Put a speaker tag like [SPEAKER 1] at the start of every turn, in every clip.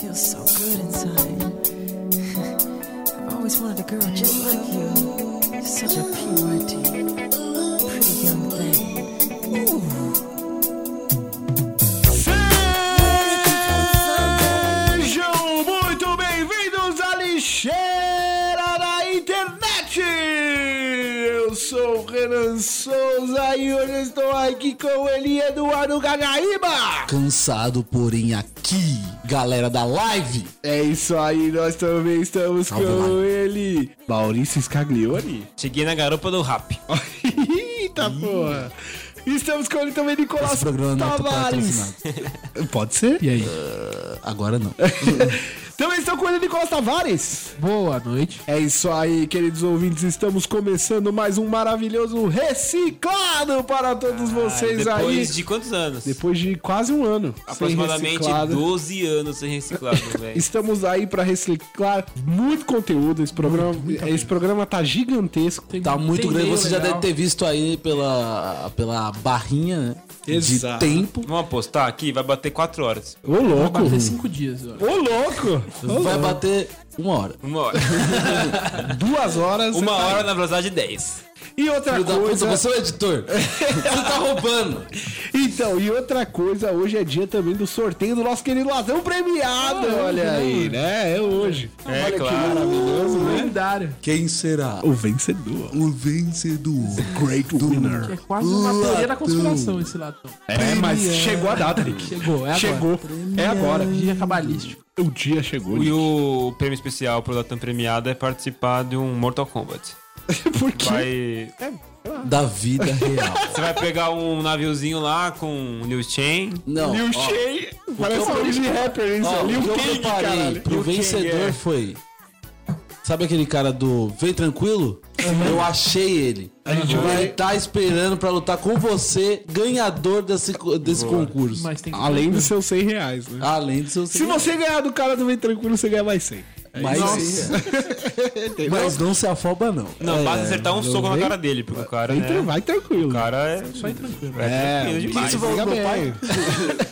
[SPEAKER 1] feels so good inside. I've always wanted a girl just like you. You're such a PYT. Pretty young thing. Ooh.
[SPEAKER 2] Sejam muito bem-vindos à lixeira da internet! Eu sou o Renan Souza e hoje eu estou aqui com ele, Eduardo Ganaíba!
[SPEAKER 3] Cansado, porém, aqui, galera da live.
[SPEAKER 2] É isso aí, nós também estamos
[SPEAKER 3] Salve,
[SPEAKER 2] com
[SPEAKER 3] Lai.
[SPEAKER 2] ele, Maurício Scaglione.
[SPEAKER 4] Cheguei na garupa do rap.
[SPEAKER 2] Eita porra! Estamos com ele também, Nicolas
[SPEAKER 3] Esse programa não é
[SPEAKER 2] Tavares. Pode ser?
[SPEAKER 5] E aí?
[SPEAKER 3] Agora não.
[SPEAKER 2] Também estou com ele, Nicolas Tavares.
[SPEAKER 5] Boa noite.
[SPEAKER 2] É isso aí, queridos ouvintes. Estamos começando mais um maravilhoso reciclado para todos vocês
[SPEAKER 4] Ah, depois
[SPEAKER 2] aí.
[SPEAKER 4] de quantos anos?
[SPEAKER 2] Depois de quase um ano, sem
[SPEAKER 4] Aproximadamente
[SPEAKER 2] reciclado.
[SPEAKER 4] 12 anos sem reciclado, velho.
[SPEAKER 2] Estamos aí para reciclar muito conteúdo. Esse programa, esse programa tá gigantesco.
[SPEAKER 3] Tá muito
[SPEAKER 5] Tem
[SPEAKER 3] grande.
[SPEAKER 5] meio
[SPEAKER 3] Você já
[SPEAKER 5] legal.
[SPEAKER 3] deve ter visto aí pela, pela barrinha né?
[SPEAKER 2] Exato.
[SPEAKER 3] de tempo.
[SPEAKER 4] Vamos apostar aqui? Vai bater 4 horas.
[SPEAKER 2] Ô louco!
[SPEAKER 5] Vai fazer cinco dias, ó.
[SPEAKER 2] Ô louco!
[SPEAKER 3] Vai bater uma hora.
[SPEAKER 4] Uma hora.
[SPEAKER 2] Duas horas.
[SPEAKER 4] Uma
[SPEAKER 2] você tá
[SPEAKER 4] hora na velocidade 10.
[SPEAKER 2] aí. E outra
[SPEAKER 3] Filho da puta,
[SPEAKER 2] coisa.
[SPEAKER 3] você é o editor. você tá roubando.
[SPEAKER 2] Então, e outra coisa, hoje é dia também do sorteio do nosso querido Lazão premiado. olha aí, né? É hoje.
[SPEAKER 4] É,
[SPEAKER 2] olha que
[SPEAKER 4] claro.
[SPEAKER 2] maravilhoso, né?
[SPEAKER 5] Lendário.
[SPEAKER 3] Quem será
[SPEAKER 2] O vencedor.
[SPEAKER 3] o vencedor?
[SPEAKER 2] Great winner.
[SPEAKER 5] É quase uma teoria da conspiração esse latão.
[SPEAKER 2] É, mas chegou a data, Rick.
[SPEAKER 5] Chegou, é agora.
[SPEAKER 2] Chegou. É agora.
[SPEAKER 5] Dia cabalístico.
[SPEAKER 2] O dia chegou.
[SPEAKER 4] E o prêmio especial pro Latam Premiado é participar de um Mortal Kombat.
[SPEAKER 2] Por quê?
[SPEAKER 4] Vai...
[SPEAKER 3] Da vida real.
[SPEAKER 4] Você vai pegar um naviozinho lá com Liu Chen.
[SPEAKER 3] Não.
[SPEAKER 2] Liu
[SPEAKER 3] ó,
[SPEAKER 2] Shea. Parece um de rapper, isso.
[SPEAKER 3] ó, o
[SPEAKER 2] Liu
[SPEAKER 3] que eu
[SPEAKER 2] Kang,
[SPEAKER 3] preparei
[SPEAKER 2] caralho. é.
[SPEAKER 3] pro vencedor foi. Sabe aquele cara do Vem Tranquilo? Eu achei ele.
[SPEAKER 2] Uhum. A gente
[SPEAKER 3] Vai
[SPEAKER 2] vai...
[SPEAKER 3] estar esperando pra lutar com você, ganhador desse, co- desse concurso.
[SPEAKER 5] Mas tem que. um
[SPEAKER 2] Além dos seus 100 reais, né?
[SPEAKER 3] Além do seu
[SPEAKER 2] Se você ganhar do cara do Vem Tranquilo, você ganha mais 100.
[SPEAKER 3] Mas, mas não se afoba, não.
[SPEAKER 4] Não,
[SPEAKER 3] É,
[SPEAKER 4] basta acertar um soco na cara dele, porque o cara,
[SPEAKER 2] Vem tran-
[SPEAKER 4] né,
[SPEAKER 2] Vai tranquilo.
[SPEAKER 4] o cara é... Só
[SPEAKER 5] tranquilo.
[SPEAKER 4] é tranquilo demais.
[SPEAKER 3] isso vai-
[SPEAKER 2] Pega
[SPEAKER 3] Meu
[SPEAKER 2] bem.
[SPEAKER 3] pai.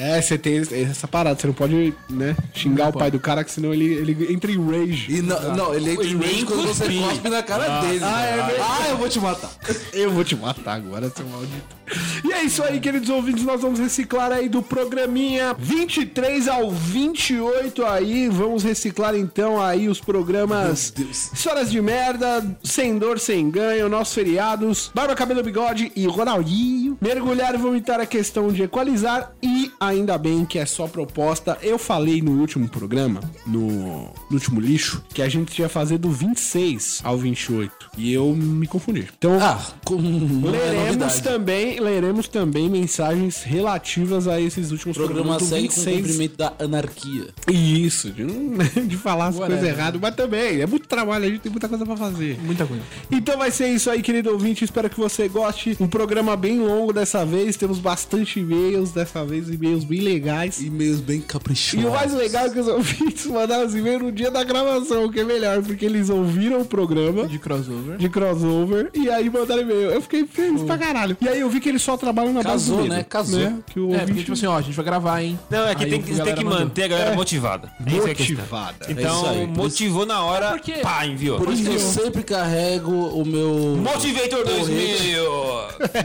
[SPEAKER 2] É, você tem essa parada, você não pode, né, xingar o pai do cara, que senão ele, ele entra em rage.
[SPEAKER 3] E não, não, ele entra
[SPEAKER 4] E
[SPEAKER 3] em
[SPEAKER 4] nem
[SPEAKER 3] rage quando você
[SPEAKER 4] cuspir.
[SPEAKER 3] cospe na cara dele.
[SPEAKER 2] é
[SPEAKER 3] ah, eu vou te matar.
[SPEAKER 2] Eu vou te matar agora, seu maldito. E é isso aí, queridos ouvintes. Nós vamos reciclar aí do programinha 23 ao 28 aí. Vamos reciclar então aí os programas
[SPEAKER 3] Meu Deus.
[SPEAKER 2] Histórias de Merda, Sem Dor, Sem Ganho, Nós Feriados, Barba, Cabelo, Bigode e Ronaldinho. Mergulhar e vomitar a questão de equalizar e ainda bem que é só proposta. Eu falei no último programa, no, no último lixo, que a gente ia fazer do 26 ao 28. E eu me confundi. Então,
[SPEAKER 3] Ah, com, não é
[SPEAKER 2] Leremos
[SPEAKER 3] novidade.
[SPEAKER 2] também, leremos também mensagens relativas a esses últimos
[SPEAKER 3] O programa
[SPEAKER 2] programas do
[SPEAKER 3] segue com o
[SPEAKER 2] 26.
[SPEAKER 3] cumprimento da anarquia.
[SPEAKER 2] Isso, de, não- de falar as coisas
[SPEAKER 5] Whatever.
[SPEAKER 2] erradas, mas também, é muito trabalho, a gente tem muita coisa pra fazer.
[SPEAKER 5] Muita coisa.
[SPEAKER 2] Então vai ser isso aí, querido ouvinte, espero que você goste. Um programa bem longo dessa vez, temos bastante e-mails dessa vez, e-mails bem legais.
[SPEAKER 3] E-mails bem caprichosos.
[SPEAKER 2] E o mais legal é que os ouvintes mandaram os e-mails no dia da gravação, que é melhor, porque eles ouviram o programa
[SPEAKER 5] De crossover.
[SPEAKER 2] de crossover e aí mandaram e-mail. Eu fiquei feliz pra caralho. E aí eu vi que eles só trabalham na
[SPEAKER 3] Casou,
[SPEAKER 2] base do medo,
[SPEAKER 3] né? Casou.
[SPEAKER 2] Que o
[SPEAKER 5] É,
[SPEAKER 2] ouvinte
[SPEAKER 5] porque tipo assim, ó, a gente vai gravar, hein?
[SPEAKER 4] Não, é que
[SPEAKER 5] Aí
[SPEAKER 4] tem,
[SPEAKER 5] o
[SPEAKER 4] que- tem
[SPEAKER 5] galera
[SPEAKER 4] que
[SPEAKER 5] mandou.
[SPEAKER 4] manter a galera motivada. Essa é a questão.
[SPEAKER 2] motivada.
[SPEAKER 3] É
[SPEAKER 4] Então,
[SPEAKER 3] isso aí.
[SPEAKER 4] motivou na hora,
[SPEAKER 5] É porque-
[SPEAKER 4] pá, enviou.
[SPEAKER 3] Por isso que eu sempre carrego o meu.
[SPEAKER 4] Motivator 2000!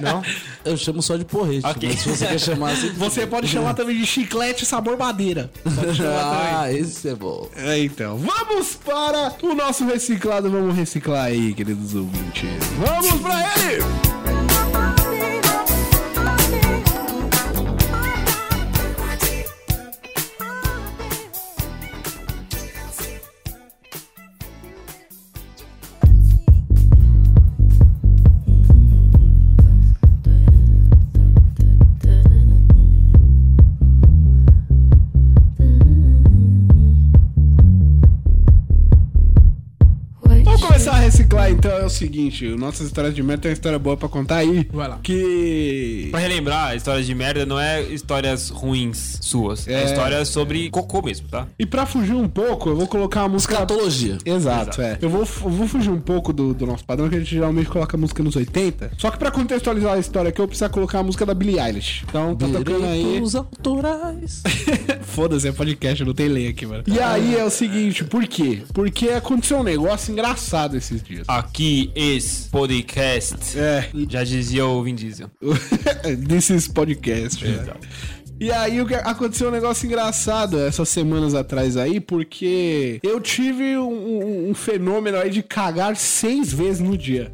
[SPEAKER 4] Não?
[SPEAKER 3] Eu chamo só de porrete.
[SPEAKER 4] Ok.
[SPEAKER 3] Mas se você quer chamar assim.
[SPEAKER 2] Você pode chamar também de chiclete sabor madeira.
[SPEAKER 3] ah, esse é bom.
[SPEAKER 2] É, então, vamos para o nosso reciclado. Vamos reciclar aí, queridos ouvintes. Vamos pra ele! Vamos começar a reciclar então é o seguinte, o nossas histórias de merda tem uma história boa pra contar aí.
[SPEAKER 5] Vai lá.
[SPEAKER 2] Que.
[SPEAKER 4] Pra relembrar, histórias de merda não é histórias ruins suas. É,
[SPEAKER 2] É.
[SPEAKER 4] histórias sobre cocô mesmo, tá?
[SPEAKER 2] E pra fugir um pouco, eu vou colocar a música.
[SPEAKER 3] Escatologia.
[SPEAKER 2] Exato, é. Eu vou, eu vou fugir um pouco do, do nosso padrão, que a gente geralmente coloca a música nos 80. Só que pra contextualizar a história aqui, eu preciso colocar a música da Billie Eilish. Então tá tocando aí.
[SPEAKER 3] Direitos autorais.
[SPEAKER 2] Foda-se, é podcast, não tem lei aqui, mano. E aí é o seguinte, por quê? Porque aconteceu um negócio engraçado esses dias.
[SPEAKER 4] Aqui esse podcast.
[SPEAKER 2] É.
[SPEAKER 4] Já dizia o Vin Diesel.
[SPEAKER 2] desses podcasts.
[SPEAKER 5] Então.
[SPEAKER 2] Né? E aí o que aconteceu um negócio engraçado essas semanas atrás aí, porque eu tive um, um- um fenômeno aí de cagar seis vezes no dia.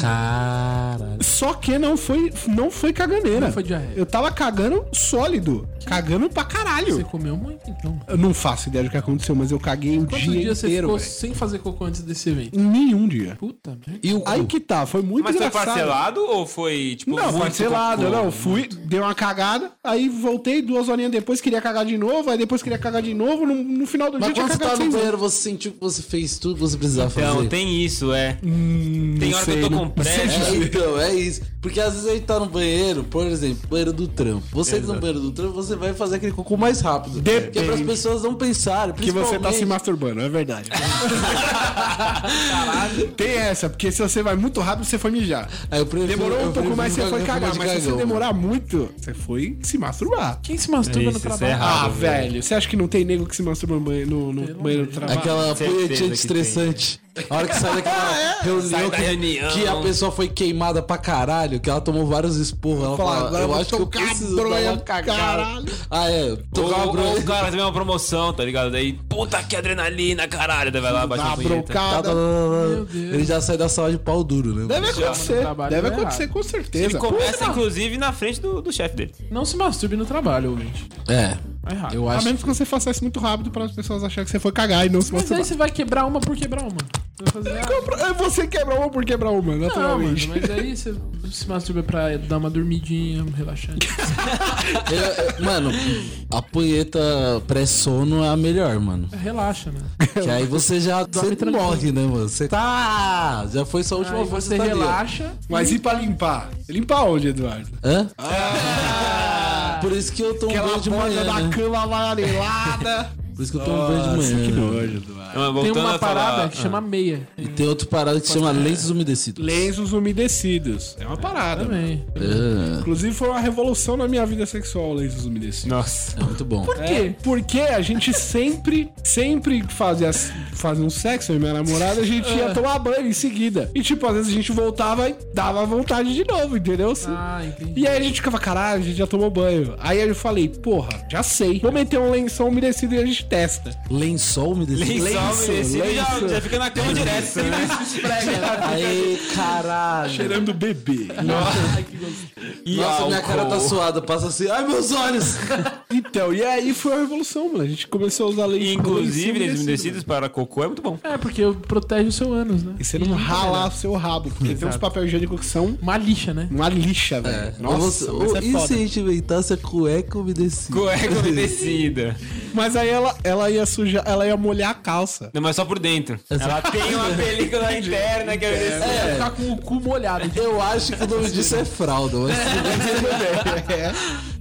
[SPEAKER 3] Caralho.
[SPEAKER 2] Só que não foi, não foi caganeira.
[SPEAKER 5] Não foi diarreia.
[SPEAKER 2] Eu tava cagando sólido. Cagando pra
[SPEAKER 5] Você
[SPEAKER 2] caralho.
[SPEAKER 5] comeu muito, então.
[SPEAKER 2] Eu não faço ideia do que aconteceu, mas eu caguei o
[SPEAKER 5] Quantos
[SPEAKER 2] Um dia
[SPEAKER 5] dias você
[SPEAKER 2] inteiro,
[SPEAKER 5] ficou
[SPEAKER 2] velho.
[SPEAKER 5] sem fazer cocô antes desse evento?
[SPEAKER 2] Nenhum dia.
[SPEAKER 5] Puta merda.
[SPEAKER 3] E o cu?
[SPEAKER 2] Aí que tá, foi muito
[SPEAKER 4] Mas foi
[SPEAKER 2] engraçado.
[SPEAKER 4] parcelado ou foi, tipo,
[SPEAKER 2] Não,
[SPEAKER 4] muito
[SPEAKER 2] parcelado,
[SPEAKER 4] cocô?
[SPEAKER 2] não. Fui, dei uma cagada, aí voltei duas horinhas depois, queria cagar de novo, aí depois queria cagar de novo, no, no final do dia
[SPEAKER 3] Mas
[SPEAKER 2] tinha
[SPEAKER 3] quando você
[SPEAKER 2] cagado
[SPEAKER 3] tava no
[SPEAKER 2] seis vezes.
[SPEAKER 3] banheiro, você sentiu que você fez tudo que você precisava fazer.
[SPEAKER 4] Então, tem isso, é.
[SPEAKER 2] Hum,
[SPEAKER 4] tem hora que eu tô com pressa.
[SPEAKER 3] É, então, é isso. Porque às vezes a gente tá no banheiro, por exemplo, banheiro do trampo. Você tá no banheiro do trampo, você vai fazer aquele cocô mais rápido.
[SPEAKER 2] Depende.
[SPEAKER 3] Porque é pras pessoas não pensarem,
[SPEAKER 2] Que você tá se
[SPEAKER 3] principalmente-
[SPEAKER 2] masturbando, é verdade. Tem essa, porque se você vai muito rápido, você foi mijar.
[SPEAKER 3] Ah, eu prefiro-
[SPEAKER 2] Demorou
[SPEAKER 3] eu
[SPEAKER 2] um pouco
[SPEAKER 3] prefiro
[SPEAKER 2] mais, você
[SPEAKER 3] cagar,
[SPEAKER 2] foi
[SPEAKER 3] eu
[SPEAKER 2] cagar.
[SPEAKER 3] prefiro
[SPEAKER 2] Mas se
[SPEAKER 3] cagão,
[SPEAKER 2] você demorar muito, você foi se masturbar.
[SPEAKER 5] Quem se masturba
[SPEAKER 4] Isso,
[SPEAKER 5] no
[SPEAKER 4] isso
[SPEAKER 5] trabalho?
[SPEAKER 4] é errado.
[SPEAKER 2] Ah,
[SPEAKER 4] Ah,
[SPEAKER 2] velho. Você acha que não tem nego que se masturba no banheiro, no, no banheiro do trabalho?
[SPEAKER 3] Aquela
[SPEAKER 4] Certeza
[SPEAKER 3] punhetinha
[SPEAKER 4] É que
[SPEAKER 3] estressante. A hora que sai daquela
[SPEAKER 2] Ah, é?
[SPEAKER 3] reunião,
[SPEAKER 4] Sai da
[SPEAKER 3] que,
[SPEAKER 4] reunião.
[SPEAKER 3] que a pessoa foi queimada pra caralho, que ela tomou vários esporros. Ela
[SPEAKER 2] Fala,
[SPEAKER 3] fala,
[SPEAKER 2] agora eu
[SPEAKER 3] eu
[SPEAKER 2] vou
[SPEAKER 3] acho que eu
[SPEAKER 2] tocar
[SPEAKER 3] preciso
[SPEAKER 2] bronha,
[SPEAKER 3] dar uma cagada.
[SPEAKER 2] caralho.
[SPEAKER 3] Ah, é.
[SPEAKER 4] Ou,
[SPEAKER 3] Tocar uma bronha.
[SPEAKER 4] ou o cara teve uma promoção, tá ligado? Daí, puta que adrenalina, caralho. Daí vai lá, bate
[SPEAKER 2] Dá
[SPEAKER 4] uma
[SPEAKER 2] uma
[SPEAKER 4] punheta.
[SPEAKER 3] Tá, tá, tá,
[SPEAKER 2] brocada.
[SPEAKER 3] tá,
[SPEAKER 5] Meu
[SPEAKER 3] tá.
[SPEAKER 5] Deus.
[SPEAKER 3] Ele já sai da sala de pau duro, né?
[SPEAKER 2] Deve
[SPEAKER 5] no
[SPEAKER 2] acontecer.
[SPEAKER 5] trabalho
[SPEAKER 2] Deve
[SPEAKER 5] é
[SPEAKER 2] acontecer,
[SPEAKER 5] errado.
[SPEAKER 2] com certeza.
[SPEAKER 4] Ele começa, inclusive, na frente do, do chefe dele.
[SPEAKER 5] Não se masturbe no trabalho, ouvinte.
[SPEAKER 3] É.
[SPEAKER 5] É errado.
[SPEAKER 3] Eu
[SPEAKER 2] A
[SPEAKER 3] acho
[SPEAKER 2] menos que você faça isso muito rápido para as pessoas acharem que você tá- foi cagar e não se
[SPEAKER 5] Mas
[SPEAKER 2] masturbar.
[SPEAKER 5] aí você vai quebrar uma por quebrar uma. Você vai fazer... ah,
[SPEAKER 2] É Você quebra uma por quebrar uma,
[SPEAKER 5] Não, mano,
[SPEAKER 2] naturalmente.
[SPEAKER 5] mas aí você se masturba pra dar uma dormidinha, um relaxante.
[SPEAKER 3] Eu- eu- é, mano, a punheta pré-sono é a melhor, mano.
[SPEAKER 5] Relaxa, né?
[SPEAKER 3] Que aí você já você
[SPEAKER 5] tranquilo.
[SPEAKER 3] morre, né, mano? Você tá. Já foi sua
[SPEAKER 2] Tipo,
[SPEAKER 3] última
[SPEAKER 5] Aí
[SPEAKER 3] vez.
[SPEAKER 5] você
[SPEAKER 3] tá ali, ó.
[SPEAKER 5] relaxa.
[SPEAKER 2] Mas e pra limpar? Limpar onde, Eduardo?
[SPEAKER 3] Hã? Por isso que
[SPEAKER 5] Um
[SPEAKER 3] eu tomo banho de manhã. né?
[SPEAKER 2] cama amarelada.
[SPEAKER 3] Por isso que eu tomo banho de manhã.
[SPEAKER 2] que
[SPEAKER 3] né?
[SPEAKER 2] nojo, Eduardo.
[SPEAKER 5] Tem
[SPEAKER 4] Ah, Voltando
[SPEAKER 5] uma
[SPEAKER 4] a falar-
[SPEAKER 5] parada que
[SPEAKER 4] Ah.
[SPEAKER 5] chama meia.
[SPEAKER 3] E tem outro parado que se chama lenços umedecidos.
[SPEAKER 2] Lenços umedecidos. É uma parada. mano.
[SPEAKER 5] Também.
[SPEAKER 3] É,
[SPEAKER 2] Inclusive foi uma revolução na minha vida sexual, lenços umedecidos.
[SPEAKER 4] Nossa.
[SPEAKER 3] é muito bom.
[SPEAKER 5] Por quê?
[SPEAKER 2] Porque a gente sempre, sempre fazia, fazia um sexo, eu e minha namorada, a gente ia tomar banho em seguida. E tipo, às vezes a gente voltava e dava vontade de novo, entendeu? Assim.
[SPEAKER 5] Ah, entendi.
[SPEAKER 2] E aí a gente ficava, caralho, a gente já tomou banho. Aí eu falei, porra, já sei. Vou meter um lençol umedecido e a gente testa.
[SPEAKER 3] Lençol umedecido.
[SPEAKER 4] Lençol, lençol, Já, já fica na cama direto. sem mais esfrega.
[SPEAKER 3] Aí, caralho.
[SPEAKER 2] Cheirando bebê.
[SPEAKER 4] E
[SPEAKER 3] Nossa, minha
[SPEAKER 4] álcool.
[SPEAKER 3] cara tá suada. Passa assim. Ai, meus olhos.
[SPEAKER 2] então, e aí foi a revolução, mano. A gente começou a usar leite
[SPEAKER 4] Inclusive, eles
[SPEAKER 2] umedecido,
[SPEAKER 4] umedecidos para cocô é muito bom.
[SPEAKER 5] É, porque protege o seu ânus, né?
[SPEAKER 2] E você não rala o seu rabo, porque tem uns papel higiênico que são
[SPEAKER 5] Uma lixa, né?
[SPEAKER 2] uma lixa, velho. Nossa,
[SPEAKER 3] Você-
[SPEAKER 2] mas é
[SPEAKER 3] e
[SPEAKER 2] foda.
[SPEAKER 3] se é a gente inventasse a cueca umedecida?
[SPEAKER 4] Cueca é umedecida.
[SPEAKER 2] Mas aí ela, ela ia sujar, ela ia molhar a calça.
[SPEAKER 4] Não, mas só por dentro. Ela tem uma película interna que é umedecida.
[SPEAKER 5] Vai ficar Tá com o cu molhado. né?
[SPEAKER 3] Eu acho que o nome disso é fralda, mas
[SPEAKER 2] É.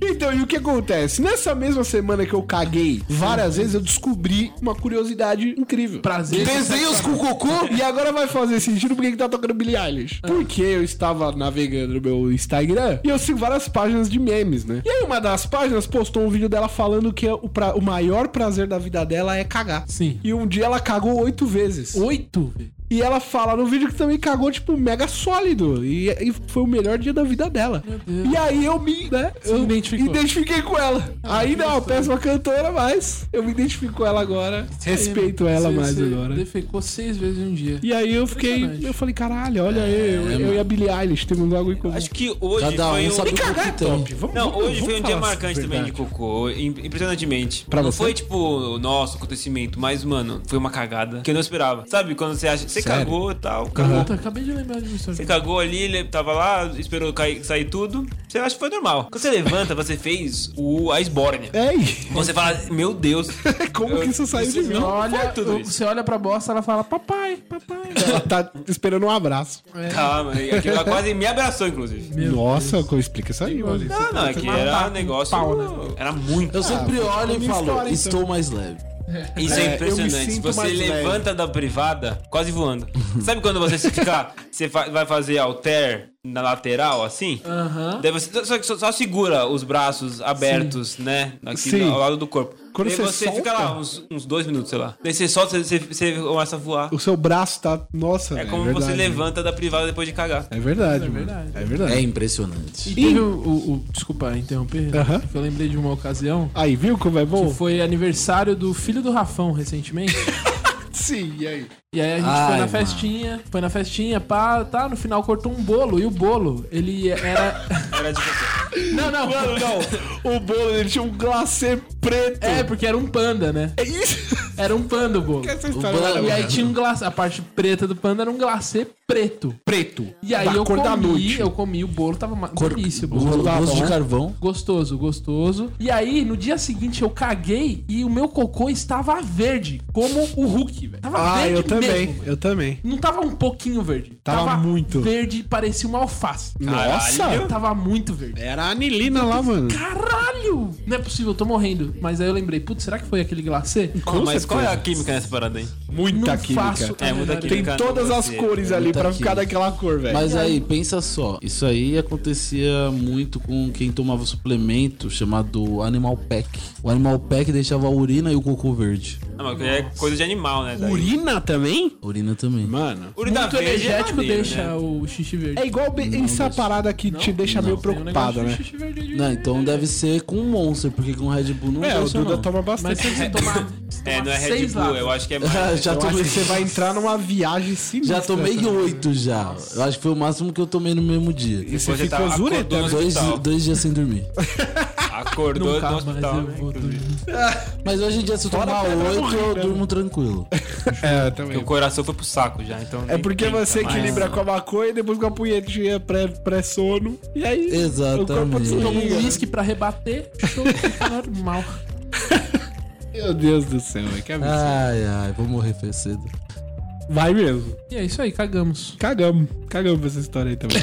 [SPEAKER 2] Então, e o que acontece? Nessa mesma semana que eu caguei várias vezes, eu descobri uma curiosidade incrível.
[SPEAKER 5] Prazer.
[SPEAKER 3] desenhos com cocô?
[SPEAKER 2] E agora vai fazer sentido porque que tá tocando Billie Eilish.
[SPEAKER 5] Ah.
[SPEAKER 2] Porque eu estava navegando no meu Instagram e eu sigo várias páginas de memes, né? E aí uma das páginas postou um vídeo dela falando que o, pra- o maior prazer da vida dela é cagar.
[SPEAKER 5] Sim.
[SPEAKER 2] E um dia ela cagou oito vezes.
[SPEAKER 5] Oito, velho.
[SPEAKER 2] E ela fala no vídeo que também cagou, tipo, mega sólido. E, e foi o melhor dia da vida dela.
[SPEAKER 5] Deus.
[SPEAKER 2] E aí eu me, né? eu
[SPEAKER 5] identificou.
[SPEAKER 2] identifiquei com ela. Ainda é uma péssima cantora, mas eu me identifico com ela agora. Respeito ela
[SPEAKER 5] Você-
[SPEAKER 2] mais
[SPEAKER 5] você
[SPEAKER 2] agora.
[SPEAKER 5] defecou seis vezes em um dia.
[SPEAKER 2] E aí eu fiquei. Eu falei, caralho, olha aí, eu, eu e a Billie Eilish temos um bagulho em comum.
[SPEAKER 4] Acho que hoje
[SPEAKER 3] Cada
[SPEAKER 4] foi
[SPEAKER 3] um
[SPEAKER 4] um...
[SPEAKER 3] sabe o que tem.
[SPEAKER 2] Vamos-
[SPEAKER 4] Não,
[SPEAKER 2] vamos- vamos
[SPEAKER 4] hoje foi um dia
[SPEAKER 2] falar
[SPEAKER 4] marcante
[SPEAKER 2] a
[SPEAKER 4] também de
[SPEAKER 2] verdade.
[SPEAKER 4] cocô, im- impressionantemente.
[SPEAKER 2] Pra
[SPEAKER 4] não
[SPEAKER 2] você?
[SPEAKER 4] foi tipo, nossa, acontecimento, mas mano, foi uma cagada que eu não esperava. Sabe quando você acha, você Você
[SPEAKER 3] Sério?
[SPEAKER 4] cagou e tal, cagou.
[SPEAKER 5] Puta, acabei de lembrar de uma história.
[SPEAKER 4] Você cagou ali, ele tava lá, esperou cair- sair tudo. Você acha que foi normal. Quando você levanta, você fez o, a esbórnia.
[SPEAKER 2] Ei,
[SPEAKER 4] Você fala, meu Deus.
[SPEAKER 2] É, como que isso saiu de mim?
[SPEAKER 4] Não
[SPEAKER 5] olha,
[SPEAKER 4] foi tudo isso.
[SPEAKER 5] você olha pra bosta, ela fala, papai, papai.
[SPEAKER 2] Ela tá esperando um abraço.
[SPEAKER 4] Calma, e aquilo lá quase me abraçou, inclusive.
[SPEAKER 2] Nossa, como explica isso aí, mano?
[SPEAKER 4] Não, não, é que era um negócio. Era muito.
[SPEAKER 3] Eu sempre
[SPEAKER 2] minha
[SPEAKER 3] olho e falo,
[SPEAKER 2] história, então.
[SPEAKER 3] estou mais leve.
[SPEAKER 4] Isso
[SPEAKER 2] É,
[SPEAKER 4] é,
[SPEAKER 2] eu me
[SPEAKER 4] impressionante. Se
[SPEAKER 2] sinto
[SPEAKER 4] Você
[SPEAKER 2] mais leve.
[SPEAKER 4] levanta da privada, quase voando. Sabe quando você se ficar, você fa- vai fazer alter na lateral, assim?
[SPEAKER 5] Aham.
[SPEAKER 4] Daí você só, só- só segura os braços abertos, né? Aqui
[SPEAKER 2] Sim.
[SPEAKER 4] ao lado do corpo.
[SPEAKER 2] Quando
[SPEAKER 4] Daí
[SPEAKER 2] você
[SPEAKER 4] você,
[SPEAKER 2] solta-
[SPEAKER 4] fica lá uns, uns dois minutos, sei lá. Daí você solta, você, você começa a voar.
[SPEAKER 2] O seu braço tá. Nossa,
[SPEAKER 4] É como
[SPEAKER 2] verdade,
[SPEAKER 4] você levanta da privada depois de cagar.
[SPEAKER 2] É verdade, é
[SPEAKER 5] verdade.
[SPEAKER 2] verdade. É verdade.
[SPEAKER 3] É impressionante.
[SPEAKER 5] E teve o, o- o- Desculpa interromper, né?
[SPEAKER 2] Aham.
[SPEAKER 5] que eu lembrei de uma ocasião.
[SPEAKER 2] Aí, viu como é
[SPEAKER 5] Que
[SPEAKER 2] bom?
[SPEAKER 5] foi aniversário do filho do Rafão recentemente.
[SPEAKER 2] Sim, e aí?
[SPEAKER 5] E aí a gente
[SPEAKER 3] Ai,
[SPEAKER 5] foi na
[SPEAKER 3] mano.
[SPEAKER 5] festinha, foi na festinha, pá, tá, no final cortou um bolo. E o bolo, ele era.
[SPEAKER 4] Era de você.
[SPEAKER 5] não, não.
[SPEAKER 2] Não, o bolo ele tinha um glacê preto.
[SPEAKER 5] É, porque era um panda, né?
[SPEAKER 2] É isso?
[SPEAKER 5] Era um panda o bolo.
[SPEAKER 2] Essa
[SPEAKER 3] bolo-
[SPEAKER 2] história
[SPEAKER 5] E aí tinha um glacê, a parte preta do panda era um glacê preto.
[SPEAKER 2] preto.
[SPEAKER 5] E aí
[SPEAKER 2] da
[SPEAKER 5] eu
[SPEAKER 2] cor
[SPEAKER 5] comi,
[SPEAKER 2] da noite.
[SPEAKER 5] eu comi o bolo, tava uma delícia o bolo.
[SPEAKER 3] Gosto
[SPEAKER 2] Tá
[SPEAKER 3] gosto
[SPEAKER 2] bom.
[SPEAKER 3] de carvão.
[SPEAKER 5] Gostoso, gostoso. E aí, no dia seguinte, eu caguei e o meu cocô estava verde, como o Hulk, velho. Tava
[SPEAKER 2] Ah,
[SPEAKER 5] verde
[SPEAKER 2] eu também,
[SPEAKER 5] mesmo, velho.
[SPEAKER 2] eu também.
[SPEAKER 5] Não tava um pouquinho verde.
[SPEAKER 2] Tava muito.
[SPEAKER 5] verde, parecia uma alface.
[SPEAKER 2] Nossa!
[SPEAKER 5] Tava muito verde.
[SPEAKER 2] Era a anilina lá, mano.
[SPEAKER 5] Caralho! Não é possível, eu tô morrendo. Mas aí eu lembrei, putz, será que foi aquele glacê?
[SPEAKER 2] Com
[SPEAKER 4] mas qual é a
[SPEAKER 2] certeza.
[SPEAKER 4] química nessa parada aí?
[SPEAKER 2] Muita
[SPEAKER 5] Não faço.
[SPEAKER 2] química.
[SPEAKER 4] É, muda a
[SPEAKER 2] Tem
[SPEAKER 4] química.
[SPEAKER 2] todas
[SPEAKER 4] no
[SPEAKER 2] as
[SPEAKER 4] você.
[SPEAKER 2] cores ali
[SPEAKER 3] Muita
[SPEAKER 2] pra ficar
[SPEAKER 3] química.
[SPEAKER 2] daquela cor, velho.
[SPEAKER 3] Mas aí, pensa só. Isso aí acontecia muito com quem tomava suplemento chamado Animal Pack. O Animal Pack deixava a urina e o cocô verde.
[SPEAKER 4] Não, mas é coisa de animal, né? Daí.
[SPEAKER 2] Urina também?
[SPEAKER 3] A urina também.
[SPEAKER 2] Mano.
[SPEAKER 4] Urina
[SPEAKER 5] Muito
[SPEAKER 4] verde é
[SPEAKER 5] energético
[SPEAKER 4] maneiro,
[SPEAKER 5] deixa
[SPEAKER 4] né?
[SPEAKER 5] o xixi verde.
[SPEAKER 2] É igual be- essa parada que te deixa meio
[SPEAKER 4] É
[SPEAKER 5] Tem um
[SPEAKER 2] preocupado,
[SPEAKER 5] negócio de
[SPEAKER 2] né?
[SPEAKER 5] xixi verde aí de-
[SPEAKER 3] Não, então deve ser com um Monster, porque com Red Bull não
[SPEAKER 2] É, o
[SPEAKER 3] deve ser,
[SPEAKER 2] Duda
[SPEAKER 3] não.
[SPEAKER 2] toma
[SPEAKER 5] Mas
[SPEAKER 2] bastante.
[SPEAKER 5] se você tomar, se
[SPEAKER 4] É,
[SPEAKER 5] tomar
[SPEAKER 4] não é Red
[SPEAKER 5] seis
[SPEAKER 4] Bull,
[SPEAKER 5] latas,
[SPEAKER 4] eu acho que é mais.
[SPEAKER 3] já
[SPEAKER 2] Eu acho
[SPEAKER 3] tomei,
[SPEAKER 2] que você vai entrar numa viagem sinistra.
[SPEAKER 3] já tomei oito já. Eu acho que foi o máximo que eu tomei no mesmo dia.
[SPEAKER 2] E você
[SPEAKER 4] Você tá
[SPEAKER 2] ficou zureta.
[SPEAKER 4] acordando no
[SPEAKER 3] Dois,
[SPEAKER 4] hospital.
[SPEAKER 3] dois dias sem dormir.
[SPEAKER 4] Acordou
[SPEAKER 5] Nunca
[SPEAKER 4] no
[SPEAKER 5] mais
[SPEAKER 4] hospital.
[SPEAKER 5] eu
[SPEAKER 4] né,
[SPEAKER 5] vou
[SPEAKER 4] inclusive.
[SPEAKER 5] dormir.
[SPEAKER 3] Mas hoje em dia, se eu
[SPEAKER 2] Fora
[SPEAKER 3] tomar
[SPEAKER 2] a pedra do
[SPEAKER 3] oito,
[SPEAKER 2] rim,
[SPEAKER 3] eu
[SPEAKER 2] né?
[SPEAKER 3] durmo tranquilo.
[SPEAKER 2] É,
[SPEAKER 4] Porque
[SPEAKER 2] também.
[SPEAKER 4] o coração foi pro saco já, então.
[SPEAKER 2] É porque você equilibra com a maconha e depois com a punhetinha pré- pré-sono. e aí.
[SPEAKER 3] Exatamente.
[SPEAKER 2] O corpo
[SPEAKER 5] Toma um
[SPEAKER 2] desliga.
[SPEAKER 5] uísque pra rebater, show, fica normal.
[SPEAKER 2] Meu Deus do céu, velho. Que é absurdo.
[SPEAKER 3] Ai, ai, vou morrer foi cedo.
[SPEAKER 2] Vai mesmo.
[SPEAKER 5] E é isso aí, cagamos.
[SPEAKER 2] Cagamos. Cagamos pra essa história aí também.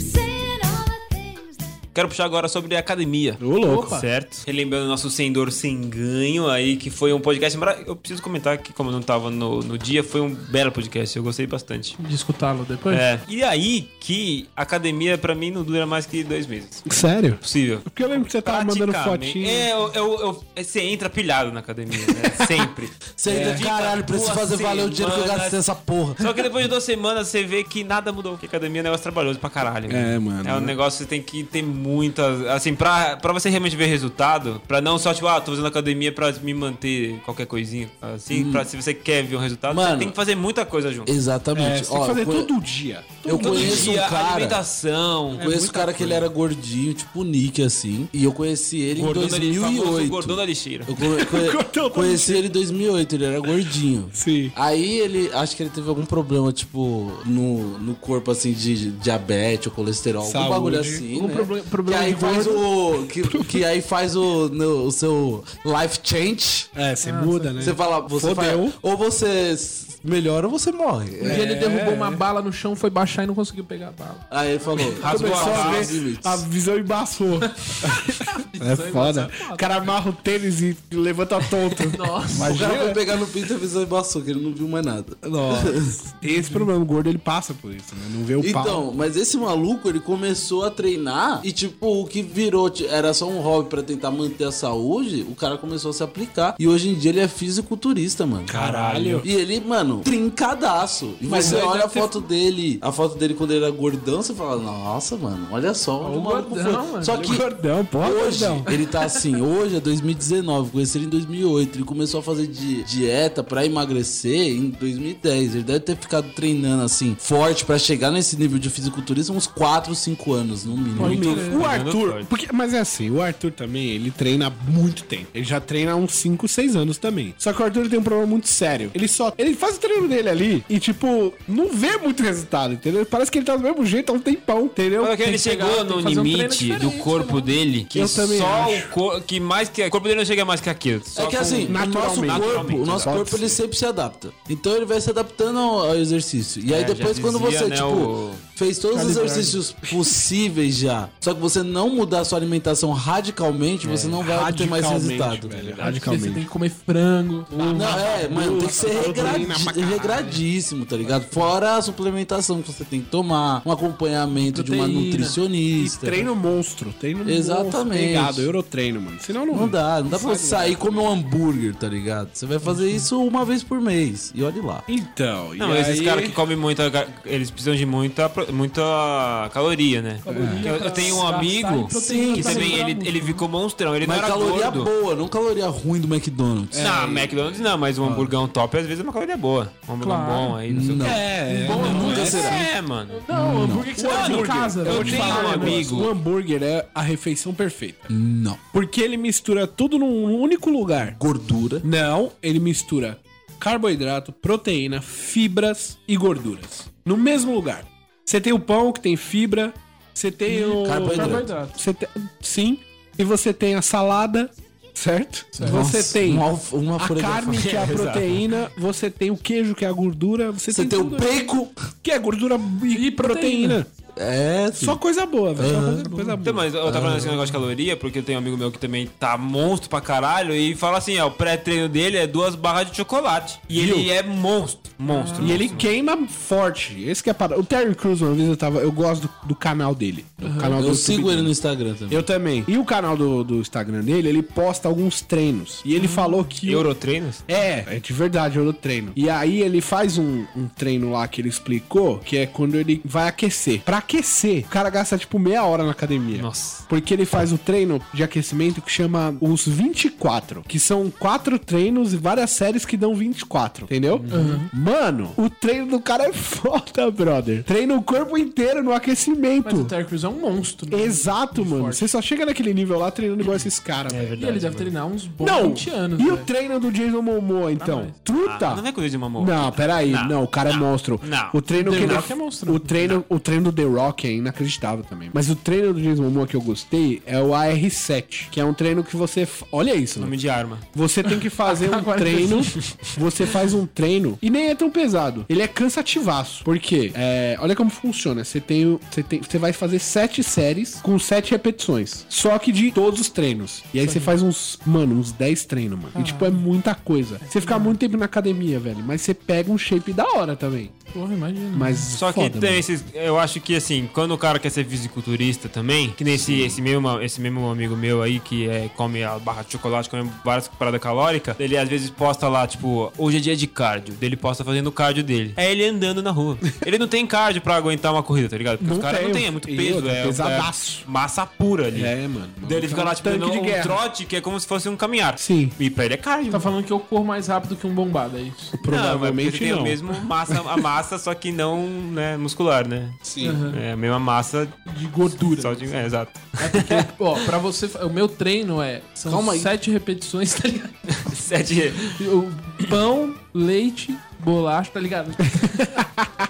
[SPEAKER 6] saying all the things that
[SPEAKER 4] Quero puxar agora sobre a academia.
[SPEAKER 2] Ô, louco.
[SPEAKER 5] Opa.
[SPEAKER 4] Certo. Relembrando o nosso Sendor Sem Ganho aí, que foi um podcast. mara- Eu preciso comentar que, como eu não tava no, no dia, foi um belo podcast. Eu gostei bastante.
[SPEAKER 5] De escutá-lo depois?
[SPEAKER 4] É. E aí que a academia, pra mim, não dura mais que dois meses.
[SPEAKER 2] Sério?
[SPEAKER 4] Possível.
[SPEAKER 2] Porque eu lembro que você tava mandando fotinho.
[SPEAKER 4] É, eu, eu- eu- você entra pilhado na academia, né? Sempre.
[SPEAKER 3] Você
[SPEAKER 4] É.
[SPEAKER 3] ainda, caralho, preciso
[SPEAKER 4] Duas
[SPEAKER 3] fazer valer o dinheiro que eu
[SPEAKER 4] semanas.
[SPEAKER 3] gastei nessa porra.
[SPEAKER 4] Só que depois de duas semanas você vê que nada mudou. Porque academia é um negócio trabalhoso pra caralho.
[SPEAKER 2] É, mano.
[SPEAKER 4] É um negócio que você tem que ter muitas. Assim, pra, pra você realmente ver resultado, pra não só, tipo, ah, tô fazendo academia pra me manter qualquer coisinha. Assim, pra, se você quer ver um resultado, você
[SPEAKER 3] Mano.
[SPEAKER 4] tem que fazer muita coisa junto.
[SPEAKER 2] É,
[SPEAKER 3] Exatamente.
[SPEAKER 2] você tem
[SPEAKER 3] Ó,
[SPEAKER 2] que fazer
[SPEAKER 3] eu, conhe-
[SPEAKER 2] todo dia. é
[SPEAKER 3] eu
[SPEAKER 4] Todo
[SPEAKER 3] conheço
[SPEAKER 4] dia,
[SPEAKER 3] um cara.
[SPEAKER 4] alimentação.
[SPEAKER 3] Eu conheço um cara que ele era gordinho, tipo o Nick, assim. E eu conheci ele em
[SPEAKER 4] da lixeira, famoso
[SPEAKER 3] 2008.
[SPEAKER 4] Gordão da lixeira.
[SPEAKER 3] Eu co- co-
[SPEAKER 2] Gordão da
[SPEAKER 3] conheci ele em 2008, ele era gordinho.
[SPEAKER 2] Sim.
[SPEAKER 3] Aí ele, acho que ele teve algum problema, tipo, no, no corpo, assim, de diabetes ou colesterol,
[SPEAKER 2] Saúde.
[SPEAKER 3] algum bagulho assim,
[SPEAKER 5] Algum
[SPEAKER 3] né?
[SPEAKER 5] proble- problema
[SPEAKER 3] que aí
[SPEAKER 5] de
[SPEAKER 3] faz o, que, que aí faz o, no- o seu life change.
[SPEAKER 2] É, você muda, né?
[SPEAKER 3] Você fala, você
[SPEAKER 2] Fodeu. É.
[SPEAKER 3] faz, ou você s- melhora ou você morre.
[SPEAKER 5] Um dia ele derrubou uma bala no chão, foi baixar e não conseguiu pegar a bala.
[SPEAKER 3] Aí ele falou,
[SPEAKER 4] Rasgou a
[SPEAKER 3] "Passou
[SPEAKER 4] barra."
[SPEAKER 3] os limites.
[SPEAKER 2] A visão embaçou. É foda. O cara amarra o tênis e levanta tonto.
[SPEAKER 5] Nossa.
[SPEAKER 3] O cara foi pegar no pinto e avisou e embaçou, que ele não viu mais nada.
[SPEAKER 2] Nossa. Tem esse problema. O gordo ele passa por isso, né? Não vê o pau.
[SPEAKER 3] Então, mas esse maluco, ele começou a treinar e, tipo, o que virou ti- era só um hobby pra tentar manter a saúde, o cara começou a se aplicar. E hoje em dia ele é fisiculturista, mano.
[SPEAKER 2] Caralho.
[SPEAKER 3] E ele, mano, trincadaço. E
[SPEAKER 2] Mas
[SPEAKER 3] você
[SPEAKER 2] ele
[SPEAKER 3] olha
[SPEAKER 2] deve
[SPEAKER 3] a foto dele, a foto dele quando ele era gordão, você fala, nossa, mano, olha só
[SPEAKER 2] um
[SPEAKER 3] onde o maluco foi.
[SPEAKER 5] gordão, mano,
[SPEAKER 3] Só
[SPEAKER 2] Que
[SPEAKER 3] que
[SPEAKER 2] gordão, porra,
[SPEAKER 3] Hoje,
[SPEAKER 2] gordão.
[SPEAKER 3] ele tá assim, hoje é 2019, conheci ele em 2008, ele começou a fazer di- dieta pra emagrecer em 2010, ele deve ter ficado treinando assim, forte pra chegar nesse nível de fisiculturismo uns 4, 5 anos, no mínimo.
[SPEAKER 2] o Arthur, porque, mas é assim, o Arthur também, ele treina há muito tempo. Ele já treina há uns 5, 6 anos também. Só que o Arthur ele tem um problema muito sério. Ele só. Ele faz o treino dele ali e, tipo, não vê muito resultado, entendeu? Parece que ele tá do mesmo jeito há um tempão, entendeu?
[SPEAKER 4] Só que ele
[SPEAKER 5] que chegar,
[SPEAKER 4] chegou
[SPEAKER 5] tem que
[SPEAKER 4] no
[SPEAKER 5] fazer um treino
[SPEAKER 4] limite do
[SPEAKER 5] diferente,
[SPEAKER 4] corpo dele, que
[SPEAKER 2] Eu também
[SPEAKER 4] só
[SPEAKER 2] acho.
[SPEAKER 4] o corpo. Que mais que. O corpo dele não chega mais que aquilo. Só
[SPEAKER 3] É que
[SPEAKER 4] com-
[SPEAKER 3] assim, o nosso
[SPEAKER 2] naturalmente,
[SPEAKER 3] corpo, o
[SPEAKER 2] naturalmente, né?
[SPEAKER 3] nosso
[SPEAKER 2] pode
[SPEAKER 3] corpo ele
[SPEAKER 2] ser.
[SPEAKER 3] sempre se adapta. Então ele vai se adaptando ao ao exercício. E aí
[SPEAKER 4] É,
[SPEAKER 3] depois
[SPEAKER 4] já
[SPEAKER 3] quando
[SPEAKER 4] dizia,
[SPEAKER 3] você,
[SPEAKER 4] né,
[SPEAKER 3] tipo,
[SPEAKER 4] o-
[SPEAKER 3] fez todos os
[SPEAKER 2] Calibrado.
[SPEAKER 3] exercícios possíveis já, só que você não mudar a sua alimentação radicalmente, você não vai ter mais
[SPEAKER 2] Radicalmente,
[SPEAKER 3] resultado.
[SPEAKER 2] velho,
[SPEAKER 5] Você tem
[SPEAKER 2] Radicalmente.
[SPEAKER 5] que comer frango.
[SPEAKER 3] Não, é, mano, tem que ser
[SPEAKER 2] proteína
[SPEAKER 3] regradi-
[SPEAKER 2] pra caralho.
[SPEAKER 3] regradíssimo, tá ligado? Fora a suplementação que você tem que tomar, um acompanhamento de uma
[SPEAKER 5] Proteína.
[SPEAKER 2] E
[SPEAKER 3] nutricionista.
[SPEAKER 2] treino monstro, treino monstro.
[SPEAKER 3] Exatamente.
[SPEAKER 2] Pegado, eurotreino, mano. Senão não.
[SPEAKER 3] Não dá, não dá pra você
[SPEAKER 2] né?
[SPEAKER 3] sair e comer um hambúrguer, tá ligado? Você vai fazer isso uma vez por mês. E olhe lá.
[SPEAKER 2] Então, e
[SPEAKER 4] Não, esses
[SPEAKER 2] aí-
[SPEAKER 4] caras que comem muita. ga- Eles precisam de muita, pro- muita caloria, né? Eu, eu tenho um
[SPEAKER 5] Pra sair
[SPEAKER 4] amigo
[SPEAKER 5] é? proteína
[SPEAKER 4] que
[SPEAKER 5] pra
[SPEAKER 4] também
[SPEAKER 5] segurar
[SPEAKER 4] ele,
[SPEAKER 5] muito,
[SPEAKER 4] ele
[SPEAKER 5] né?
[SPEAKER 4] ficou monstrão. Ele
[SPEAKER 3] Mas
[SPEAKER 4] não era
[SPEAKER 3] caloria
[SPEAKER 4] gordo. É,
[SPEAKER 3] boa, É, não caloria ruim do McDonald's.
[SPEAKER 2] É.
[SPEAKER 4] Não, McDonald's não, mas
[SPEAKER 3] Ah.
[SPEAKER 4] um hamburgão top às vezes é uma caloria boa. Um hambúrguer
[SPEAKER 5] Claro.
[SPEAKER 4] bom aí, não sei o
[SPEAKER 3] Não.
[SPEAKER 4] que.
[SPEAKER 2] É,
[SPEAKER 3] Bom, nunca
[SPEAKER 4] Mas
[SPEAKER 3] será.
[SPEAKER 4] É, mano.
[SPEAKER 5] Não, hambúrguer que você faz em
[SPEAKER 4] hambúrguer.
[SPEAKER 5] casa.
[SPEAKER 4] Eu
[SPEAKER 5] velho.
[SPEAKER 4] tenho
[SPEAKER 5] Fala,
[SPEAKER 4] um
[SPEAKER 5] mano.
[SPEAKER 4] amigo.
[SPEAKER 2] O hambúrguer é a refeição perfeita.
[SPEAKER 3] Não.
[SPEAKER 2] Porque ele mistura tudo num único lugar.
[SPEAKER 3] Gordura.
[SPEAKER 2] Não, ele mistura carboidrato, proteína, fibras e gorduras. No mesmo lugar. Você tem o pão que tem fibra, você tem o.
[SPEAKER 3] Carboidrato.
[SPEAKER 5] Carboidrato.
[SPEAKER 2] Você tem- Sim. E você tem a salada, certo? Você
[SPEAKER 3] Nossa,
[SPEAKER 2] tem
[SPEAKER 3] um alf- uma
[SPEAKER 2] a
[SPEAKER 3] folha de
[SPEAKER 2] carne,
[SPEAKER 3] alface.
[SPEAKER 2] que é a proteína, você tem o queijo, que é a gordura, você,
[SPEAKER 3] Você
[SPEAKER 2] tem,
[SPEAKER 3] tem o
[SPEAKER 2] tudo
[SPEAKER 3] bacon.
[SPEAKER 2] que é gordura e,
[SPEAKER 5] E
[SPEAKER 2] proteína.
[SPEAKER 5] proteína.
[SPEAKER 3] É, filho.
[SPEAKER 2] Só coisa boa, velho.
[SPEAKER 3] Uhum.
[SPEAKER 2] Só coisa, coisa boa.
[SPEAKER 4] Então, mas eu tava falando esse negócio de caloria, porque eu tenho um amigo meu que também tá monstro pra caralho e fala assim, ó, o pré-treino dele é duas barras de chocolate. E ele é monstro, monstro.
[SPEAKER 2] E ele queima forte. Esse que é a parada. O Terry Crews, uma vez eu tava. Eu gosto do, do canal dele. Do canal do
[SPEAKER 3] Uhum. Eu
[SPEAKER 2] YouTube
[SPEAKER 3] sigo ele
[SPEAKER 2] dele.
[SPEAKER 3] no Instagram também.
[SPEAKER 2] Eu também. E o canal do, do Instagram dele, ele posta alguns treinos. E ele falou que. o-
[SPEAKER 4] Eurotreinos?
[SPEAKER 2] É, é de verdade, eu treino. E aí ele faz um, um treino lá que ele explicou, que é quando ele vai aquecer. Pra aquecer, o cara gasta tipo meia hora na academia.
[SPEAKER 4] Nossa.
[SPEAKER 2] Porque ele faz o treino de aquecimento que chama os 24, que são quatro treinos e várias séries que dão 24, entendeu?
[SPEAKER 5] Uhum.
[SPEAKER 2] Mano, o treino do cara é foda, brother. Treina o corpo inteiro no
[SPEAKER 5] Mas o
[SPEAKER 2] aquecimento.
[SPEAKER 5] Terry Crews é um monstro. né?
[SPEAKER 2] Exato, mano. Você só chega naquele nível lá treinando igual esses caras, velho.
[SPEAKER 5] É E ele deve treinar uns bons
[SPEAKER 2] Não!
[SPEAKER 5] 20 anos. né?
[SPEAKER 2] e o
[SPEAKER 5] velho.
[SPEAKER 2] treino do Jason Momoa, então?
[SPEAKER 5] mas-
[SPEAKER 2] Truta!
[SPEAKER 4] Não é coisa de mamô.
[SPEAKER 2] Não, peraí. Não,
[SPEAKER 4] Não,
[SPEAKER 2] o cara é
[SPEAKER 4] não,
[SPEAKER 2] monstro.
[SPEAKER 4] não.
[SPEAKER 2] O treino
[SPEAKER 5] The
[SPEAKER 2] que ele.
[SPEAKER 5] Rock é monstro.
[SPEAKER 2] o, treino, o treino do The Rock é inacreditável também. Mas o treino do Jason Momoa que eu gostei é o AR7, que é um treino que você. fa- Olha isso, né?
[SPEAKER 4] Nome de arma.
[SPEAKER 2] Você tem que fazer um
[SPEAKER 5] Agora
[SPEAKER 2] treino. Você faz um treino e nem é tão pesado. Ele é cansativaço. Por quê? É, olha como funciona. Você tem, o- você tem, você vai fazer sete séries com sete repetições. Só que de todos os treinos. E aí você faz uns, mano, uns 10 treinos, mano. E tipo, é muita coisa. Você fica muito tempo na academia, velho. Mas você pega um shape da hora também.
[SPEAKER 5] Porra, imagina.
[SPEAKER 2] Mas
[SPEAKER 4] Só que
[SPEAKER 2] foda,
[SPEAKER 4] tem
[SPEAKER 2] mano.
[SPEAKER 4] esses. Eu acho que assim, quando o cara quer ser fisiculturista também, que nem esse, esse, mesmo, esse mesmo amigo meu aí que é, come a barra de chocolate, come várias paradas calóricas, ele às vezes posta lá, tipo, hoje é dia de cardio. Daí Ele posta fazendo o cardio dele. É ele andando na rua. ele não tem cardio pra aguentar uma corrida, tá ligado? Porque
[SPEAKER 2] Não
[SPEAKER 4] os caras não
[SPEAKER 2] tem.
[SPEAKER 4] tem, é muito
[SPEAKER 2] E
[SPEAKER 4] peso,
[SPEAKER 2] outra,
[SPEAKER 4] é,
[SPEAKER 2] pesadaço.
[SPEAKER 4] é massa pura ali.
[SPEAKER 2] É, mano.
[SPEAKER 4] Daí ele fica lá, tipo,
[SPEAKER 2] Tanque
[SPEAKER 4] dando
[SPEAKER 2] de
[SPEAKER 4] um
[SPEAKER 2] guerra.
[SPEAKER 4] trote que é como se fosse um caminhar.
[SPEAKER 2] Sim.
[SPEAKER 4] E pra ele é cardio.
[SPEAKER 5] Tá falando que eu corro mais rápido que um bombado, é isso?
[SPEAKER 4] Não, é porque
[SPEAKER 2] Provavelmente
[SPEAKER 4] ele tem
[SPEAKER 2] não.
[SPEAKER 4] o mesmo massa, a massa, só que não né, muscular, né? Sim.
[SPEAKER 3] Uhum.
[SPEAKER 4] É a mesma massa
[SPEAKER 5] De gordura.
[SPEAKER 4] só de. É, exato.
[SPEAKER 5] Ó, pra você. fa- O meu treino é. São
[SPEAKER 3] Calma aí.
[SPEAKER 5] sete repetições, tá ligado?
[SPEAKER 4] Sete.
[SPEAKER 5] O pão, leite, bolacha, tá ligado?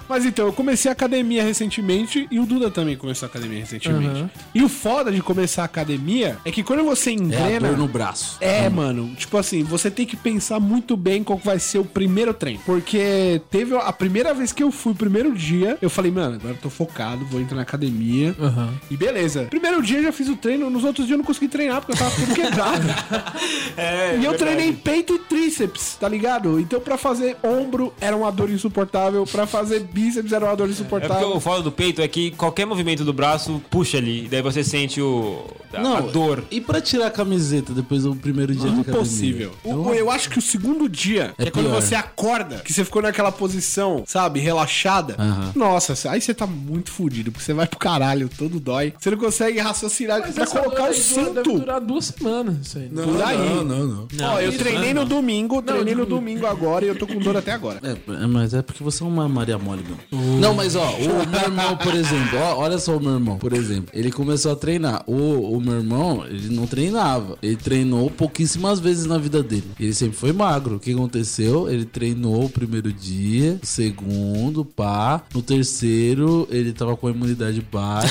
[SPEAKER 2] Mas então, eu comecei a academia recentemente e o Duda também começou a academia recentemente. E o foda de começar a academia é que quando você
[SPEAKER 3] É a
[SPEAKER 2] engrena.
[SPEAKER 3] dor no braço.
[SPEAKER 2] É,
[SPEAKER 4] Hum.
[SPEAKER 2] mano, tipo assim, você tem que pensar muito bem qual que vai ser o primeiro treino. Porque teve a primeira vez que eu fui, o primeiro dia, eu falei, mano, agora eu tô focado, vou entrar na academia.
[SPEAKER 5] Aham.
[SPEAKER 2] E beleza. Primeiro dia eu já fiz o treino, nos outros dias eu não consegui treinar porque eu tava tudo quebrado.
[SPEAKER 4] É,
[SPEAKER 2] e eu treinei peito e tríceps, tá ligado? Então pra fazer ombro era uma dor insuportável, pra fazer bíceps era uma dor
[SPEAKER 4] É
[SPEAKER 5] Tá.
[SPEAKER 4] porque
[SPEAKER 2] insuportável.
[SPEAKER 4] o foda do peito é que qualquer movimento do braço puxa ali, daí você sente o a, a dor.
[SPEAKER 3] E pra tirar a camiseta depois do primeiro dia de academia?
[SPEAKER 2] Impossível. O- o- eu acho que o segundo dia,
[SPEAKER 3] É
[SPEAKER 2] que é quando
[SPEAKER 3] pior.
[SPEAKER 2] você acorda, que você ficou naquela posição, sabe, relaxada.
[SPEAKER 3] Aham.
[SPEAKER 2] Nossa, aí você tá muito fudido, porque você vai pro caralho, todo dói. Você não consegue raciocinar pra
[SPEAKER 5] essa
[SPEAKER 2] colocar
[SPEAKER 5] dor
[SPEAKER 2] o
[SPEAKER 5] aí dura- Deve
[SPEAKER 2] cinto.
[SPEAKER 5] durar duas semanas isso aí. né?
[SPEAKER 2] Por aí.
[SPEAKER 3] Não, não, não.
[SPEAKER 2] Ó, eu treinei no domingo, treinei no
[SPEAKER 5] digo-
[SPEAKER 2] domingo agora e eu tô com dor até agora.
[SPEAKER 3] É, mas é porque você é uma Maria Mole, meu. Não, mas ó, o meu irmão, por exemplo, ó, olha só o meu irmão, por exemplo. Ele começou a treinar. O, o meu irmão, ele não treinava. Ele treinou pouquíssimas vezes na vida dele. Ele sempre foi magro. O que aconteceu? Ele treinou o primeiro dia, o segundo, pá. No terceiro, ele tava com a imunidade baixa.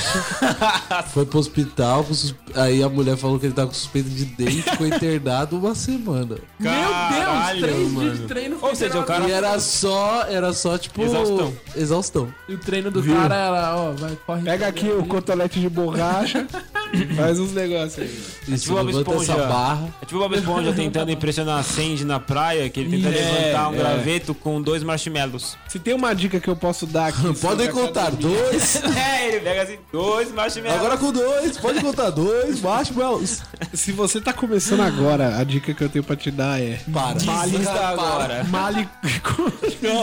[SPEAKER 3] foi pro hospital. com sus- Aí a mulher falou que ele tava com suspeita de dente. Ficou internado uma semana.
[SPEAKER 4] Caralho,
[SPEAKER 5] Meu Deus, três dias
[SPEAKER 4] mano.
[SPEAKER 5] de treino foi
[SPEAKER 4] Ou seja, o
[SPEAKER 5] internado.
[SPEAKER 4] cara
[SPEAKER 3] E era só, era só tipo.
[SPEAKER 4] Exaustão.
[SPEAKER 3] Exaustão.
[SPEAKER 5] E o treino do cara era, ó, vai, corre.
[SPEAKER 2] Pega aqui o cotolete de borracha, faz uns negócios aí.
[SPEAKER 3] Isso,
[SPEAKER 4] tipo uma
[SPEAKER 3] levanta essa
[SPEAKER 4] esponja.
[SPEAKER 3] barra.
[SPEAKER 4] É tipo o Bob Esponja tentando impressionar a Sandy na praia, que ele tenta
[SPEAKER 3] É,
[SPEAKER 4] levantar um
[SPEAKER 3] é.
[SPEAKER 4] graveto com dois marshmallows.
[SPEAKER 2] Se tem uma dica que eu posso dar aqui. sobre
[SPEAKER 3] Podem
[SPEAKER 2] a
[SPEAKER 3] contar dois.
[SPEAKER 4] É, ele pega assim, dois marshmallows.
[SPEAKER 3] Agora com dois, pode contar dois, baixo, Wells.
[SPEAKER 2] Se você tá começando agora, a dica que eu tenho pra te dar é.
[SPEAKER 3] Para.
[SPEAKER 4] Desista
[SPEAKER 3] Para.
[SPEAKER 4] agora.
[SPEAKER 2] Male.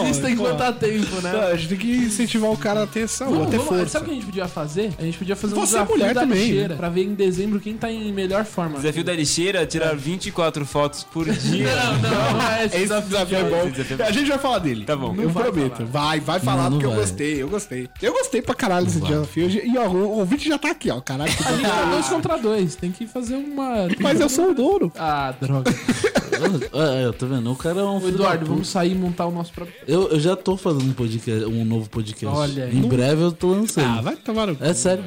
[SPEAKER 5] Existe enquanto há tempo,
[SPEAKER 2] Não,
[SPEAKER 5] né?
[SPEAKER 2] Então, a gente tem que incentivar o cara a ter saúde,
[SPEAKER 5] Vamos,
[SPEAKER 2] a ter
[SPEAKER 5] vamos,
[SPEAKER 2] força.
[SPEAKER 5] sabe o que a gente podia fazer? A gente podia fazer um
[SPEAKER 2] Você é
[SPEAKER 5] desafio
[SPEAKER 2] mulher
[SPEAKER 5] da
[SPEAKER 2] também,
[SPEAKER 5] lixeira
[SPEAKER 2] né?
[SPEAKER 5] pra ver em dezembro quem tá em melhor forma.
[SPEAKER 4] Desafio da lixeira, tirar 24 fotos por dia.
[SPEAKER 5] Não, não, não é esse desafio.
[SPEAKER 4] Esse desafio é bom.
[SPEAKER 2] A gente vai falar dele.
[SPEAKER 4] Tá bom.
[SPEAKER 2] eu
[SPEAKER 5] Não vai
[SPEAKER 2] prometo.
[SPEAKER 5] falar.
[SPEAKER 2] Vai, vai falar,
[SPEAKER 3] Não, não
[SPEAKER 2] porque eu
[SPEAKER 3] vai.
[SPEAKER 2] gostei, eu gostei. Eu gostei pra caralho desse desafio. E ó, o, o vídeo já tá aqui, ó. Caralho, que
[SPEAKER 5] A gente
[SPEAKER 2] bom.
[SPEAKER 5] tá dois contra dois, tem que fazer uma...
[SPEAKER 2] Mas eu sou o dono.
[SPEAKER 5] Ah, droga.
[SPEAKER 3] É, eu tô vendo, o cara é um.
[SPEAKER 5] Ô,
[SPEAKER 3] filho da
[SPEAKER 5] Eduardo,
[SPEAKER 3] puta.
[SPEAKER 5] vamos sair e montar o nosso próprio...
[SPEAKER 3] Eu, eu já tô fazendo um podcast, um novo podcast.
[SPEAKER 5] Olha aí.
[SPEAKER 3] Em breve eu tô
[SPEAKER 2] Ah,
[SPEAKER 3] lançando.
[SPEAKER 2] vai tomar no cu.
[SPEAKER 3] é sério.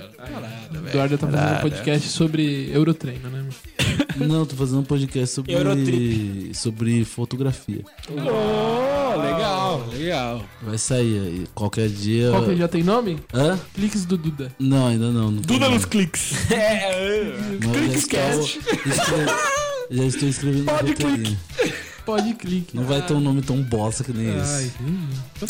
[SPEAKER 5] Eduardo tá fazendo um podcast sobre Eurotreino, né? mano?
[SPEAKER 3] Não, eu tô fazendo um podcast sobre.
[SPEAKER 4] Eurotrip.
[SPEAKER 3] Sobre fotografia.
[SPEAKER 2] Ô, legal, legal.
[SPEAKER 3] Vai sair aí. Qualquer dia.
[SPEAKER 5] Qual que já tem nome?
[SPEAKER 3] Hã?
[SPEAKER 5] Cliques do Duda.
[SPEAKER 3] Não, ainda não. não tem nada.
[SPEAKER 2] cliques.
[SPEAKER 3] É, Mas já
[SPEAKER 2] Clickcast.
[SPEAKER 3] estou escre- Já estou escrevendo um
[SPEAKER 2] Pode
[SPEAKER 3] roteirinho.
[SPEAKER 5] Pode clique.
[SPEAKER 3] Não vai ter um nome tão bosta que nem esse.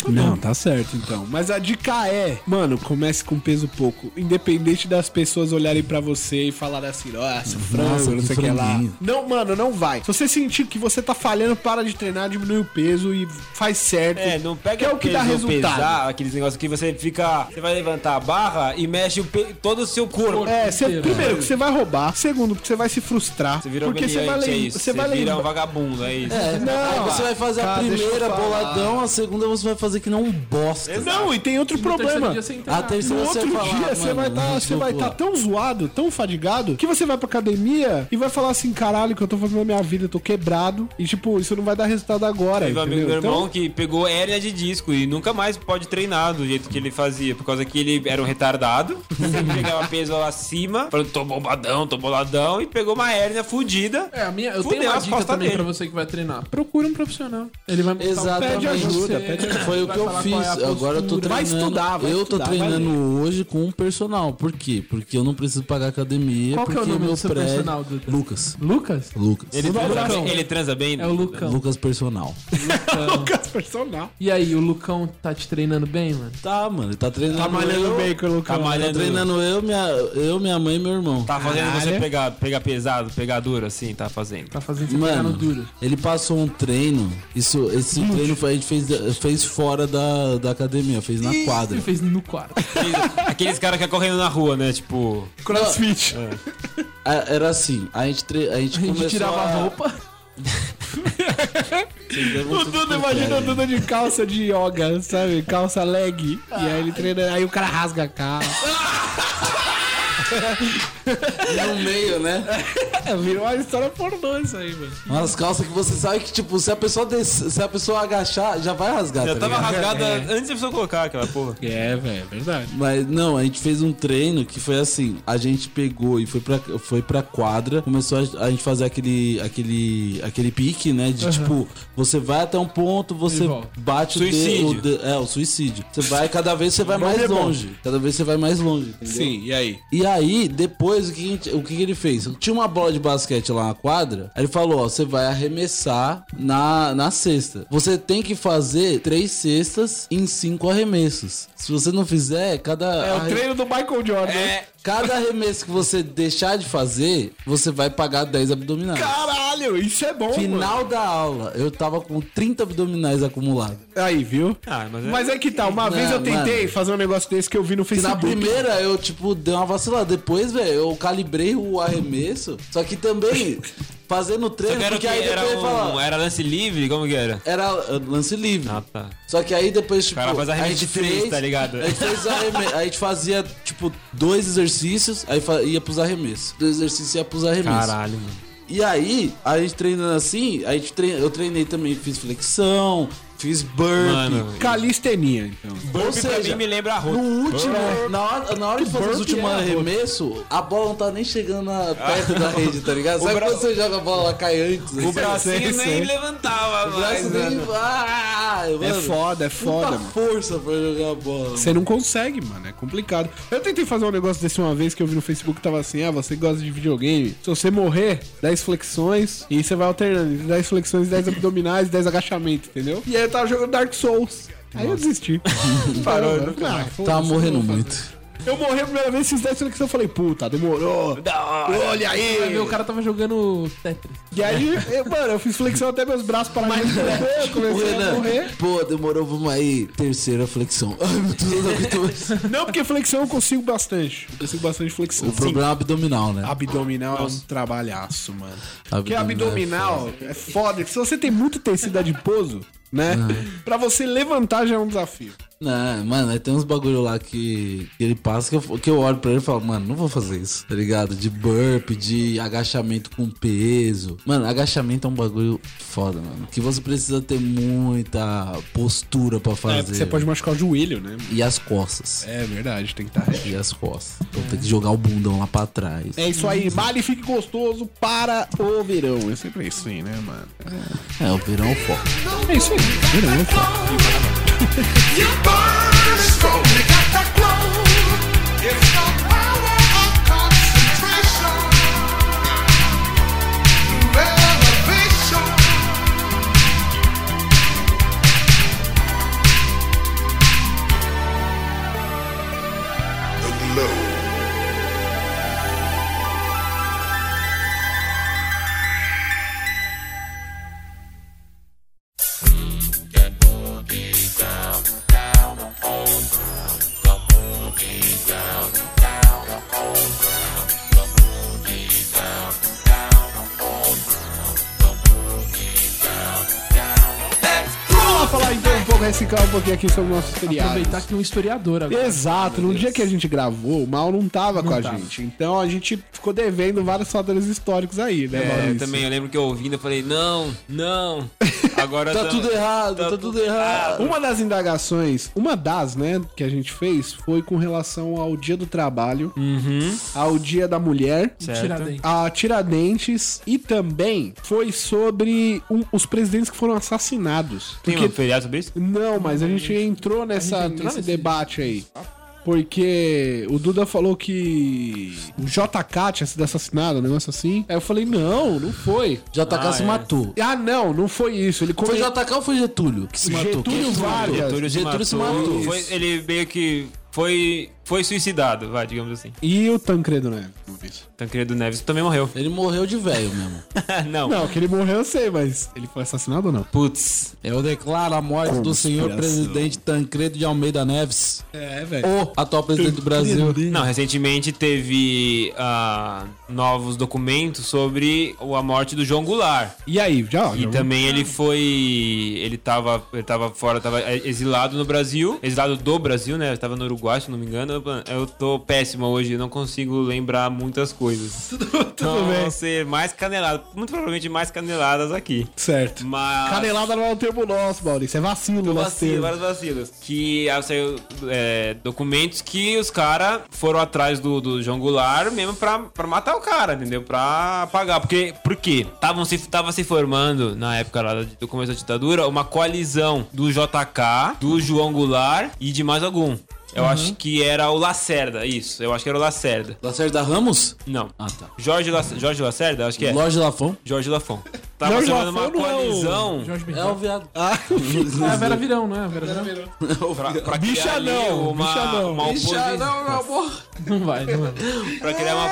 [SPEAKER 2] Não, tá certo então. Mas a dica é, mano, comece com peso pouco. Independente das pessoas olharem pra você e falarem assim, nossa, frango,
[SPEAKER 3] Nossa,
[SPEAKER 2] não
[SPEAKER 3] que
[SPEAKER 2] sei o que lá.
[SPEAKER 3] franguinho.
[SPEAKER 2] Não, mano, não vai. Se você sentir que você tá falhando, para de treinar, diminui o peso e faz certo.
[SPEAKER 4] É, não pega
[SPEAKER 2] Que é o que dá
[SPEAKER 4] peso
[SPEAKER 2] resultado.
[SPEAKER 4] pesar, aqueles negócios que você fica. Você vai levantar a barra e mexe o pe- todo o seu corpo.
[SPEAKER 2] É, cê-
[SPEAKER 5] inteiro,
[SPEAKER 2] primeiro que você vai roubar, segundo que você vai se frustrar,
[SPEAKER 4] Você vira
[SPEAKER 2] porque você
[SPEAKER 4] obediente,
[SPEAKER 2] vai,
[SPEAKER 4] é
[SPEAKER 2] lem-
[SPEAKER 4] isso.
[SPEAKER 2] você vai
[SPEAKER 4] vira um
[SPEAKER 2] lembrar,
[SPEAKER 4] vagabundo, é isso.
[SPEAKER 3] É,
[SPEAKER 2] Não,
[SPEAKER 3] aí você vai fazer a
[SPEAKER 2] tá, deixa eu
[SPEAKER 3] primeira
[SPEAKER 2] falar.
[SPEAKER 3] boladão, a segunda você vai fazer que não um bosta.
[SPEAKER 2] Não, e tem outro
[SPEAKER 5] No terceiro
[SPEAKER 2] problema.
[SPEAKER 5] dia você entrar.
[SPEAKER 3] A terceira
[SPEAKER 2] No
[SPEAKER 3] você
[SPEAKER 2] outro
[SPEAKER 3] vai falar,
[SPEAKER 2] dia você
[SPEAKER 3] mano,
[SPEAKER 2] vai
[SPEAKER 3] não,
[SPEAKER 2] estar
[SPEAKER 3] desculpa.
[SPEAKER 2] tá tão zoado, tão fadigado, que você vai pra academia e vai falar assim, caralho, o que eu tô fazendo na minha vida, eu tô quebrado. E tipo, isso não vai dar resultado agora.
[SPEAKER 4] Teve um amigo do meu
[SPEAKER 2] entendeu? Então
[SPEAKER 4] irmão que pegou hérnia de disco e nunca mais pode treinar do jeito que ele fazia, por causa que ele era um retardado, sempre pegava peso acima, falando, tô bombadão, tô boladão, e pegou uma hérnia fudida.
[SPEAKER 5] É, a minha, eu
[SPEAKER 4] Fudeu
[SPEAKER 5] tenho uma
[SPEAKER 4] as
[SPEAKER 5] dica
[SPEAKER 4] costas
[SPEAKER 5] também
[SPEAKER 4] dele.
[SPEAKER 5] pra você que vai treinar. Procure um profissional. Ele vai montar um
[SPEAKER 3] Exatamente.
[SPEAKER 5] plano pra
[SPEAKER 2] Pede ajuda,
[SPEAKER 5] você,
[SPEAKER 2] pede ajuda.
[SPEAKER 3] Foi o
[SPEAKER 5] vai
[SPEAKER 3] que eu
[SPEAKER 5] falar
[SPEAKER 3] fiz.
[SPEAKER 5] qual é a
[SPEAKER 3] Agora eu tô
[SPEAKER 5] postura.
[SPEAKER 2] Vai
[SPEAKER 3] treinando.
[SPEAKER 2] estudar, vai
[SPEAKER 3] eu
[SPEAKER 2] estudar,
[SPEAKER 3] tô
[SPEAKER 2] vai
[SPEAKER 3] treinando hoje com um personal. Por quê? Porque eu não preciso pagar academia.
[SPEAKER 5] Qual que é o
[SPEAKER 3] porque
[SPEAKER 5] nome do
[SPEAKER 3] meu
[SPEAKER 5] seu
[SPEAKER 3] prédio-
[SPEAKER 5] personal, Duda?
[SPEAKER 3] Lucas.
[SPEAKER 5] Lucas?
[SPEAKER 3] Lucas.
[SPEAKER 4] Ele transa,
[SPEAKER 5] Lucão.
[SPEAKER 4] bem, ele transa bem?
[SPEAKER 5] É o Lucão.
[SPEAKER 3] Lucas personal.
[SPEAKER 2] Lucas Então, personal.
[SPEAKER 5] E aí, o Lucão tá te treinando bem, mano?
[SPEAKER 3] Tá, mano. Ele tá treinando.
[SPEAKER 2] Tá malhando
[SPEAKER 3] eu,
[SPEAKER 2] bem com o Lucas.
[SPEAKER 4] Tá
[SPEAKER 3] Tá
[SPEAKER 4] malhando.
[SPEAKER 3] treinando eu, minha, eu, minha mãe e meu irmão.
[SPEAKER 4] Tá fazendo
[SPEAKER 2] Caralho.
[SPEAKER 4] você pegar, pegar pesado, pegar duro assim, tá fazendo.
[SPEAKER 5] Tá fazendo você ficar no
[SPEAKER 3] Mano,
[SPEAKER 5] duro.
[SPEAKER 3] ele passou um treino. Isso, esse treino foi- a gente fez, fez fora da, da academia, fez na quadra.
[SPEAKER 5] Ele fez no quarto.
[SPEAKER 4] Aqueles, aqueles caras que é correndo na rua, né? Tipo,
[SPEAKER 2] Crossfit.
[SPEAKER 4] É.
[SPEAKER 3] Ah, Era assim, a gente, tre- a gente
[SPEAKER 5] A gente
[SPEAKER 3] começou
[SPEAKER 5] tirava
[SPEAKER 3] a...
[SPEAKER 5] a roupa.
[SPEAKER 2] O Duda imagina o Duda de calça de yoga, sabe? Calça leg. E aí ele treina. Aí o cara rasga a calça.
[SPEAKER 3] No meio, né?
[SPEAKER 2] É, virou uma história pornô isso aí, velho.
[SPEAKER 3] Umas calças que você sabe que, tipo, se a pessoa descer, se a pessoa agachar, já vai rasgar,
[SPEAKER 4] Já
[SPEAKER 3] tá
[SPEAKER 4] tava
[SPEAKER 3] ligado?
[SPEAKER 4] rasgada antes da pessoa colocar aquela porra.
[SPEAKER 5] É, velho, é verdade.
[SPEAKER 3] Mas não, a gente fez um treino que foi assim, a gente pegou e foi pra, foi pra quadra, começou a, a gente fazer aquele, aquele, aquele pique, né? De tipo, você vai até um ponto, você
[SPEAKER 5] volta.
[SPEAKER 3] bate o
[SPEAKER 4] Suicídio.
[SPEAKER 3] dedo. o de- É, o suicídio. Você vai, cada vez você vai mais longe. Cada vez você vai mais longe, entendeu?
[SPEAKER 2] Sim, e aí?
[SPEAKER 3] E aí, depois, o que, a gente- o que que ele fez? Tinha uma bola de basquete lá na quadra. Aí ele falou: Ó, você vai arremessar na, na cesta. Você tem que fazer três cestas em cinco arremessos. Se você não fizer, cada.
[SPEAKER 2] É o
[SPEAKER 3] arre-
[SPEAKER 2] treino do Michael Jordan. É.
[SPEAKER 3] Cada arremesso que você deixar de fazer, você vai pagar 10 abdominais.
[SPEAKER 2] Caralho, isso é bom, mano.
[SPEAKER 3] Final da aula, eu tava com 30 abdominais acumulados.
[SPEAKER 2] Aí, viu?
[SPEAKER 4] Ah, mas é-
[SPEAKER 2] Mas é que tá, uma
[SPEAKER 3] Não,
[SPEAKER 2] vez eu tentei
[SPEAKER 3] mano.
[SPEAKER 2] fazer um negócio desse que eu vi no
[SPEAKER 3] E na
[SPEAKER 2] Facebook.
[SPEAKER 3] primeira eu, tipo, dei uma vacilada. Depois, velho, eu calibrei o arremesso. Só que também fazendo treino,
[SPEAKER 4] Era, o
[SPEAKER 3] porque
[SPEAKER 4] que
[SPEAKER 3] aí
[SPEAKER 4] era,
[SPEAKER 3] depois
[SPEAKER 4] um-
[SPEAKER 3] fala.
[SPEAKER 4] era lance livre? Como que era?
[SPEAKER 3] Era uh, lance livre.
[SPEAKER 4] Ah, tá.
[SPEAKER 3] Só que aí depois, tipo,
[SPEAKER 4] cara faz
[SPEAKER 3] a
[SPEAKER 4] arremesso
[SPEAKER 3] gente
[SPEAKER 4] de três,
[SPEAKER 3] fez,
[SPEAKER 4] tá ligado?
[SPEAKER 3] A gente, fez arreme- a gente fazia, tipo, dois exercícios, aí fa- ia pros arremessos. Dois exercícios ia pros arremessos.
[SPEAKER 4] Caralho, mano.
[SPEAKER 3] E aí, a gente treinando assim, a gente treina, eu treinei também, fiz flexão, fiz burpee.
[SPEAKER 4] Mano,
[SPEAKER 2] Calistenia, então.
[SPEAKER 3] Ou
[SPEAKER 4] burpee pra mim
[SPEAKER 3] seja,
[SPEAKER 4] me lembra a
[SPEAKER 3] no
[SPEAKER 4] rota.
[SPEAKER 3] último, na hora, na hora de fazer os
[SPEAKER 2] Burpee
[SPEAKER 3] últimos
[SPEAKER 2] é a rota.
[SPEAKER 3] arremessos, a bola não tá nem chegando na- perto da rede, tá ligado? Sabe
[SPEAKER 4] bra-
[SPEAKER 3] quando você joga a bola, ela cai antes? assim?
[SPEAKER 4] O bracinho
[SPEAKER 2] sei,
[SPEAKER 4] nem
[SPEAKER 2] sei.
[SPEAKER 4] levantava,
[SPEAKER 3] O braço
[SPEAKER 4] mano.
[SPEAKER 3] nem... Ah,
[SPEAKER 2] né? É
[SPEAKER 3] mano,
[SPEAKER 2] foda, é foda,
[SPEAKER 3] puta
[SPEAKER 2] mano.
[SPEAKER 3] força pra jogar a bola.
[SPEAKER 2] Você não consegue, mano. É complicado. Eu tentei fazer um negócio desse uma vez que eu vi no Facebook tava assim: ah, você gosta de videogame. Se você morrer, 10 flexões e você vai alternando. entre 10 flexões, 10 abdominais, 10 agachamentos, entendeu? E aí eu tava jogando Dark Souls. Aí eu desisti. Parou, mano. Ah, foda-se,
[SPEAKER 3] Tá morrendo
[SPEAKER 2] eu não vou
[SPEAKER 3] muito.
[SPEAKER 2] fazer. Eu morri a primeira vez, esses 10 flexões, eu falei, puta, demorou. Olha
[SPEAKER 4] É,
[SPEAKER 5] Vai ver,
[SPEAKER 2] aí.
[SPEAKER 5] o cara tava jogando Tetris.
[SPEAKER 2] E aí, eu- mano, eu fiz flexão até meus braços para mais eu
[SPEAKER 3] Ô,
[SPEAKER 2] comecei a morrer.
[SPEAKER 3] né, tipo, Renan, pô, demorou, vamos aí. Terceira flexão. Ai, meu Deus, eu não aguento mais.
[SPEAKER 2] Não, porque flexão eu consigo bastante. Eu consigo bastante flexão.
[SPEAKER 3] O problema é abdominal, né?
[SPEAKER 2] Abdominal é um trabalhaço, mano. Porque
[SPEAKER 3] Abdominal
[SPEAKER 2] é abdominal é foda. Se você tem muito tecido adiposo, né? Pra você levantar já é um desafio.
[SPEAKER 3] Não, mano, aí tem uns bagulho lá que, que ele passa que eu, que eu olho pra ele e falo, mano, não vou fazer isso, tá ligado? De burp, de agachamento com peso. Mano, agachamento é um bagulho foda, mano. Que você precisa ter muita postura pra fazer.
[SPEAKER 2] É, porque você pode machucar o joelho, né?
[SPEAKER 3] E as costas.
[SPEAKER 2] É verdade, tem que estar.
[SPEAKER 3] E as costas. Então tem que jogar o bundão lá pra trás.
[SPEAKER 2] É isso aí, vale fique gostoso para o verão. É sempre isso aí, né, mano?
[SPEAKER 3] É, o verão é o foco.
[SPEAKER 2] É isso aí. Vamos falar então um pouco, reciclar um pouquinho aqui sobre nossos feriados.
[SPEAKER 5] Aproveitar que um historiador agora.
[SPEAKER 2] Exato, no dia que a gente gravou, o Mal não tava com a gente. Então a gente ficou devendo vários fatores históricos aí, né,
[SPEAKER 4] É, eu
[SPEAKER 2] Maurício?
[SPEAKER 4] também eu lembro que eu ouvindo, eu falei, não, não. Agora
[SPEAKER 3] Tá tudo errado, tá, tudo errado.
[SPEAKER 2] Uma das indagações, uma das, né, que a gente fez foi com relação ao Dia do Trabalho, ao Dia da Mulher,
[SPEAKER 5] Tiradentes.
[SPEAKER 2] a Tiradentes e também foi sobre um- os presidentes que foram assassinados.
[SPEAKER 4] Tem
[SPEAKER 2] Porque-
[SPEAKER 4] um feriado sobre isso?
[SPEAKER 2] Não, mas a gente entrou nessa,
[SPEAKER 5] A gente entrou
[SPEAKER 2] nesse
[SPEAKER 5] nesse-
[SPEAKER 2] debate aí. Porque o Duda falou que o JK tinha sido assassinado, um negócio assim. Aí eu falei, não, não foi.
[SPEAKER 3] JK se
[SPEAKER 4] é.
[SPEAKER 3] matou.
[SPEAKER 2] Ah, não, não foi isso. Ele
[SPEAKER 3] Foi
[SPEAKER 2] come...
[SPEAKER 3] JK ou foi Getúlio que se matou?
[SPEAKER 2] Getúlio
[SPEAKER 3] Quem se matou?
[SPEAKER 2] Vargas.
[SPEAKER 3] Getúlio se matou.
[SPEAKER 4] Foi- ele meio que foi, foi suicidado, vai, digamos assim.
[SPEAKER 2] E o Tancredo, né? Não vi isso.
[SPEAKER 4] Tancredo Neves também morreu.
[SPEAKER 3] Ele morreu de velho mesmo.
[SPEAKER 4] não.
[SPEAKER 2] Não, que ele morreu eu sei, mas ele foi assassinado ou não?
[SPEAKER 4] Putz.
[SPEAKER 3] Eu declaro a morte do senhor presidente Tancredo de Almeida Neves,
[SPEAKER 2] É, velho.
[SPEAKER 3] o atual presidente do Brasil.
[SPEAKER 4] Não, recentemente teve ah, novos documentos sobre o- a morte do João Goulart.
[SPEAKER 2] E aí, já,
[SPEAKER 4] E
[SPEAKER 2] já-
[SPEAKER 4] também ele foi. Ele é, tava, ele tava fora, tava exilado no Brasil. Exilado do Brasil, né? Ele tava no Uruguai, se não me engano. mano, eu tô péssimo hoje, não consigo lembrar muitas coisas. Tudo,
[SPEAKER 2] bem.
[SPEAKER 4] ser mais canelado, muito provavelmente mais caneladas aqui.
[SPEAKER 2] Certo.
[SPEAKER 4] Mas...
[SPEAKER 2] Canelada não é um termo nosso, Maurício. É vacilo, nosso
[SPEAKER 4] Vacilo,
[SPEAKER 2] termo.
[SPEAKER 4] vários vacilos. Que ah, saiu é, documentos que os caras foram atrás do, do João Goulart mesmo pra, pra matar o cara, entendeu? Pra apagar. Porque, por quê? Tavam se, tava se formando, na época lá do começo da ditadura, uma coalizão do JK, do João Goulart e de mais algum.
[SPEAKER 2] Uhum.
[SPEAKER 4] Eu acho que era o Lacerda, isso. Eu acho que era o Lacerda.
[SPEAKER 3] Lacerda Ramos?
[SPEAKER 4] Não.
[SPEAKER 3] Ah, tá.
[SPEAKER 4] Jorge, Lac- Jorge Lacerda? Acho que é.
[SPEAKER 3] Loja Lafon?
[SPEAKER 4] Jorge Lafon. Tava
[SPEAKER 2] Jorge
[SPEAKER 4] formando uma
[SPEAKER 2] Lafon não é o-
[SPEAKER 4] coalizão.
[SPEAKER 5] Jorge
[SPEAKER 3] É
[SPEAKER 5] Benjó.
[SPEAKER 3] o viado. É
[SPEAKER 5] É a Vera Virão, né? A Vera Virão.
[SPEAKER 4] Pra, pra
[SPEAKER 2] Bicha
[SPEAKER 4] criar ali
[SPEAKER 2] não,
[SPEAKER 4] uma,
[SPEAKER 2] bicha não.
[SPEAKER 4] uma oposição.
[SPEAKER 5] Não vai, não vai.
[SPEAKER 4] Pra criar uma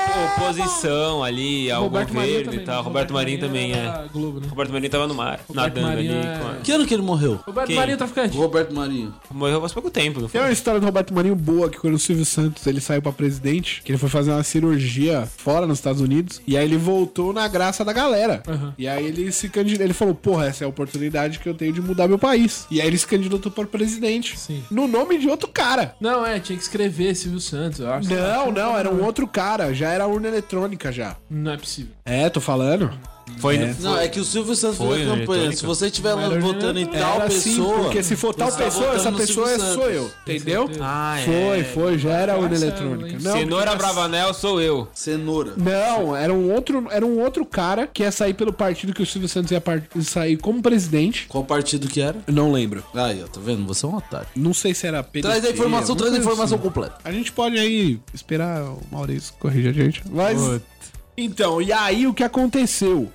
[SPEAKER 4] oposição ali ao
[SPEAKER 5] Marinho
[SPEAKER 4] Tá governo e
[SPEAKER 5] também,
[SPEAKER 4] tal.
[SPEAKER 5] né?
[SPEAKER 4] Roberto Marinho também
[SPEAKER 5] era
[SPEAKER 4] é.
[SPEAKER 5] da Globo, né?
[SPEAKER 4] Roberto Marinho tava no mar,
[SPEAKER 5] Roberto
[SPEAKER 4] nadando
[SPEAKER 5] Marinho
[SPEAKER 4] ali.
[SPEAKER 5] é-
[SPEAKER 4] com
[SPEAKER 3] Que ano que ele morreu?
[SPEAKER 5] Roberto
[SPEAKER 4] Quem?
[SPEAKER 5] Marinho, tá traficante.
[SPEAKER 3] Roberto Marinho.
[SPEAKER 4] a- Morreu faz pouco tempo, não
[SPEAKER 2] Tem uma
[SPEAKER 4] foi?
[SPEAKER 2] história do Roberto Marinho boa que quando o Silvio Santos ele saiu pra presidente, que ele foi fazer uma cirurgia fora nos Estados Unidos, e aí ele voltou na graça da galera. E aí ele se candidatou, ele falou: "Porra, essa é a oportunidade que eu tenho de mudar meu país". E aí ele se candidatou pra presidente.
[SPEAKER 5] Sim.
[SPEAKER 2] No nome de outro cara.
[SPEAKER 5] Não, é, tinha que escrever Silvio Santos, eu acho.
[SPEAKER 2] Não, não, era um outro cara, já era urna eletrônica já.
[SPEAKER 5] Não é possível.
[SPEAKER 2] É, tô falando.
[SPEAKER 4] Foi
[SPEAKER 2] né?
[SPEAKER 4] no-
[SPEAKER 3] Não, é que o Silvio Santos
[SPEAKER 4] Foi,
[SPEAKER 3] fez a
[SPEAKER 4] né,
[SPEAKER 3] campanha.
[SPEAKER 4] eletrônica?
[SPEAKER 3] Se você estiver
[SPEAKER 5] era
[SPEAKER 3] votando em tal
[SPEAKER 2] Era assim,
[SPEAKER 3] pessoa.
[SPEAKER 2] porque se for tal
[SPEAKER 3] você tá
[SPEAKER 2] pessoa, essa
[SPEAKER 3] votando no
[SPEAKER 2] pessoa é
[SPEAKER 3] Silvio
[SPEAKER 2] sou
[SPEAKER 3] Santos.
[SPEAKER 2] eu, entendeu?
[SPEAKER 4] Ah, é.
[SPEAKER 2] Foi, foi, já era urna
[SPEAKER 5] Marcelo,
[SPEAKER 2] eletrônica.
[SPEAKER 5] hein?
[SPEAKER 2] Não,
[SPEAKER 4] Cenoura Bravanel sou eu.
[SPEAKER 3] Cenoura.
[SPEAKER 2] Não, era um outro, era um outro cara que ia sair pelo partido que o Silvio Santos ia par- sair como presidente.
[SPEAKER 3] Qual partido que era?
[SPEAKER 2] Eu Não lembro.
[SPEAKER 3] Aí, ó, tá vendo? Você é um otário.
[SPEAKER 2] Não sei se era PDT.
[SPEAKER 3] Traz a informação,
[SPEAKER 2] alguma
[SPEAKER 3] traz a
[SPEAKER 2] coisa
[SPEAKER 3] informação
[SPEAKER 2] assim.
[SPEAKER 3] completa.
[SPEAKER 2] A gente pode aí esperar o Maurício corrigir a gente. Mas então, e aí o que aconteceu?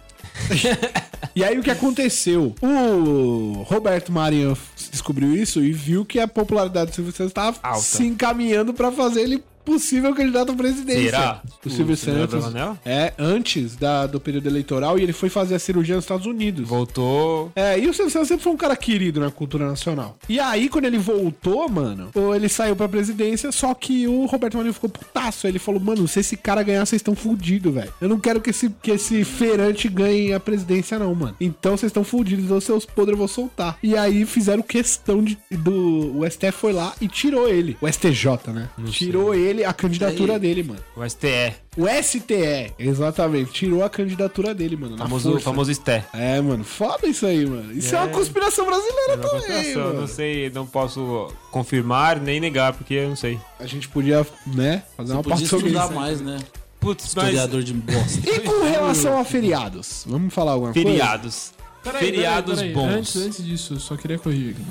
[SPEAKER 2] E aí o que aconteceu? O Roberto Marinho descobriu isso e viu que a popularidade do Silvio Santos estava
[SPEAKER 4] Alta.
[SPEAKER 2] se encaminhando para fazer ele possível candidato à presidência.
[SPEAKER 4] Será?
[SPEAKER 2] O Silvio
[SPEAKER 4] O Cenoura
[SPEAKER 2] Santos
[SPEAKER 4] Bravanel?
[SPEAKER 2] é antes da- do período eleitoral e ele foi fazer a cirurgia nos Estados Unidos.
[SPEAKER 4] Voltou.
[SPEAKER 2] É, e o Silvio Santos sempre foi um cara querido na cultura nacional. E aí, quando ele voltou, mano, ou ele saiu pra presidência, só que o Roberto Marinho ficou putaço. Ele falou, mano, se esse cara ganhar, vocês estão fudidos, velho. Eu não quero que esse, que esse feirante ganhe a presidência, não, mano. Então vocês estão fudidos, os seus podres eu vou soltar. E aí fizeram questão de, do. O STF foi lá e tirou ele. O STJ, né? tirou ele, a candidatura dele, mano.
[SPEAKER 4] O STE.
[SPEAKER 2] O STE, exatamente, tirou a candidatura dele, mano. Na
[SPEAKER 4] Famoso,
[SPEAKER 2] força.
[SPEAKER 4] famoso STE.
[SPEAKER 2] É, mano, foda isso aí, mano. Isso é, uma né? conspiração brasileira
[SPEAKER 4] Não,
[SPEAKER 2] também,
[SPEAKER 4] conspiração,
[SPEAKER 2] mano.
[SPEAKER 4] não sei, não posso confirmar nem negar, porque eu não sei.
[SPEAKER 2] A gente podia, né, fazer uma
[SPEAKER 3] Podia
[SPEAKER 2] parte sobre
[SPEAKER 3] estudar
[SPEAKER 2] isso.
[SPEAKER 3] mais, né?
[SPEAKER 4] Putz, mas
[SPEAKER 3] Historiador de bosta.
[SPEAKER 2] E com relação a feriados? Vamos falar alguma coisa?
[SPEAKER 4] feriados. Feriados bons.
[SPEAKER 5] Antes, antes disso, eu só queria corrigir. aqui.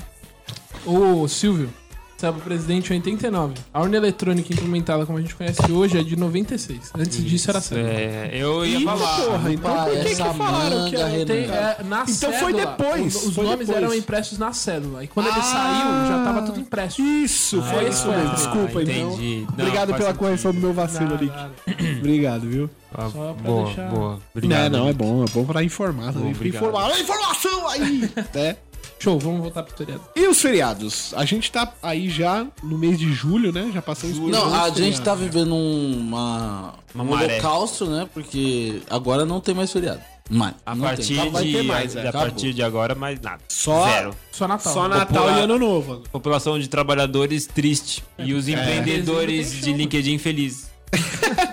[SPEAKER 5] O Silvio estava presidente é em 89. A urna eletrônica implementada como a gente conhece hoje é de 96. Antes disso era sério.
[SPEAKER 4] É, eu ia
[SPEAKER 2] Ih,
[SPEAKER 4] falar.
[SPEAKER 2] porra, então por que que
[SPEAKER 3] Essa
[SPEAKER 2] falaram que
[SPEAKER 3] manga,
[SPEAKER 2] era...
[SPEAKER 3] Renan.
[SPEAKER 5] Tem, é, na
[SPEAKER 2] Então
[SPEAKER 5] cédula,
[SPEAKER 2] foi depois,
[SPEAKER 5] Os, os
[SPEAKER 2] foi
[SPEAKER 5] nomes
[SPEAKER 2] depois.
[SPEAKER 5] eram impressos na cédula. E quando ele
[SPEAKER 2] Ah.
[SPEAKER 5] saiu, já tava tudo impresso.
[SPEAKER 2] Isso, foi
[SPEAKER 5] Ah,
[SPEAKER 2] isso mesmo.
[SPEAKER 5] ah,
[SPEAKER 2] Desculpa, então.
[SPEAKER 4] entendi. Não,
[SPEAKER 2] Obrigado
[SPEAKER 4] faz
[SPEAKER 2] pela
[SPEAKER 4] sentido.
[SPEAKER 2] correção do meu vacilo,
[SPEAKER 5] Nada,
[SPEAKER 2] Nick.
[SPEAKER 5] nada.
[SPEAKER 2] Obrigado, viu?
[SPEAKER 4] Ah,
[SPEAKER 5] Só pra
[SPEAKER 4] boa,
[SPEAKER 5] deixar-
[SPEAKER 4] boa.
[SPEAKER 2] Não,
[SPEAKER 4] Obrigado.
[SPEAKER 2] não, é bom. É bom pra informar também.
[SPEAKER 4] obrigado.
[SPEAKER 2] Informar. Olha a informação aí! né?
[SPEAKER 5] Show, vamos voltar pro feriado.
[SPEAKER 2] E os feriados? A gente tá aí já no mês de julho, né? Já passamos por
[SPEAKER 3] Não,
[SPEAKER 2] dois
[SPEAKER 3] a gente
[SPEAKER 2] feriados.
[SPEAKER 3] tá vivendo um- uma,
[SPEAKER 4] Uma
[SPEAKER 3] um
[SPEAKER 4] maré.
[SPEAKER 3] holocausto, né? Porque agora não tem mais feriado. Mas,
[SPEAKER 4] A
[SPEAKER 3] não
[SPEAKER 4] partir,
[SPEAKER 3] tem. Tá, vai
[SPEAKER 4] de,
[SPEAKER 3] ter mais,
[SPEAKER 4] a,
[SPEAKER 3] é, acabou.
[SPEAKER 4] partir de agora, mais nada.
[SPEAKER 2] Só-
[SPEAKER 4] Zero.
[SPEAKER 5] Só Natal.
[SPEAKER 2] Só
[SPEAKER 5] né?
[SPEAKER 2] Natal
[SPEAKER 4] Popular-
[SPEAKER 2] e Ano Novo. agora.
[SPEAKER 4] População de trabalhadores triste. E os empreendedores
[SPEAKER 5] Tem um
[SPEAKER 4] de
[SPEAKER 5] show.
[SPEAKER 4] LinkedIn felizes.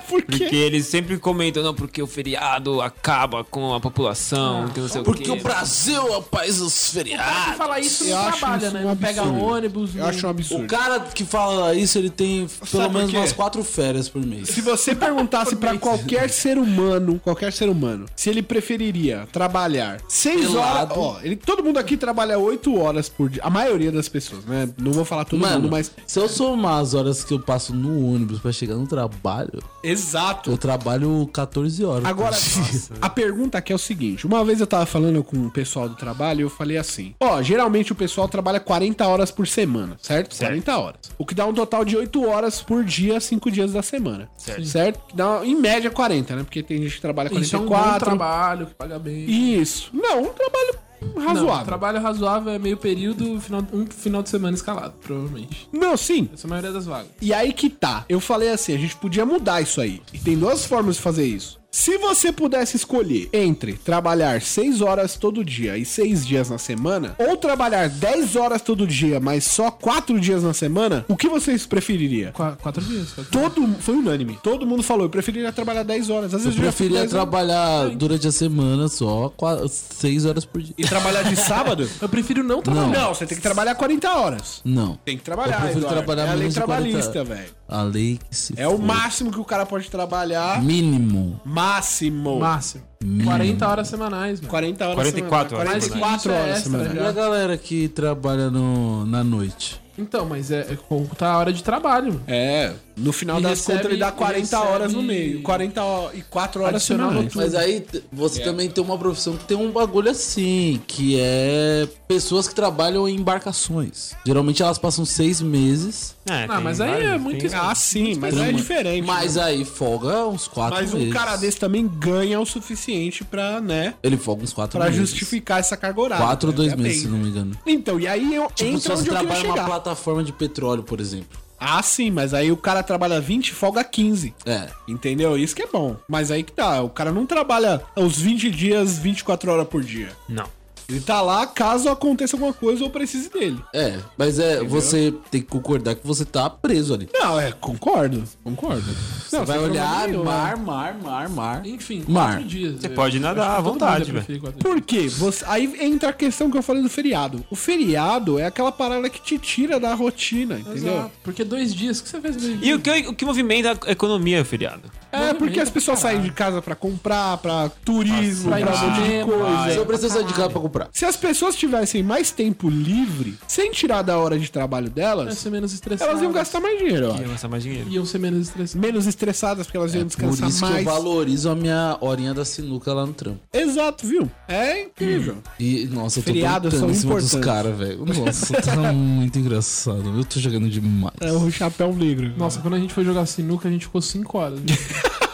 [SPEAKER 2] Por quê?
[SPEAKER 4] Porque eles sempre comentam, não, porque o feriado acaba com a população,
[SPEAKER 5] Ah,
[SPEAKER 4] que não sei o
[SPEAKER 3] Porque
[SPEAKER 4] quê.
[SPEAKER 3] o Brasil é o país dos
[SPEAKER 5] Quem
[SPEAKER 3] feriados.
[SPEAKER 5] fala isso
[SPEAKER 2] Eu
[SPEAKER 5] não
[SPEAKER 2] acho
[SPEAKER 5] trabalha,
[SPEAKER 2] isso
[SPEAKER 5] né?
[SPEAKER 2] um
[SPEAKER 5] Não pega
[SPEAKER 2] absurdo.
[SPEAKER 5] ônibus.
[SPEAKER 2] Eu
[SPEAKER 5] não-
[SPEAKER 2] acho um
[SPEAKER 3] O
[SPEAKER 2] absurdo.
[SPEAKER 3] cara que fala isso, ele tem pelo
[SPEAKER 2] por
[SPEAKER 3] menos
[SPEAKER 2] quê?
[SPEAKER 3] umas quatro férias por mês.
[SPEAKER 2] Se você perguntasse pra qualquer ser humano, qualquer ser humano, se ele preferiria trabalhar seis horas,
[SPEAKER 3] Pelado.
[SPEAKER 2] ó, ele, todo mundo aqui trabalha oito horas por dia, a maioria das pessoas, né? Não vou falar todo
[SPEAKER 3] Mano,
[SPEAKER 2] mundo, mas
[SPEAKER 3] se eu somar as horas que eu passo no ônibus pra chegar no trabalho,
[SPEAKER 2] exato.
[SPEAKER 3] eu trabalho 14 horas.
[SPEAKER 2] Agora,
[SPEAKER 3] por dia.
[SPEAKER 2] a pergunta aqui é o seguinte: uma vez eu tava falando com o pessoal do trabalho, eu falei assim: ó, geralmente o pessoal trabalha 40 horas por semana, certo? 40 horas. O que dá um total de 8 horas por dia, 5 dias da semana. Certo. Certo? Que Dá, em média, 40, né? Porque tem gente que trabalha
[SPEAKER 5] Isso é um bom
[SPEAKER 2] 44.
[SPEAKER 5] trabalho que paga bem.
[SPEAKER 2] Isso. Não, um trabalho
[SPEAKER 5] Não,
[SPEAKER 2] razoável.
[SPEAKER 5] trabalho razoável é meio período, final, um final de semana escalado, provavelmente.
[SPEAKER 2] Não, sim.
[SPEAKER 5] Essa é a maioria das vagas.
[SPEAKER 2] E aí que tá. Eu falei assim, a gente podia mudar isso aí. E tem duas formas de fazer isso. Se você pudesse escolher entre trabalhar 6 horas todo dia e 6 dias na semana, ou trabalhar 10 horas todo dia, mas só 4 dias na semana, o que vocês preferiria?
[SPEAKER 5] Qua- Quatro dias. Quatro dias.
[SPEAKER 2] Todo foi unânime. Todo mundo falou, eu preferiria trabalhar 10 horas. Às
[SPEAKER 3] Eu
[SPEAKER 2] vezes eu, já fiz
[SPEAKER 3] preferia
[SPEAKER 2] 10 horas.
[SPEAKER 3] trabalhar durante a semana só 6 horas por dia.
[SPEAKER 2] E trabalhar de sábado?
[SPEAKER 5] Eu prefiro não trabalhar.
[SPEAKER 3] Não.
[SPEAKER 2] Não, você tem que trabalhar 40 horas.
[SPEAKER 3] Não.
[SPEAKER 2] Tem que trabalhar,
[SPEAKER 3] Eu prefiro
[SPEAKER 2] Eduardo.
[SPEAKER 3] trabalhar
[SPEAKER 2] É a lei
[SPEAKER 3] menos de 40.
[SPEAKER 2] trabalhista, velho.
[SPEAKER 3] A lei que se
[SPEAKER 2] É o
[SPEAKER 3] for.
[SPEAKER 2] máximo que o cara pode trabalhar.
[SPEAKER 3] Mínimo.
[SPEAKER 2] Máximo.
[SPEAKER 5] Máximo. 40 horas semanais, mano.
[SPEAKER 2] 40 horas
[SPEAKER 4] 44
[SPEAKER 2] semanais.
[SPEAKER 4] horas.
[SPEAKER 5] Mas que
[SPEAKER 2] 44
[SPEAKER 5] isso é
[SPEAKER 2] horas
[SPEAKER 5] extra,
[SPEAKER 2] semanais.
[SPEAKER 3] E a galera que trabalha no, na noite?
[SPEAKER 5] Então, mas é, é contar a hora de trabalho, mano.
[SPEAKER 2] É, no final
[SPEAKER 5] E
[SPEAKER 2] das
[SPEAKER 5] recebe-
[SPEAKER 2] contas ele dá
[SPEAKER 5] e
[SPEAKER 2] 40
[SPEAKER 5] recebe-
[SPEAKER 2] horas no meio. 40 ho- e 4 horas
[SPEAKER 5] Adicional
[SPEAKER 2] semanais.
[SPEAKER 5] noturno.
[SPEAKER 3] Mas aí t- você
[SPEAKER 2] É.
[SPEAKER 3] também tem uma profissão que tem um bagulho assim, que é pessoas que trabalham em embarcações. Geralmente elas passam seis meses,
[SPEAKER 4] É,
[SPEAKER 5] Ah,
[SPEAKER 4] tem
[SPEAKER 5] mas aí
[SPEAKER 4] vários,
[SPEAKER 5] é muito
[SPEAKER 4] tem-
[SPEAKER 2] Ah, sim, mas é diferente.
[SPEAKER 3] mas aí folga uns né? quatro
[SPEAKER 2] Mas
[SPEAKER 3] meses.
[SPEAKER 2] um cara desse também ganha o suficiente pra, né,
[SPEAKER 3] Ele folga uns quatro
[SPEAKER 2] pra
[SPEAKER 3] meses.
[SPEAKER 2] justificar essa carga horária.
[SPEAKER 3] Quatro ou
[SPEAKER 2] né?
[SPEAKER 3] dois
[SPEAKER 2] Ainda
[SPEAKER 3] meses, se
[SPEAKER 2] bem.
[SPEAKER 3] não me engano.
[SPEAKER 2] Então, e aí eu
[SPEAKER 3] Tipo, se
[SPEAKER 2] entra
[SPEAKER 3] você
[SPEAKER 2] onde eu queria
[SPEAKER 3] trabalha numa
[SPEAKER 2] chegar.
[SPEAKER 3] plataforma de petróleo, por exemplo.
[SPEAKER 2] Ah, sim, mas aí o cara trabalha 20 e folga 15.
[SPEAKER 3] É.
[SPEAKER 2] Entendeu? Isso que é bom. Mas aí que tá, o cara não trabalha os 20 dias, 24 horas por dia.
[SPEAKER 4] Não.
[SPEAKER 2] Ele tá lá caso aconteça alguma coisa ou precise dele.
[SPEAKER 3] É, mas é, você tem que concordar que você tá preso ali.
[SPEAKER 2] Não, é, concordo, concordo. Você
[SPEAKER 3] Vai olhar
[SPEAKER 2] né?
[SPEAKER 3] mar, mar, mar, mar.
[SPEAKER 5] Enfim,
[SPEAKER 3] Mar.
[SPEAKER 5] quatro dias.
[SPEAKER 4] Você
[SPEAKER 5] Eu-
[SPEAKER 4] pode nadar
[SPEAKER 5] acho que
[SPEAKER 4] à
[SPEAKER 5] todo mundo é
[SPEAKER 4] vontade,
[SPEAKER 5] ia preferir quatro dias.
[SPEAKER 2] Por quê? Você- aí entra a questão que eu falei do feriado. O feriado é aquela parada que te tira da rotina, entendeu?
[SPEAKER 5] Exato. Porque dois dias, o que você fez dois dias?
[SPEAKER 4] E o que, o que movimenta a economia, feriado?
[SPEAKER 2] É, porque as pessoas saem de casa pra comprar, pra turismo, pra um
[SPEAKER 5] Pra ir no
[SPEAKER 2] monte de
[SPEAKER 5] cinema,
[SPEAKER 2] coisa.
[SPEAKER 3] Você precisa sair de casa pra comprar.
[SPEAKER 2] Se as pessoas tivessem mais tempo livre, sem tirar da hora de trabalho
[SPEAKER 5] Iam
[SPEAKER 2] delas,
[SPEAKER 5] ser menos estressadas.
[SPEAKER 2] elas iam gastar mais dinheiro, ó.
[SPEAKER 5] Ah.
[SPEAKER 4] Ia gastar mais dinheiro.
[SPEAKER 5] Iam ser menos estressadas.
[SPEAKER 2] Menos estressadas, porque elas iam
[SPEAKER 3] Por
[SPEAKER 2] descansar
[SPEAKER 3] isso que eu
[SPEAKER 2] mais.
[SPEAKER 3] valorizo a minha horinha da sinuca lá no trampo.
[SPEAKER 2] Exato, viu? É incrível.
[SPEAKER 3] E, nossa, eu tô
[SPEAKER 2] Feriados
[SPEAKER 3] gritando em
[SPEAKER 2] são
[SPEAKER 3] cima dos
[SPEAKER 2] importantes.
[SPEAKER 3] caras, velho. Nossa, tá muito engraçado. Eu tô jogando demais.
[SPEAKER 2] É o chapéu negro.
[SPEAKER 5] Nossa, quando a gente foi jogar sinuca, a gente ficou 5 horas. né?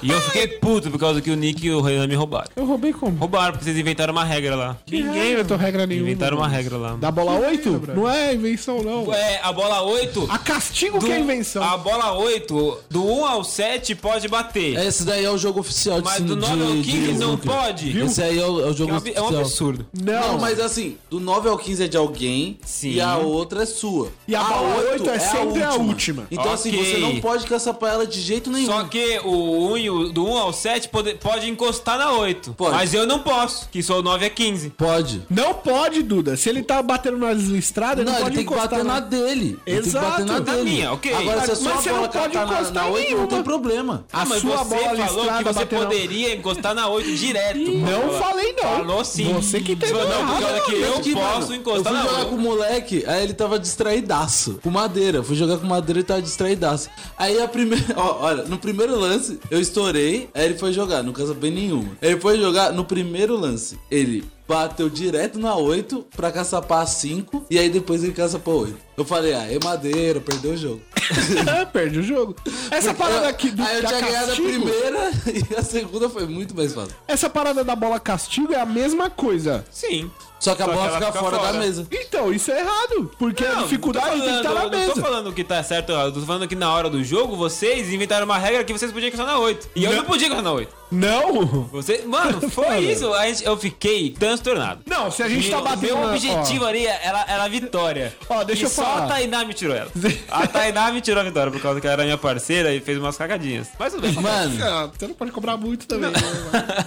[SPEAKER 4] E eu fiquei puto por causa que o Nick e o Renan me roubaram.
[SPEAKER 5] Eu roubei como?
[SPEAKER 4] Roubaram, porque vocês inventaram uma regra lá.
[SPEAKER 2] Ninguém inventou regra nenhuma.
[SPEAKER 4] Inventaram uma regra lá.
[SPEAKER 2] Da bola 8? Não é invenção, não.
[SPEAKER 4] É, a bola 8.
[SPEAKER 2] A castigo que é invenção.
[SPEAKER 4] A bola 8, do 1 ao 7 pode bater.
[SPEAKER 3] Esse daí é o jogo oficial de
[SPEAKER 4] mas do
[SPEAKER 3] sinu-
[SPEAKER 4] 9 ao
[SPEAKER 3] de-
[SPEAKER 4] 15
[SPEAKER 3] de
[SPEAKER 4] não
[SPEAKER 3] sinuca.
[SPEAKER 4] pode.
[SPEAKER 3] Esse aí é o, é o jogo
[SPEAKER 4] É um ab- É
[SPEAKER 3] oficial.
[SPEAKER 4] um absurdo.
[SPEAKER 3] Não, mas assim, do 9 ao 15 é de alguém
[SPEAKER 4] Sim.
[SPEAKER 3] e a outra é sua.
[SPEAKER 2] E a bola oito é sempre a última.
[SPEAKER 3] Então assim,
[SPEAKER 4] Ok.
[SPEAKER 3] você não pode caçar pra ela de jeito nenhum.
[SPEAKER 4] Só que o 1 e o, do 1 ao 7 pode, pode encostar na 8.
[SPEAKER 3] Pode.
[SPEAKER 4] Mas eu não posso, que só o 9 é 15.
[SPEAKER 3] Pode.
[SPEAKER 2] Não pode, Duda. Se ele tá batendo na listrada, ele
[SPEAKER 3] Não,
[SPEAKER 2] não,
[SPEAKER 3] ele
[SPEAKER 2] pode
[SPEAKER 3] tem que
[SPEAKER 2] encostar
[SPEAKER 3] bater na dele. Ele tem que
[SPEAKER 2] Exato.
[SPEAKER 3] bater na
[SPEAKER 2] Na
[SPEAKER 3] dele.
[SPEAKER 4] minha, ok.
[SPEAKER 3] Agora, se a
[SPEAKER 2] Mas
[SPEAKER 3] sua
[SPEAKER 2] você
[SPEAKER 3] bola
[SPEAKER 2] não pode
[SPEAKER 3] catar na,
[SPEAKER 2] encostar
[SPEAKER 3] na
[SPEAKER 2] em
[SPEAKER 3] 8, não
[SPEAKER 2] nenhuma.
[SPEAKER 3] tem problema.
[SPEAKER 2] A
[SPEAKER 4] Ah, mas
[SPEAKER 2] sua
[SPEAKER 4] você
[SPEAKER 2] bola
[SPEAKER 4] falou que
[SPEAKER 2] listrada
[SPEAKER 4] você
[SPEAKER 2] bateu na-
[SPEAKER 4] poderia encostar na 8 direto.
[SPEAKER 2] Não falei, não.
[SPEAKER 4] Falou sim.
[SPEAKER 2] Você que teve
[SPEAKER 4] Falou, Não,
[SPEAKER 2] errado,
[SPEAKER 4] porque olha que eu
[SPEAKER 3] Tanto que,
[SPEAKER 4] posso
[SPEAKER 3] mano,
[SPEAKER 4] encostar
[SPEAKER 3] Eu
[SPEAKER 4] na
[SPEAKER 3] fui
[SPEAKER 2] um.
[SPEAKER 3] jogar com
[SPEAKER 4] 8.
[SPEAKER 3] o moleque, aí ele tava distraídaço. Com madeira. Eu Fui jogar com madeira e tava distraídaço. Aí a primeira. ó, olha, no primeiro lance, eu estourei. Aí ele foi jogar, não casa bem nenhuma. Ele foi jogar no primeiro lance. Ele. Bateu direto na 8 pra caçapar a 5 e aí depois ele caçapou a 8. Eu falei, ah, é madeira, perdeu o jogo.
[SPEAKER 2] Perde o jogo. Essa parada aqui do,
[SPEAKER 3] Aí eu
[SPEAKER 2] da
[SPEAKER 3] tinha ganhado a
[SPEAKER 2] castigo-
[SPEAKER 3] primeira e a segunda foi muito mais fácil.
[SPEAKER 2] Essa parada da bola castigo é a mesma coisa.
[SPEAKER 4] Sim.
[SPEAKER 3] Só que a
[SPEAKER 4] Só
[SPEAKER 3] bola
[SPEAKER 4] que ela
[SPEAKER 3] fica,
[SPEAKER 4] fica
[SPEAKER 3] fora, da
[SPEAKER 4] fora.
[SPEAKER 3] mesa.
[SPEAKER 2] Então, isso é errado. Porque a dificuldade
[SPEAKER 4] não tô
[SPEAKER 2] tem que estar na
[SPEAKER 4] eu Não tô
[SPEAKER 2] mesa.
[SPEAKER 4] falando que tá certo, eu tô falando que na hora do jogo vocês inventaram uma regra que vocês podiam encostar na 8. E eu não podia encostar na 8.
[SPEAKER 2] Não!
[SPEAKER 4] Você, mano, foi isso. A gente, eu fiquei transtornado.
[SPEAKER 2] Não, se a gente tá
[SPEAKER 4] Meu-
[SPEAKER 2] batendo.
[SPEAKER 4] Meu
[SPEAKER 2] na- ó,
[SPEAKER 4] objetivo ali era, era a vitória.
[SPEAKER 2] Ó, deixa
[SPEAKER 4] e
[SPEAKER 2] eu
[SPEAKER 4] só
[SPEAKER 2] falar.
[SPEAKER 4] a Tainá me tirou ela. A Tainá me tirou a vitória por causa que ela era minha parceira e fez umas cagadinhas. Mas tudo bem.
[SPEAKER 3] Mano,
[SPEAKER 2] Ah, você não pode cobrar muito também. né?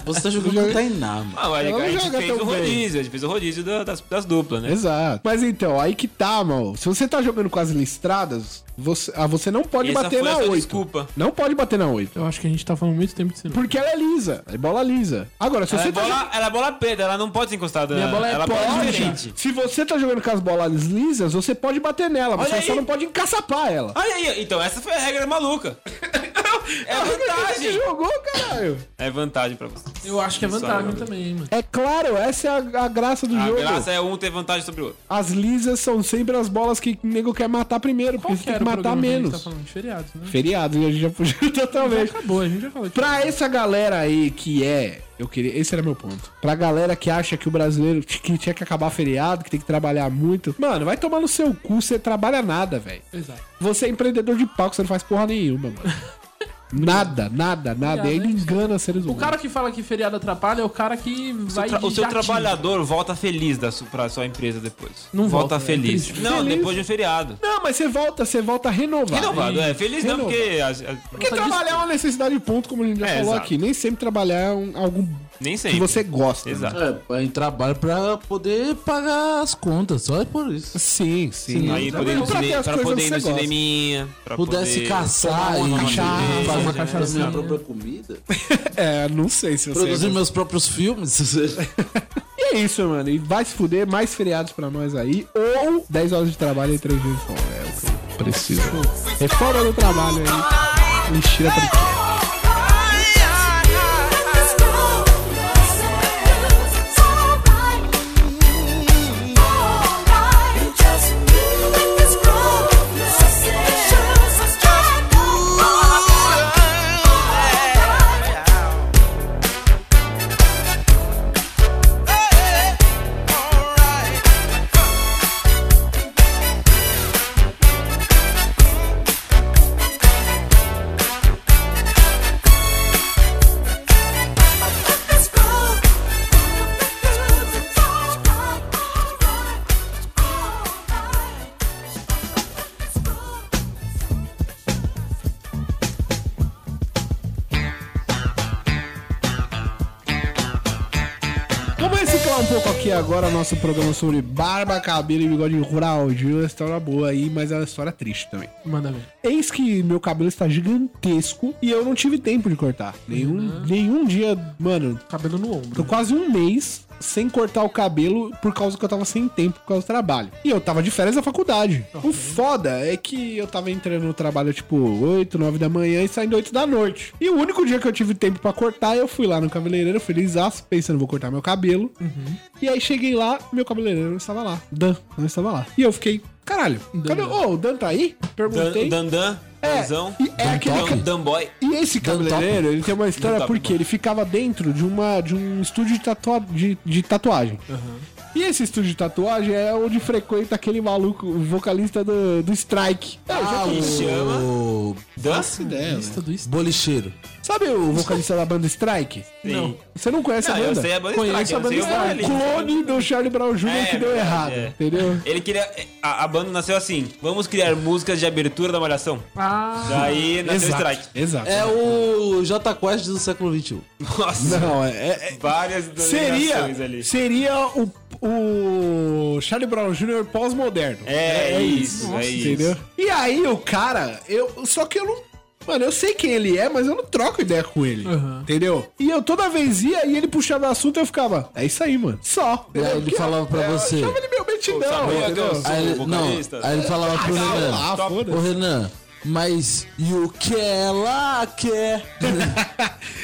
[SPEAKER 3] você tá jogando com o Tainá, mano.
[SPEAKER 4] Ah, mas
[SPEAKER 2] Ela
[SPEAKER 4] a
[SPEAKER 2] não
[SPEAKER 4] gente
[SPEAKER 2] joga
[SPEAKER 4] fez
[SPEAKER 2] tão
[SPEAKER 4] o
[SPEAKER 2] bem.
[SPEAKER 4] rodízio, a gente fez o rodízio da- das, das duplas, né?
[SPEAKER 2] Exato. Mas então, aí que tá, mal. Se você tá jogando com as listradas, você, ah, você não pode
[SPEAKER 4] Essa
[SPEAKER 2] bater
[SPEAKER 4] foi a
[SPEAKER 2] na
[SPEAKER 4] sua
[SPEAKER 2] 8.
[SPEAKER 4] desculpa.
[SPEAKER 2] Não pode bater na 8.
[SPEAKER 5] Eu acho que a gente tá falando muito tempo de sinuca.
[SPEAKER 2] Porque ela é lisa. É bola lisa. Agora, se
[SPEAKER 4] Ela
[SPEAKER 2] você
[SPEAKER 4] é,
[SPEAKER 2] tá
[SPEAKER 4] bola, ela é bola preta, ela não pode ser encostada.
[SPEAKER 5] Minha bola é
[SPEAKER 4] ela
[SPEAKER 5] pode.
[SPEAKER 4] diferente.
[SPEAKER 2] Se você tá jogando com as bolas lisas, você pode bater nela, mas
[SPEAKER 4] Olha
[SPEAKER 2] você só
[SPEAKER 4] aí.
[SPEAKER 2] não pode encaçapar ela.
[SPEAKER 4] Olha aí, então essa foi a regra maluca. é
[SPEAKER 2] Você
[SPEAKER 4] vantagem.
[SPEAKER 2] jogou, caralho.
[SPEAKER 4] É vantagem pra você.
[SPEAKER 5] Eu acho que é
[SPEAKER 4] Isso
[SPEAKER 5] vantagem
[SPEAKER 4] aí,
[SPEAKER 5] também, hein, mano.
[SPEAKER 2] É claro, essa é a, a graça do
[SPEAKER 4] A
[SPEAKER 2] jogo.
[SPEAKER 4] graça é um ter vantagem sobre o outro.
[SPEAKER 2] As lisas são sempre as bolas que o nego quer matar primeiro, porque
[SPEAKER 5] Qual
[SPEAKER 2] você
[SPEAKER 5] que
[SPEAKER 2] tem
[SPEAKER 5] era
[SPEAKER 2] que
[SPEAKER 5] o
[SPEAKER 2] matar
[SPEAKER 5] programa que a gente
[SPEAKER 2] menos.
[SPEAKER 5] tá falando de feriados, né?
[SPEAKER 2] Feriado, e a gente já fugiu
[SPEAKER 5] Já
[SPEAKER 2] totalmente.
[SPEAKER 5] acabou, a gente já falou de
[SPEAKER 2] Pra essa galera aí que é. Eu queria. Esse era meu ponto. Pra galera que acha que o brasileiro t- que tinha que acabar feriado, que tem que trabalhar muito. Mano, vai tomar no seu cu, você trabalha nada, velho.
[SPEAKER 5] Exato.
[SPEAKER 2] Você é empreendedor de pau, que você não faz porra nenhuma, mano. Nada, nada, nada. E aí ele engana seres
[SPEAKER 5] O
[SPEAKER 2] humanos.
[SPEAKER 5] cara que fala que feriado atrapalha é o cara que vai
[SPEAKER 4] Tra-
[SPEAKER 5] de
[SPEAKER 4] o seu
[SPEAKER 5] jatinho.
[SPEAKER 4] trabalhador volta feliz da su, pra sua empresa depois.
[SPEAKER 5] Não
[SPEAKER 4] volta,
[SPEAKER 5] volta, é
[SPEAKER 4] feliz.
[SPEAKER 5] triste.
[SPEAKER 4] não,
[SPEAKER 2] né? Feliz.
[SPEAKER 4] depois de um feriado.
[SPEAKER 2] Não, mas você volta, você volta renovado.
[SPEAKER 4] Renovado, é. Feliz não,
[SPEAKER 2] Renova.
[SPEAKER 4] porque. as- as-
[SPEAKER 2] Porque trabalhar é uma necessidade de ponto, como a gente já
[SPEAKER 4] É,
[SPEAKER 2] falou
[SPEAKER 4] exato.
[SPEAKER 2] aqui. Nem sempre trabalhar é um- algo
[SPEAKER 4] nem
[SPEAKER 2] que
[SPEAKER 4] sempre.
[SPEAKER 2] você gosta. né?
[SPEAKER 4] Exato.
[SPEAKER 3] É, a gente trabalha pra poder pagar as contas, só é por isso.
[SPEAKER 2] Sim, sim.
[SPEAKER 4] Aí
[SPEAKER 2] Pra
[SPEAKER 4] poder ir no
[SPEAKER 2] ter
[SPEAKER 4] cine-
[SPEAKER 2] as
[SPEAKER 4] pra
[SPEAKER 2] coisas
[SPEAKER 4] poder ir
[SPEAKER 2] que
[SPEAKER 4] no
[SPEAKER 2] você gosta.
[SPEAKER 4] cineminha. Pra
[SPEAKER 3] Pudesse
[SPEAKER 4] poder
[SPEAKER 3] caçar
[SPEAKER 4] tomar
[SPEAKER 3] e
[SPEAKER 4] uma
[SPEAKER 2] cachaça,
[SPEAKER 3] fazer minha
[SPEAKER 5] uma cachaçinha.
[SPEAKER 3] própria comida,
[SPEAKER 2] É, não sei se você.
[SPEAKER 3] produzir meus próprios filmes.
[SPEAKER 2] E é isso, mano. E vai se fuder, mais feriados pra nós aí. Ou 10 horas de trabalho e 3 dias de folga. É o que eu preciso. Reforma do trabalho aí. Me tira pra Vamos reciclar um pouco aqui agora nosso programa sobre barba, cabelo e bigode rural. Gil, é uma história boa aí, mas é uma história triste também.
[SPEAKER 5] Manda ver.
[SPEAKER 2] Eis que meu cabelo está gigantesco e eu não tive tempo de cortar. Nenhum, nenhum dia, mano,
[SPEAKER 5] Cabelo no ombro.
[SPEAKER 2] tô quase um mês sem cortar o cabelo por causa que eu tava sem tempo por causa do trabalho. E eu tava de férias da faculdade. O foda é que eu tava entrando no trabalho tipo 8, 9 da manhã e saindo 8 da noite. E o único dia que eu tive tempo pra cortar, eu fui lá no cabeleireiro, feliz aço, pensando, vou cortar meu cabelo. E aí cheguei lá, meu cabeleireiro não estava lá. Dan, não estava lá. E eu fiquei, caralho, cadê? Ô, o Dan tá aí? Perguntei.
[SPEAKER 4] Dan, Dandan,
[SPEAKER 2] É,
[SPEAKER 4] Danzão,
[SPEAKER 2] e é aquele
[SPEAKER 4] Dan,
[SPEAKER 2] ca-
[SPEAKER 4] Dan Boy.
[SPEAKER 2] E esse cabeleireiro, ele tem uma história
[SPEAKER 4] Não tá
[SPEAKER 2] porque
[SPEAKER 4] bom.
[SPEAKER 2] ele ficava dentro de, uma, de um estúdio de, tatua de, de tatuagem. E esse estúdio de tatuagem é onde frequenta aquele maluco, o vocalista do, do Strike.
[SPEAKER 4] Ah,
[SPEAKER 2] É, já que-
[SPEAKER 4] chama?
[SPEAKER 3] o
[SPEAKER 4] Dan?
[SPEAKER 2] né?
[SPEAKER 5] Lista do Instagram.
[SPEAKER 3] bolicheiro.
[SPEAKER 2] Sabe o vocalista da banda Strike?
[SPEAKER 4] Sim.
[SPEAKER 2] Você não conhece
[SPEAKER 4] Não,
[SPEAKER 2] a
[SPEAKER 4] eu
[SPEAKER 2] banda?
[SPEAKER 4] sei a banda
[SPEAKER 2] Conheço
[SPEAKER 4] Strike,
[SPEAKER 2] a banda
[SPEAKER 4] eu sei o
[SPEAKER 2] Strike.
[SPEAKER 4] vocalista.
[SPEAKER 2] Clone do Charlie Brown Jr.
[SPEAKER 4] É,
[SPEAKER 2] que deu
[SPEAKER 4] verdade,
[SPEAKER 2] errado,
[SPEAKER 4] é.
[SPEAKER 2] entendeu?
[SPEAKER 4] Ele queria. A, a banda nasceu assim: vamos criar músicas de abertura da Malhação.
[SPEAKER 5] Ah,
[SPEAKER 4] Daí nasceu o Strike.
[SPEAKER 2] exato.
[SPEAKER 3] É o J Quest do século um. XXI.
[SPEAKER 4] Nossa,
[SPEAKER 2] Não, é- é,
[SPEAKER 4] várias
[SPEAKER 2] Seria,
[SPEAKER 4] denominações ali.
[SPEAKER 2] seria o, o Charlie Brown Jr. pós-moderno.
[SPEAKER 4] É, é isso, é isso.
[SPEAKER 2] Entendeu? E aí o cara, eu só que eu não. Mano, eu sei quem ele é, mas eu não troco ideia com ele.
[SPEAKER 5] Uhum.
[SPEAKER 2] Entendeu? E eu toda vez ia e ele puxava assunto e eu ficava, é isso aí, mano. Só.
[SPEAKER 3] E aí ele
[SPEAKER 2] Porque
[SPEAKER 3] falava pra
[SPEAKER 2] eu
[SPEAKER 3] você.
[SPEAKER 2] Chama ele meu metidão,
[SPEAKER 4] sabe,
[SPEAKER 2] entendeu?
[SPEAKER 4] eu-
[SPEAKER 3] Aí ele, não,
[SPEAKER 4] vocalista.
[SPEAKER 3] aí ele falava pro Renan.
[SPEAKER 2] Ah, foda-se.
[SPEAKER 3] Ô Renan, mas e o que ela quer?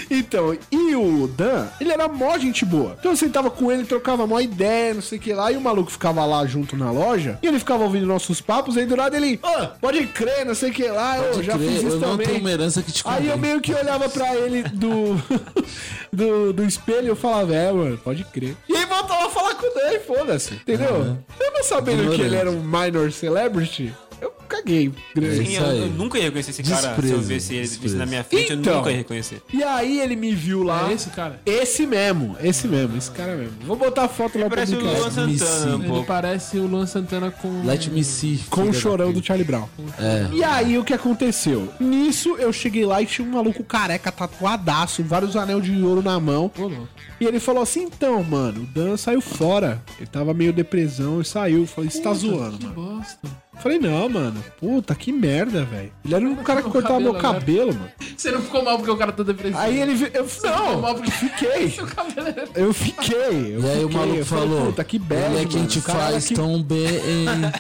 [SPEAKER 2] Então, e o Dan, ele era mó gente boa. Então eu sentava com ele, trocava mó ideia, não sei o que lá, e o maluco ficava lá junto na loja, e ele ficava ouvindo nossos papos, aí do nada ele, "Ah, pode crer, não sei o que lá, eu já
[SPEAKER 3] Crer,
[SPEAKER 2] fiz isso
[SPEAKER 3] eu não
[SPEAKER 2] também.
[SPEAKER 3] tenho uma herança que te
[SPEAKER 2] Aí eu
[SPEAKER 3] convém.
[SPEAKER 2] meio que olhava pra ele do, do, do espelho e eu falava, é, mano, pode crer. E aí voltava a falar com o Dan, e foda-se, entendeu? Eu não sabendo que ele era um minor celebrity, eu caguei.
[SPEAKER 5] É
[SPEAKER 2] grande.
[SPEAKER 4] Sim, eu,
[SPEAKER 3] Isso aí.
[SPEAKER 4] eu nunca ia reconhecer esse cara se eu
[SPEAKER 3] Desprezo,
[SPEAKER 4] visse ele visse
[SPEAKER 3] desprezo.
[SPEAKER 4] na minha frente,
[SPEAKER 2] Então.
[SPEAKER 4] eu nunca ia reconhecer.
[SPEAKER 2] E aí ele me viu lá.
[SPEAKER 5] é esse cara?
[SPEAKER 2] Esse mesmo, esse mesmo, esse cara mesmo. Vou botar a foto lá pra
[SPEAKER 4] Parece o Luan
[SPEAKER 2] publicar.
[SPEAKER 4] Santana um
[SPEAKER 5] Ele
[SPEAKER 4] pouco.
[SPEAKER 5] parece o Luan Santana com...
[SPEAKER 3] Let me see.
[SPEAKER 2] Com
[SPEAKER 3] filha
[SPEAKER 2] o
[SPEAKER 3] da
[SPEAKER 2] chorão
[SPEAKER 3] puta.
[SPEAKER 2] do Charlie Brown.
[SPEAKER 3] É.
[SPEAKER 2] E aí, o que aconteceu? Nisso, eu cheguei lá e tinha um maluco careca, tatuadaço, vários anel de ouro na mão.
[SPEAKER 5] Ô, louco.
[SPEAKER 2] E ele falou assim, então, mano, o Dan saiu fora. Ele tava meio depressão e saiu. Eu Falei, você tá zoando,
[SPEAKER 5] Que
[SPEAKER 2] mano.
[SPEAKER 5] bosta.
[SPEAKER 2] Eu Falei, não, mano. Puta, que merda, velho. Ele era um cara que cortava
[SPEAKER 3] né?
[SPEAKER 2] meu cabelo, mano.
[SPEAKER 5] Você não ficou mal porque o cara tá depressivo.
[SPEAKER 2] Aí ele... vi- Eu,
[SPEAKER 5] ficou
[SPEAKER 2] não,
[SPEAKER 5] mal porque-
[SPEAKER 2] fiquei.
[SPEAKER 5] Seu cabelo era...
[SPEAKER 2] Eu fiquei. Eu
[SPEAKER 3] E aí
[SPEAKER 2] fiquei.
[SPEAKER 3] o maluco
[SPEAKER 2] Eu falei,
[SPEAKER 3] falou:
[SPEAKER 2] Puta, que bad,
[SPEAKER 3] Ele é quem
[SPEAKER 2] mano.
[SPEAKER 3] te
[SPEAKER 2] O cara
[SPEAKER 3] faz
[SPEAKER 2] que-
[SPEAKER 3] tão bem.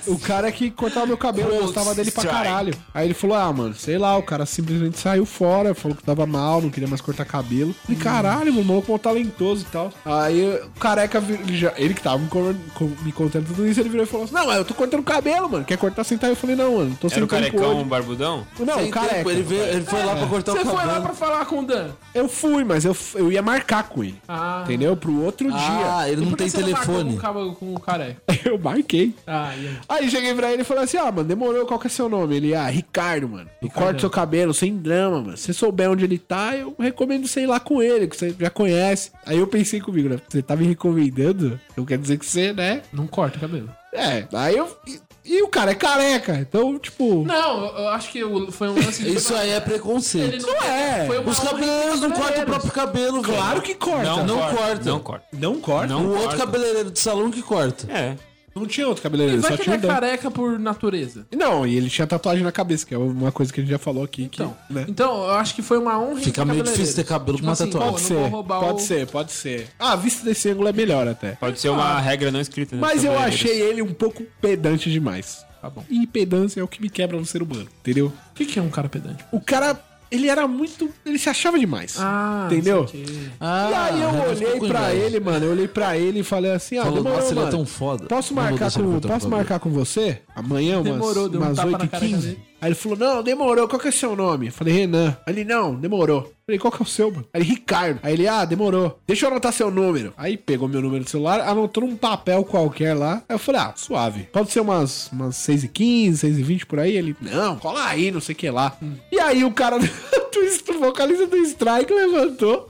[SPEAKER 2] O cara que cortava meu cabelo, eu gostava dele pra
[SPEAKER 4] Strike.
[SPEAKER 2] caralho. Aí ele falou: Ah, mano, sei lá, o cara simplesmente saiu fora, falou que tava mal, não queria mais cortar cabelo. Falei, caralho, mano, o maluco é um talentoso e tal. Aí o careca, vir- ele, já- ele que tava me, con- com- me contando tudo isso, ele virou e falou assim: Não, mas eu tô cortando cabelo, mano. Quer cortar, sentar. Eu falei, não, mano, tô
[SPEAKER 4] Era o
[SPEAKER 2] sentando com o
[SPEAKER 4] carecão
[SPEAKER 2] olho.
[SPEAKER 4] barbudão?
[SPEAKER 2] Não,
[SPEAKER 3] Sem
[SPEAKER 2] é careca.
[SPEAKER 3] tempo, ele, veio- ele foi lá pra cortar o
[SPEAKER 5] Você
[SPEAKER 3] cabelo.
[SPEAKER 5] foi lá pra falar com o Dan.
[SPEAKER 2] Eu fui, mas eu, f- eu ia marcar com ele.
[SPEAKER 5] Ah.
[SPEAKER 2] Entendeu? Pro outro
[SPEAKER 3] Ah, ele
[SPEAKER 5] E
[SPEAKER 3] não
[SPEAKER 5] por que
[SPEAKER 3] tem
[SPEAKER 5] você marcou
[SPEAKER 3] telefone.
[SPEAKER 5] Com o, cabo- com o careca.
[SPEAKER 2] dia. Eu marquei.
[SPEAKER 5] Ah, e aí?
[SPEAKER 2] Aí cheguei pra ele e falei assim: ó, mano, demorou, qual que é seu nome? Ele, ah, Ricardo, mano. Eu corto seu cabelo, sem drama, mano. Se você souber onde ele tá, eu recomendo você ir lá com ele, que você já conhece. Aí eu pensei comigo, né? Você tá me recomendando? Não quer dizer que você, né?
[SPEAKER 5] Não corta o cabelo.
[SPEAKER 2] É, aí eu. E, e o cara é careca, então, tipo.
[SPEAKER 5] Não, eu, eu acho que o- foi um lance de.
[SPEAKER 3] Isso aí é preconceito.
[SPEAKER 5] não
[SPEAKER 2] é.
[SPEAKER 5] Foi uma
[SPEAKER 3] Os
[SPEAKER 5] honra
[SPEAKER 3] cabeleireiros não cortam o
[SPEAKER 5] entre cabeleireiros.
[SPEAKER 3] próprio cabelo, velho.
[SPEAKER 2] Claro que corta.
[SPEAKER 3] Não, não corta.
[SPEAKER 4] Não corta.
[SPEAKER 2] Não corta.
[SPEAKER 4] Não
[SPEAKER 2] Não,
[SPEAKER 3] O outro
[SPEAKER 4] corta.
[SPEAKER 3] cabeleireiro de salão que corta.
[SPEAKER 4] É.
[SPEAKER 2] tinha outro cabeleireiro,
[SPEAKER 5] Vai
[SPEAKER 2] só
[SPEAKER 5] que
[SPEAKER 2] tinha o
[SPEAKER 5] ele é
[SPEAKER 2] Dan.
[SPEAKER 5] careca por natureza.
[SPEAKER 2] Não, e ele tinha tatuagem na cabeça, que é uma coisa que a gente já falou aqui. que,
[SPEAKER 5] Então,
[SPEAKER 2] né?
[SPEAKER 5] então eu acho que foi uma honra entre
[SPEAKER 3] Fica meio
[SPEAKER 5] cabeleireiros.
[SPEAKER 3] difícil ter cabelo
[SPEAKER 5] Tipo
[SPEAKER 3] com uma
[SPEAKER 5] assim,
[SPEAKER 3] tatuagem.
[SPEAKER 5] pô,
[SPEAKER 2] Pode
[SPEAKER 5] não
[SPEAKER 2] ser,
[SPEAKER 5] vou roubar
[SPEAKER 2] pode
[SPEAKER 5] o-
[SPEAKER 2] ser, pode ser. Ah, visto desse ângulo é melhor até.
[SPEAKER 4] Pode ser uma regra não escrita. né,
[SPEAKER 2] Ah. Mas eu
[SPEAKER 4] cabeleireiro.
[SPEAKER 2] achei ele um pouco pedante demais.
[SPEAKER 5] Tá bom.
[SPEAKER 2] E pedância é o que me quebra no ser humano, entendeu?
[SPEAKER 5] O que, que é um cara pedante?
[SPEAKER 2] O cara, ele era muito. Ele se achava demais.
[SPEAKER 5] Ah,
[SPEAKER 2] entendeu?
[SPEAKER 5] sei que-
[SPEAKER 3] Ah,
[SPEAKER 2] E aí eu
[SPEAKER 3] Renan ficou
[SPEAKER 2] olhei
[SPEAKER 3] com
[SPEAKER 2] pra
[SPEAKER 3] inveja.
[SPEAKER 2] ele, mano. Eu olhei pra ele e falei assim: ah,
[SPEAKER 3] Falou,
[SPEAKER 2] demorou,
[SPEAKER 3] nossa, ele
[SPEAKER 2] mano.
[SPEAKER 3] é tão foda.
[SPEAKER 2] Posso
[SPEAKER 3] Não vou
[SPEAKER 2] marcar,
[SPEAKER 3] deixar ele
[SPEAKER 2] com,
[SPEAKER 3] cortar o
[SPEAKER 2] posso
[SPEAKER 3] cabelo.
[SPEAKER 2] marcar com você? Amanhã, umas,
[SPEAKER 5] Demorou, deu um
[SPEAKER 2] umas
[SPEAKER 5] tapa na
[SPEAKER 2] 8
[SPEAKER 5] cara
[SPEAKER 2] 15
[SPEAKER 5] dele.
[SPEAKER 2] Aí ele falou, não, demorou, qual que é seu nome? Eu falei, Renan. Aí Ele, não, demorou. Eu falei, qual que é o seu, mano? Aí ele, Ricardo. Aí ele, ah, demorou. Deixa eu anotar seu número. Aí pegou meu número do celular, anotou num papel qualquer lá. Aí eu falei, ah, suave. Pode ser umas, umas 6 e 15 6 e 20 por aí? Ele, não, cola aí, não sei o que lá.
[SPEAKER 5] Hum.
[SPEAKER 2] E aí o cara do est- vocalista do Strike levantou,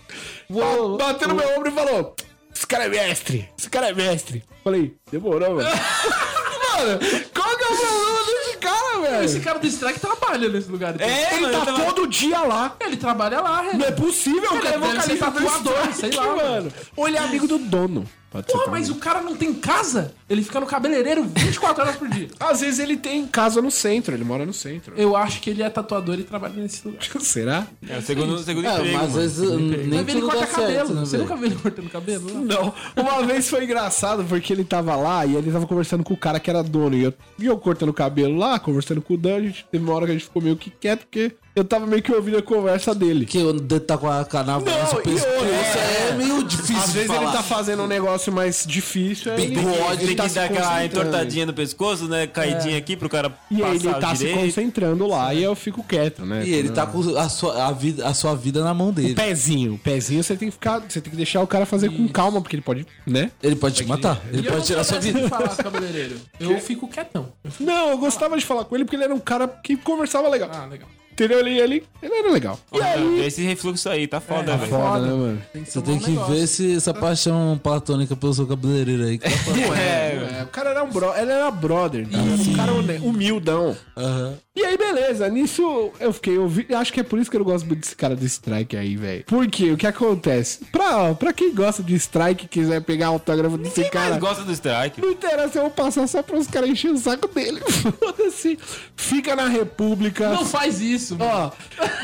[SPEAKER 2] bateu no meu ombro e falou, esse cara é mestre, esse cara é mestre. Falei, demorou, mano. Mano, qual que é o problema desse cara,
[SPEAKER 5] Esse
[SPEAKER 2] velho?
[SPEAKER 5] cara do strike trabalha nesse lugar. então.
[SPEAKER 4] É,
[SPEAKER 2] Ele
[SPEAKER 4] mano,
[SPEAKER 2] tá
[SPEAKER 4] eu tava-
[SPEAKER 2] todo dia lá.
[SPEAKER 5] Ele trabalha lá,
[SPEAKER 2] Não
[SPEAKER 5] Renan.
[SPEAKER 2] é possível, o cara é
[SPEAKER 5] deve ser
[SPEAKER 2] vocalista do
[SPEAKER 5] tatuador,
[SPEAKER 2] Strike,
[SPEAKER 5] sei lá,
[SPEAKER 2] mano. Ou ele é amigo do dono. Pode
[SPEAKER 5] Porra,
[SPEAKER 2] também.
[SPEAKER 5] mas o cara não tem casa? Ele fica no cabeleireiro 24 horas por dia.
[SPEAKER 2] Às vezes ele tem casa no centro, ele mora no centro.
[SPEAKER 5] Eu acho que ele é tatuador e trabalha nesse lugar.
[SPEAKER 2] Será?
[SPEAKER 4] É o segundo, segundo
[SPEAKER 3] É,
[SPEAKER 4] emprego,
[SPEAKER 3] mas às
[SPEAKER 4] mano.
[SPEAKER 3] vezes nem
[SPEAKER 5] Mas ele
[SPEAKER 3] tudo
[SPEAKER 5] corta
[SPEAKER 3] dá
[SPEAKER 5] cabelo.
[SPEAKER 3] certo, né,
[SPEAKER 5] Você
[SPEAKER 3] velho?
[SPEAKER 5] nunca viu ele cortando cabelo? lá?
[SPEAKER 2] Não. Uma vez foi engraçado porque ele tava lá e ele tava conversando com o cara que era dono. E eu, e eu cortando o cabelo lá, conversando com o Dan. A gente teve uma hora que a gente ficou meio que quieto porque eu tava meio que ouvindo a conversa dele.
[SPEAKER 3] Que o dedo tá com a canava
[SPEAKER 2] Não,
[SPEAKER 3] no
[SPEAKER 2] e
[SPEAKER 3] pescoço.
[SPEAKER 2] outra,
[SPEAKER 3] É, meio difícil
[SPEAKER 2] Às
[SPEAKER 3] de
[SPEAKER 2] vezes ele
[SPEAKER 3] falar.
[SPEAKER 2] tá fazendo um negócio mais difícil. aí
[SPEAKER 3] Big
[SPEAKER 2] ele-
[SPEAKER 3] bode,
[SPEAKER 2] ele
[SPEAKER 4] Tem que
[SPEAKER 2] se
[SPEAKER 4] dar aquela
[SPEAKER 2] concentrando.
[SPEAKER 4] entortadinha no pescoço, né?
[SPEAKER 3] É.
[SPEAKER 4] Caidinha aqui pro cara
[SPEAKER 2] E aí ele
[SPEAKER 4] passar
[SPEAKER 2] tá se
[SPEAKER 4] direito.
[SPEAKER 2] concentrando lá e eu fico quieto, né?
[SPEAKER 3] E ele tá com a sua, a vida, a sua vida na mão dele.
[SPEAKER 2] Pezinho, pezinho você tem que ficar, você tem que deixar o cara fazer com calma, porque ele pode, né?
[SPEAKER 3] Ele pode te matar.
[SPEAKER 5] E
[SPEAKER 3] Ele
[SPEAKER 5] eu
[SPEAKER 3] pode
[SPEAKER 5] não
[SPEAKER 3] tirar
[SPEAKER 5] sou
[SPEAKER 3] sua
[SPEAKER 5] desse de
[SPEAKER 3] vida.
[SPEAKER 5] falar com o cabeleireiro. Eu fico quietão.
[SPEAKER 2] Não, eu gostava de falar com ele porque ele era um cara que conversava legal.
[SPEAKER 5] Ah, legal.
[SPEAKER 2] Entendeu? Ele, ele, ele era legal. E
[SPEAKER 4] Olha,
[SPEAKER 2] aí?
[SPEAKER 4] Esse refluxo aí, tá foda, velho.
[SPEAKER 2] Foda, né, mano?
[SPEAKER 3] Você tem que ver se essa paixão platônica pelo seu cabeleireiro aí. que tá falando.
[SPEAKER 2] É, o cara era um bro, ele era brother, tá? Era um cara hone- humildão.
[SPEAKER 3] Aham.
[SPEAKER 2] E aí, beleza, nisso eu fiquei ouvindo. Acho que é por isso que eu não gosto muito desse cara do strike aí, velho. Por quê? O que acontece? Pra, pra quem gosta de strike e quiser pegar autógrafo desse
[SPEAKER 4] Quem
[SPEAKER 2] cara.
[SPEAKER 4] mais gosta do strike?
[SPEAKER 2] Não interessa, eu vou passar só para os caras encher o saco dele. Foda-se. Fica na República.
[SPEAKER 5] Não faz isso, mano.
[SPEAKER 2] Ó,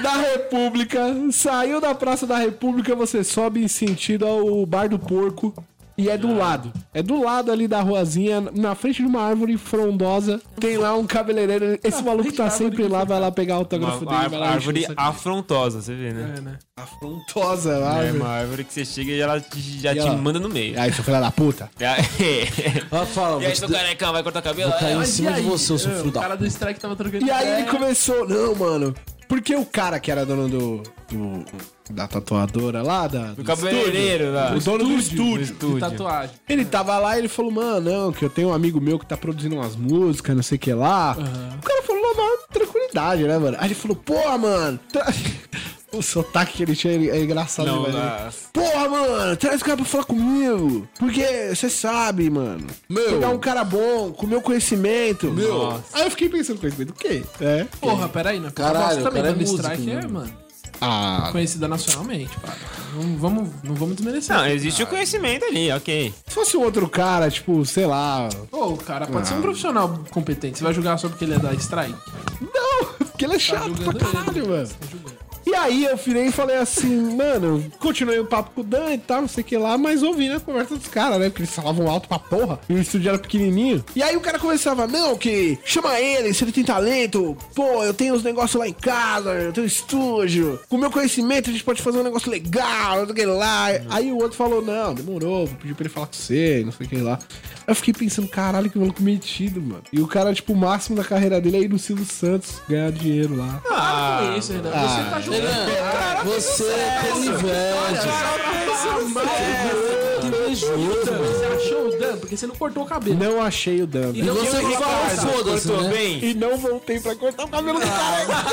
[SPEAKER 2] da República. Saiu da Praça da República, você sobe em sentido ao Bar do Porco. E é do lado. É do lado ali da ruazinha, na frente de uma árvore frondosa. Tem lá um cabeleireiro. Esse maluco tá sempre lá, vai lá pegar o
[SPEAKER 4] Uma
[SPEAKER 2] autógrafo dele.
[SPEAKER 4] ar-
[SPEAKER 2] vai lá
[SPEAKER 4] árvore
[SPEAKER 2] encher o saco
[SPEAKER 4] afrontosa, você vê, né?
[SPEAKER 5] É, né?
[SPEAKER 2] dele. afrontosa. a
[SPEAKER 4] É,
[SPEAKER 2] árvore.
[SPEAKER 4] uma árvore que você chega e ela te- já
[SPEAKER 2] E
[SPEAKER 4] te
[SPEAKER 2] ela-
[SPEAKER 4] manda no meio.
[SPEAKER 2] Aí, seu filho da puta.
[SPEAKER 4] É.
[SPEAKER 3] Ah, fala,
[SPEAKER 4] E
[SPEAKER 3] vou
[SPEAKER 4] aí,
[SPEAKER 3] te
[SPEAKER 4] seu
[SPEAKER 3] dar-
[SPEAKER 4] carecão, vai cortar o cabelo?
[SPEAKER 3] vou cair em
[SPEAKER 5] Mas
[SPEAKER 3] cima
[SPEAKER 5] e
[SPEAKER 3] de
[SPEAKER 5] aí?
[SPEAKER 3] você, seu filho
[SPEAKER 5] O cara
[SPEAKER 3] da...
[SPEAKER 5] do strike tava trocando
[SPEAKER 2] E aí ele
[SPEAKER 3] é
[SPEAKER 5] ideia.
[SPEAKER 2] começou, não, mano. Porque o cara que era dono do. do- da tatuadora lá, da, do,
[SPEAKER 4] cabeleireiro
[SPEAKER 2] estúdio,
[SPEAKER 4] lá.
[SPEAKER 2] O dono do
[SPEAKER 4] No
[SPEAKER 2] estúdio. né?
[SPEAKER 4] estúdio. né?
[SPEAKER 5] Tatuagem.
[SPEAKER 2] Ele tava lá e ele falou, mano, não, que eu tenho um amigo meu que tá produzindo umas músicas, não sei o que lá. O cara falou na maior tranquilidade, né, mano? Aí ele falou, porra, mano. tra- O sotaque que ele tinha é engraçado
[SPEAKER 4] Não,
[SPEAKER 2] demais. né?
[SPEAKER 4] nossa.
[SPEAKER 2] Porra, mano, traz o cara pra falar comigo. Porque você sabe, mano.
[SPEAKER 3] Meu.
[SPEAKER 2] Pegar um cara bom, com meu conhecimento.
[SPEAKER 3] Meu.
[SPEAKER 2] Nossa. Aí eu fiquei pensando, conhecimento o quê? É.
[SPEAKER 5] Porra, peraí, né?
[SPEAKER 3] Caralho,
[SPEAKER 5] Nossa,
[SPEAKER 3] o
[SPEAKER 5] também,
[SPEAKER 3] cara é
[SPEAKER 5] Dando
[SPEAKER 3] músico,
[SPEAKER 5] strike é,
[SPEAKER 3] mano.
[SPEAKER 5] mano,
[SPEAKER 2] Ah,
[SPEAKER 5] conhecida nacionalmente, pá. Não vamos, não vamos desmerecer.
[SPEAKER 4] Não, é- existe o conhecimento ali, ok.
[SPEAKER 2] se fosse um outro cara, tipo, sei lá.
[SPEAKER 5] Pô, o cara pode
[SPEAKER 3] Ah.
[SPEAKER 5] ser um profissional competente. Você vai julgar só porque ele é da strike?
[SPEAKER 2] Não, porque ele é chato pra
[SPEAKER 5] Tá julgando ele.
[SPEAKER 2] caralho, mano. E E aí eu virei e falei assim, mano, continuei o papo com o Dan e tal, não sei o que lá, mas ouvindo a conversa dos caras, né? Porque eles falavam alto pra porra e o estúdio era pequenininho. E aí o cara começava, não, que chama ele, se ele tem talento, pô, eu tenho os negócios lá em casa, eu tenho um estúdio, com o meu conhecimento a gente pode fazer um negócio legal, não sei o que lá. Aí o outro falou, não, demorou, vou pedir pra ele falar com você, não sei o que lá. Eu fiquei pensando, caralho, que maluco metido, mano. E o cara, tipo, o máximo da carreira dele é ir no Silvio Santos ganhar dinheiro lá.
[SPEAKER 4] Ah,
[SPEAKER 5] Para com isso, Renan. Você
[SPEAKER 3] Ah,
[SPEAKER 5] tá julgando.
[SPEAKER 3] é. Renan, você tem inveja. Que invejoso, mano.
[SPEAKER 5] Você achou o Dan? Porque você não cortou o cabelo.
[SPEAKER 2] Não achei o Dan.
[SPEAKER 3] E você que falou, foda-se,
[SPEAKER 4] Cortou
[SPEAKER 3] né?
[SPEAKER 4] bem?
[SPEAKER 2] E não voltei pra cortar o cabelo do cara.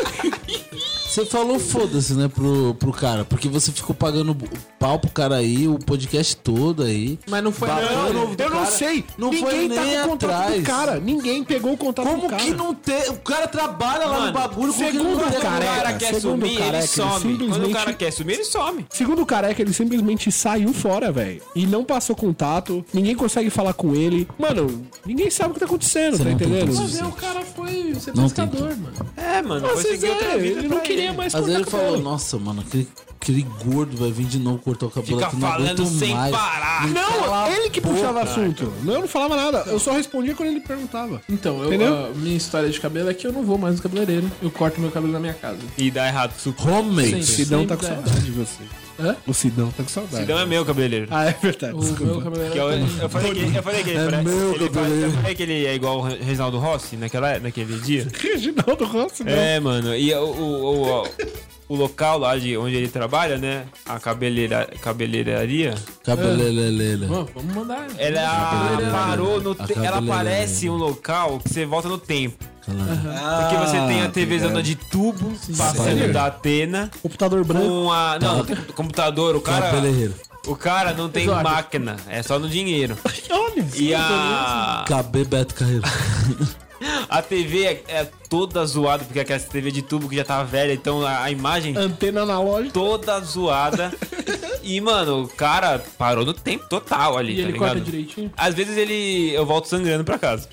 [SPEAKER 3] Você falou foda-se, né, pro, pro cara. Porque você ficou pagando o pau pro cara aí, o podcast todo aí.
[SPEAKER 5] Mas não foi
[SPEAKER 3] Babando.
[SPEAKER 5] não.
[SPEAKER 2] Eu não sei.
[SPEAKER 3] Não
[SPEAKER 2] Ninguém
[SPEAKER 3] foi
[SPEAKER 2] tá
[SPEAKER 3] nem
[SPEAKER 2] com o contrato
[SPEAKER 3] atrás.
[SPEAKER 2] do cara. Ninguém pegou o contrato do
[SPEAKER 3] Como
[SPEAKER 2] cara.
[SPEAKER 3] que não tem? O cara trabalha lá no
[SPEAKER 4] Mano,
[SPEAKER 3] bagulho com
[SPEAKER 2] segundo
[SPEAKER 3] o
[SPEAKER 2] o
[SPEAKER 3] cara.
[SPEAKER 4] Quando
[SPEAKER 3] é
[SPEAKER 4] o
[SPEAKER 2] Careca,
[SPEAKER 4] cara quer
[SPEAKER 2] segundo
[SPEAKER 4] sumir,
[SPEAKER 2] careca,
[SPEAKER 4] ele
[SPEAKER 2] ele
[SPEAKER 4] some. Quando o cara
[SPEAKER 2] simplesmente-
[SPEAKER 4] quer sumir, ele some.
[SPEAKER 2] Segundo o Careca, ele simplesmente saiu fora, velho. E não passou contato. Ninguém consegue falar com ele. Mano, ninguém sabe o que tá acontecendo, tá
[SPEAKER 3] não tem
[SPEAKER 2] entendendo?
[SPEAKER 3] condições.
[SPEAKER 5] Mas é, o cara foi ser
[SPEAKER 3] Não
[SPEAKER 5] pescador, mano.
[SPEAKER 4] É, mano,
[SPEAKER 2] Mas,
[SPEAKER 4] foi
[SPEAKER 2] vocês
[SPEAKER 4] seguir outra
[SPEAKER 2] é,
[SPEAKER 4] vida
[SPEAKER 2] ele não
[SPEAKER 4] pra
[SPEAKER 2] queria mais
[SPEAKER 3] Às vezes ele
[SPEAKER 2] cortar o
[SPEAKER 3] falou,
[SPEAKER 2] cabelo.
[SPEAKER 3] nossa, mano, aquele, aquele gordo vai vir de novo cortar o cabelo
[SPEAKER 4] Fica
[SPEAKER 3] aqui, não
[SPEAKER 4] falando
[SPEAKER 3] aguento
[SPEAKER 4] sem
[SPEAKER 3] mais.
[SPEAKER 4] parar.
[SPEAKER 2] Não, ele que puxava assunto. Não, eu não falava nada. Eu só respondia quando ele perguntava.
[SPEAKER 5] Então,
[SPEAKER 2] Entendeu?
[SPEAKER 5] eu, a minha história de cabelo é que eu não vou mais no cabeleireiro. Eu corto meu cabelo na minha casa.
[SPEAKER 4] E dá errado. super.
[SPEAKER 3] Homemade.
[SPEAKER 2] O
[SPEAKER 5] Sim.
[SPEAKER 2] Sidão tá
[SPEAKER 5] Sempre
[SPEAKER 2] com
[SPEAKER 5] dá
[SPEAKER 2] saudade de você.
[SPEAKER 5] Hã?
[SPEAKER 2] O Sidão tá com saudade.
[SPEAKER 4] Então é meu cabeleireiro.
[SPEAKER 2] Ah, é verdade.
[SPEAKER 5] O
[SPEAKER 2] desculpa.
[SPEAKER 5] meu
[SPEAKER 4] Que é o-
[SPEAKER 5] cabeleireiro.
[SPEAKER 4] eu, falei que, eu falei que ele
[SPEAKER 3] É
[SPEAKER 4] parece.
[SPEAKER 3] meu
[SPEAKER 4] ele faz-
[SPEAKER 3] cabeleireiro.
[SPEAKER 4] eu falei que ele é igual o Re- Reginaldo Rossi né, naquela, naquele é dia.
[SPEAKER 2] Reginaldo Rossi, não.
[SPEAKER 4] É, mano, e o, o, o, o local lá de onde ele trabalha, né? A cabeleira, cabeleireira.
[SPEAKER 3] Cabelelelele.
[SPEAKER 5] Mano, vamos mandar.
[SPEAKER 4] Ela
[SPEAKER 3] Cabeleireira.
[SPEAKER 4] parou no.
[SPEAKER 3] A
[SPEAKER 4] te- Ela
[SPEAKER 3] cabeleireira.
[SPEAKER 4] parece um local que você volta no tempo.
[SPEAKER 3] Caralho.
[SPEAKER 4] Porque você tem a TV zona de tubo, passando
[SPEAKER 3] Ah, Sério? Tá.
[SPEAKER 4] da Atena.
[SPEAKER 2] Computador branco.
[SPEAKER 4] Com a. Não, o computador, o cara.
[SPEAKER 3] Cabeleireiro.
[SPEAKER 4] O cara não tem máquina, é só no dinheiro.
[SPEAKER 2] Olha.
[SPEAKER 4] E a.
[SPEAKER 3] KB Beto Carreiro.
[SPEAKER 4] A TV é, é toda zoada, porque aquela TV de tubo que já tá velha, então a, a imagem
[SPEAKER 2] Antena analógica.
[SPEAKER 4] toda zoada. e, mano, o cara parou no tempo total ali,
[SPEAKER 5] E
[SPEAKER 4] tá
[SPEAKER 5] ele
[SPEAKER 4] ligado?
[SPEAKER 5] corta direitinho?
[SPEAKER 4] Às vezes ele. eu volto sangrando pra casa.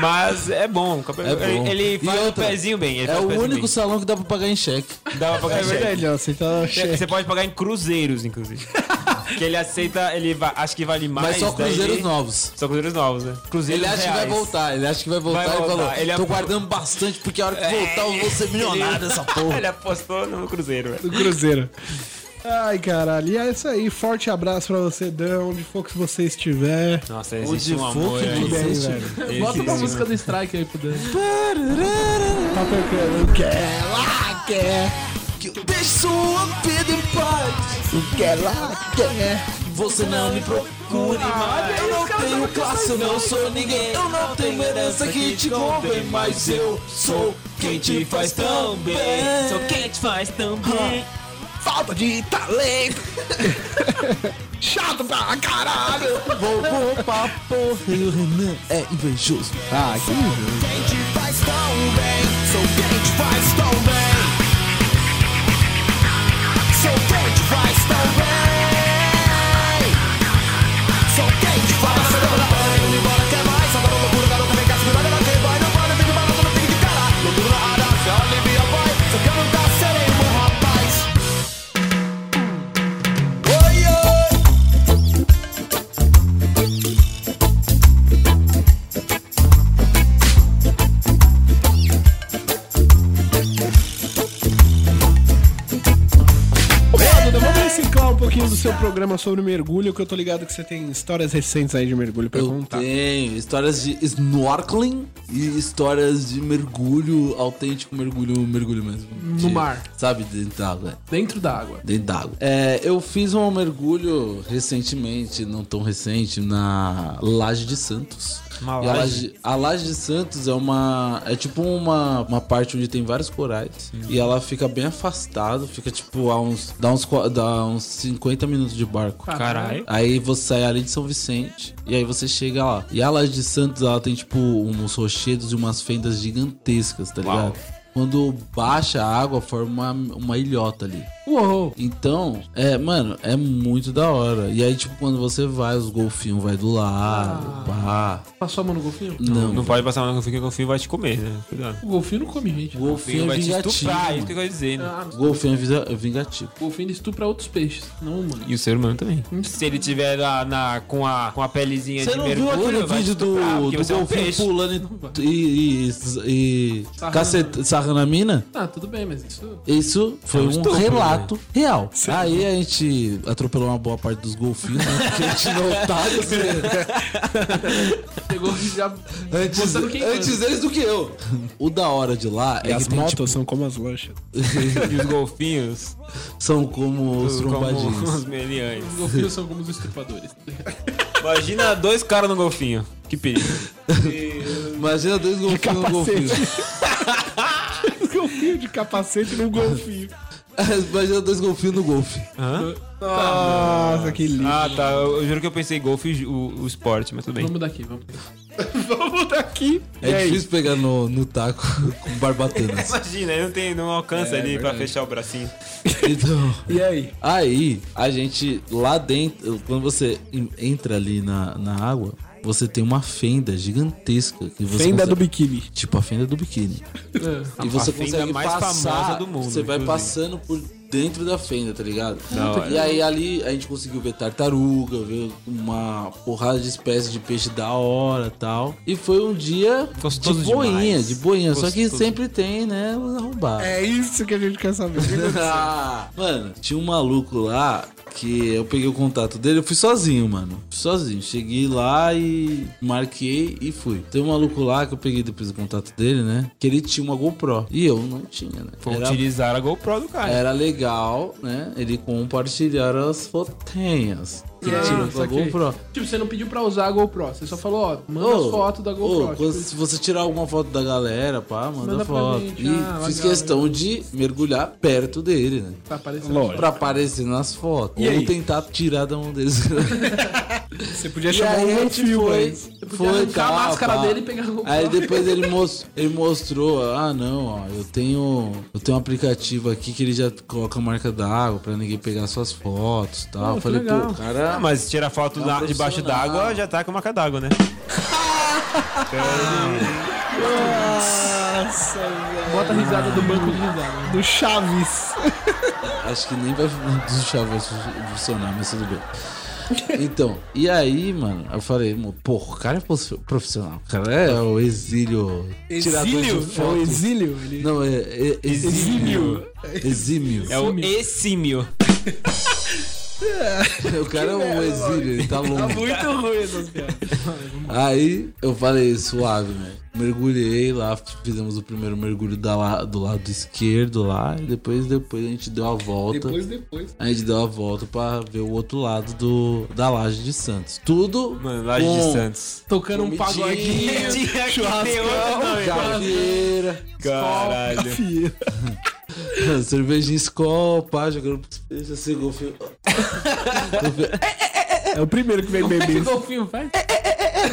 [SPEAKER 4] Mas é bom. o cabelo-
[SPEAKER 3] É bom.
[SPEAKER 4] Ele, ele
[SPEAKER 3] E
[SPEAKER 4] faz o
[SPEAKER 3] outra,
[SPEAKER 4] pezinho bem. Ele
[SPEAKER 3] É
[SPEAKER 4] faz
[SPEAKER 3] o
[SPEAKER 4] pezinho
[SPEAKER 3] único
[SPEAKER 4] bem.
[SPEAKER 3] salão que dá pra pagar em cheque.
[SPEAKER 4] Dá pra pagar
[SPEAKER 2] É verdade, ó, você tá
[SPEAKER 4] cheque. Você pode pagar em cruzeiros, inclusive. que ele aceita, ele va- acho que vale mais.
[SPEAKER 3] Mas só
[SPEAKER 4] daí-
[SPEAKER 3] cruzeiros novos.
[SPEAKER 4] Só cruzeiros novos, né? Cruzeiros
[SPEAKER 3] Ele acha que vai
[SPEAKER 4] reais.
[SPEAKER 3] voltar, ele acha que vai voltar É,
[SPEAKER 4] Vai
[SPEAKER 3] e
[SPEAKER 4] voltar,
[SPEAKER 3] falou:
[SPEAKER 4] ele
[SPEAKER 3] tô
[SPEAKER 4] apro-
[SPEAKER 3] guardando bastante porque a hora que voltar eu vou ser milionário dessa porra.
[SPEAKER 4] Ele apostou no Cruzeiro, velho.
[SPEAKER 2] do Cruzeiro. Ai, caralho. E é isso aí. Forte abraço pra você, Dan. Onde for que você estiver.
[SPEAKER 4] Nossa, existe
[SPEAKER 3] Onde
[SPEAKER 4] um
[SPEAKER 3] for
[SPEAKER 4] amor
[SPEAKER 3] que
[SPEAKER 4] aí.
[SPEAKER 2] Tudo
[SPEAKER 3] você
[SPEAKER 2] bem,
[SPEAKER 3] estiver.
[SPEAKER 2] velho.
[SPEAKER 4] Existe
[SPEAKER 5] Bota uma
[SPEAKER 4] um-
[SPEAKER 5] música do Strike aí pro Dan.
[SPEAKER 2] Tá tocando. Que lá quer.
[SPEAKER 3] Que eu deixo sua vida em paz.
[SPEAKER 2] O que ela
[SPEAKER 3] É.
[SPEAKER 2] quer.
[SPEAKER 3] Você não me procure mais. Eu não tenho classe, eu não sou ninguém. Eu não tenho herança que te convém, mas eu sou quem te faz tão bem.
[SPEAKER 4] Sou quem te faz tão bem.
[SPEAKER 2] Falta de talento. Chato pra caralho.
[SPEAKER 3] Vou, vou pra porra. E o Renan é invejoso.
[SPEAKER 2] Ah, que lindo.
[SPEAKER 7] Quem te faz tão bem, sou quem te faz tão bem. Sou quem te faz tão bem. Sou quem te faz tão bem. Indo embora, quer mais? Só para loucura, garota, vem cá, segurada, não tem boy, não para, fica balada, não fica de cara. Loucura na área, se alivia, vai. Só quero dar serei um rapaz. Oi, oi.
[SPEAKER 2] Ah, Duda, vamos reciclar um pouquinho do seu programa sobre mergulho, que eu tô ligado que você tem histórias recentes aí de mergulho pra
[SPEAKER 3] Eu
[SPEAKER 2] contar.
[SPEAKER 3] tenho histórias de snorkeling e histórias de mergulho, autêntico mergulho, mergulho mesmo.
[SPEAKER 5] No
[SPEAKER 3] De-
[SPEAKER 5] mar.
[SPEAKER 3] Sabe, dentro da água.
[SPEAKER 5] Dentro da água.
[SPEAKER 3] Dentro d'água. É, eu fiz um mergulho recentemente, não tão recente, na Laje de Santos.
[SPEAKER 4] Uma
[SPEAKER 3] E a,
[SPEAKER 4] laje?
[SPEAKER 3] laje, a Laje de Santos é uma. É tipo uma, uma parte onde tem vários corais. E ela fica bem afastada, fica tipo a uns. Dá uns, qua- dá uns 50 minutos de barco.
[SPEAKER 4] Caralho.
[SPEAKER 3] Aí você sai ali de São Vicente e aí você chega lá. E a Laje de Santos, ela tem tipo uns rochedos e umas fendas gigantescas, tá ligado? Quando baixa a água, forma uma, uma ilhota ali.
[SPEAKER 5] Uou!
[SPEAKER 3] Então, é, mano, é muito da hora. E aí, tipo, quando você vai, os golfinhos vai do lado, pá.
[SPEAKER 5] Passou a mão no golfinho?
[SPEAKER 3] Não,
[SPEAKER 4] Não pode passar na golfinho, que o golfinho vai te comer, né? Cuidado.
[SPEAKER 5] O golfinho não come gente.
[SPEAKER 3] o golfinho é
[SPEAKER 4] vai te
[SPEAKER 3] vingativo.
[SPEAKER 4] estuprar, isso
[SPEAKER 3] mano.
[SPEAKER 4] que eu quero dizer, né?
[SPEAKER 5] Ah,
[SPEAKER 3] O golfinho é visa- é vingativo.
[SPEAKER 5] o golfinho ele estupra outros peixes. Não, mano.
[SPEAKER 4] E o ser humano também. Se ele tiver lá na, com, a, com a pelezinha
[SPEAKER 3] Você
[SPEAKER 4] de
[SPEAKER 3] não
[SPEAKER 4] mergulho,
[SPEAKER 3] viu aquele
[SPEAKER 4] vai
[SPEAKER 3] vídeo
[SPEAKER 4] te estuprar,
[SPEAKER 3] do,
[SPEAKER 4] porque
[SPEAKER 3] do
[SPEAKER 4] você é um
[SPEAKER 3] golfinho
[SPEAKER 4] peixe.
[SPEAKER 3] pulando e, e, e, e
[SPEAKER 5] Sarrando.
[SPEAKER 3] cacet- sarrando a mina?
[SPEAKER 5] Ah, tudo bem, mas isso.
[SPEAKER 3] Isso foi um
[SPEAKER 4] É estupro,
[SPEAKER 3] relato real. Aí a gente atropelou uma boa parte dos golfinhos, né? Porque a gente não é otário, você-
[SPEAKER 5] Pegou e já.
[SPEAKER 3] antes,
[SPEAKER 5] Mostrando quem
[SPEAKER 3] antes deles do que eu. O da hora de lá é
[SPEAKER 2] E
[SPEAKER 3] que
[SPEAKER 2] as
[SPEAKER 3] tem,
[SPEAKER 2] motos
[SPEAKER 3] tipo,
[SPEAKER 2] são como as lanchas.
[SPEAKER 4] E os golfinhos,
[SPEAKER 3] tipo, são como os
[SPEAKER 4] como
[SPEAKER 3] trombadinhos.
[SPEAKER 4] os meliantes.
[SPEAKER 5] Os golfinhos são como os estrupadores.
[SPEAKER 4] Imagina dois caras no golfinho. Que perigo.
[SPEAKER 3] Imagina dois golfinhos no golfinho.
[SPEAKER 2] golfinho de capacete no golfinho.
[SPEAKER 3] Imagina dois golfinhos no golfe.
[SPEAKER 2] Nossa, que lindo.
[SPEAKER 4] Ah, tá. Eu, eu juro que eu pensei golfe e ju- o, o esporte, mas tudo bem.
[SPEAKER 5] Vamos daqui, vamos daqui.
[SPEAKER 2] Vamos daqui.
[SPEAKER 3] É difícil pegar no, no taco com barbatanas.
[SPEAKER 4] Imagina, ele não, tem, não alcança ali pra fechar o bracinho.
[SPEAKER 3] Então.
[SPEAKER 2] E aí?
[SPEAKER 3] Aí, a gente lá dentro, quando você en- entra ali na, na água, você tem uma fenda gigantesca. Que você
[SPEAKER 2] Fenda
[SPEAKER 3] consegue-
[SPEAKER 2] do biquíni.
[SPEAKER 3] Tipo a fenda do biquíni.
[SPEAKER 5] É.
[SPEAKER 3] E você
[SPEAKER 4] fenda
[SPEAKER 3] consegue
[SPEAKER 4] mais
[SPEAKER 3] passar,
[SPEAKER 4] famosa do mundo,
[SPEAKER 3] você vai
[SPEAKER 4] inclusive.
[SPEAKER 3] passando por dentro da fenda, tá ligado?
[SPEAKER 4] Da hora.
[SPEAKER 3] E aí ali a gente conseguiu ver tartaruga, ver uma porrada de espécies de peixe da hora, tal. E foi um dia
[SPEAKER 4] Gostoso
[SPEAKER 3] de boinha,
[SPEAKER 4] demais.
[SPEAKER 3] de boinha, só que
[SPEAKER 4] Gostoso.
[SPEAKER 3] sempre tem, né, os arrombados.
[SPEAKER 2] É isso que a gente quer saber.
[SPEAKER 3] Ah, mano, tinha um maluco lá que eu peguei o contato dele, eu fui sozinho, mano. Fui sozinho. Cheguei lá e marquei e fui. Tem um maluco lá que eu peguei depois o contato dele, né? Que ele tinha uma GoPro. E eu não tinha, né?
[SPEAKER 5] um
[SPEAKER 4] Vou
[SPEAKER 3] Era,
[SPEAKER 4] utilizar a GoPro do cara.
[SPEAKER 3] era legal, né? Ele compartilhar as fotinhas. Que ele
[SPEAKER 5] Ah,
[SPEAKER 3] tirou com a
[SPEAKER 5] saquei.
[SPEAKER 3] GoPro.
[SPEAKER 5] Tipo, você não pediu pra usar a GoPro. Você só falou, ó, manda
[SPEAKER 3] Ô,
[SPEAKER 5] as fotos da GoPro.
[SPEAKER 3] ô,
[SPEAKER 5] tipo,
[SPEAKER 3] quando- se você tirar alguma foto da galera, pá, manda,
[SPEAKER 5] Manda pra
[SPEAKER 3] foto.
[SPEAKER 5] gente,
[SPEAKER 3] E
[SPEAKER 5] ah,
[SPEAKER 3] fiz
[SPEAKER 5] legal,
[SPEAKER 3] questão de mergulhar perto dele, né?
[SPEAKER 5] tá aparecendo.
[SPEAKER 2] Lógico.
[SPEAKER 3] Pra aparecer nas fotos.
[SPEAKER 2] E
[SPEAKER 3] Ou
[SPEAKER 2] aí?
[SPEAKER 3] tentar tirar da mão deles.
[SPEAKER 2] Você podia
[SPEAKER 3] e
[SPEAKER 2] chamar
[SPEAKER 3] aí
[SPEAKER 2] um
[SPEAKER 3] a
[SPEAKER 2] outro
[SPEAKER 3] gente
[SPEAKER 2] filme.
[SPEAKER 3] foi.
[SPEAKER 2] mas-
[SPEAKER 5] podia
[SPEAKER 3] foi
[SPEAKER 5] arrancar a
[SPEAKER 3] tá,
[SPEAKER 5] máscara
[SPEAKER 3] pá.
[SPEAKER 5] dele e pegar a GoPro.
[SPEAKER 3] Aí depois ele, mos- ele mostrou, ah não, ó, eu tenho. Eu tenho um aplicativo aqui que ele já coloca a marca d'água pra ninguém pegar suas fotos e tal.
[SPEAKER 5] Pô,
[SPEAKER 3] Eu falei,
[SPEAKER 5] que
[SPEAKER 3] pô,
[SPEAKER 4] Ah,
[SPEAKER 5] legal.
[SPEAKER 3] cara.
[SPEAKER 4] mas tira foto
[SPEAKER 3] Não,
[SPEAKER 4] da- debaixo
[SPEAKER 3] profissional.
[SPEAKER 4] d'água, já tá com marca d'água, né?
[SPEAKER 5] Bota a risada do banco de risada.
[SPEAKER 2] Do Chaves.
[SPEAKER 3] Acho que nem vai do Chaves funcionar, mas tudo bem. Então, e aí, mano, eu falei, mo- pô, o cara é pos- profissional. O cara é o exílio. tirador de
[SPEAKER 2] É o
[SPEAKER 3] foto.
[SPEAKER 2] exílio? Ele...
[SPEAKER 3] Não, é, é- exímio. Exímio.
[SPEAKER 4] É o exímio.
[SPEAKER 3] o cara é um exílio, ele tá longe.
[SPEAKER 2] Muito ruim essas piadas.
[SPEAKER 3] Aí eu falei, suave, né? Mergulhei lá, fizemos o primeiro mergulho da la- do lado esquerdo lá, e depois, depois a gente deu a volta.
[SPEAKER 5] Depois, depois.
[SPEAKER 3] A gente deu a volta pra ver o outro lado do, da laje de Santos. Tudo.
[SPEAKER 4] Mano, Laje de
[SPEAKER 3] com
[SPEAKER 4] Santos.
[SPEAKER 5] Tocando um pagodinho.
[SPEAKER 4] Tinha que ter outro nome.
[SPEAKER 3] Caveira,
[SPEAKER 4] Caralho.
[SPEAKER 3] cervejinha Skol, pá, jogando pros peixes, assim, golfinho.
[SPEAKER 2] É o primeiro que vem beber.
[SPEAKER 5] O golfinho vai.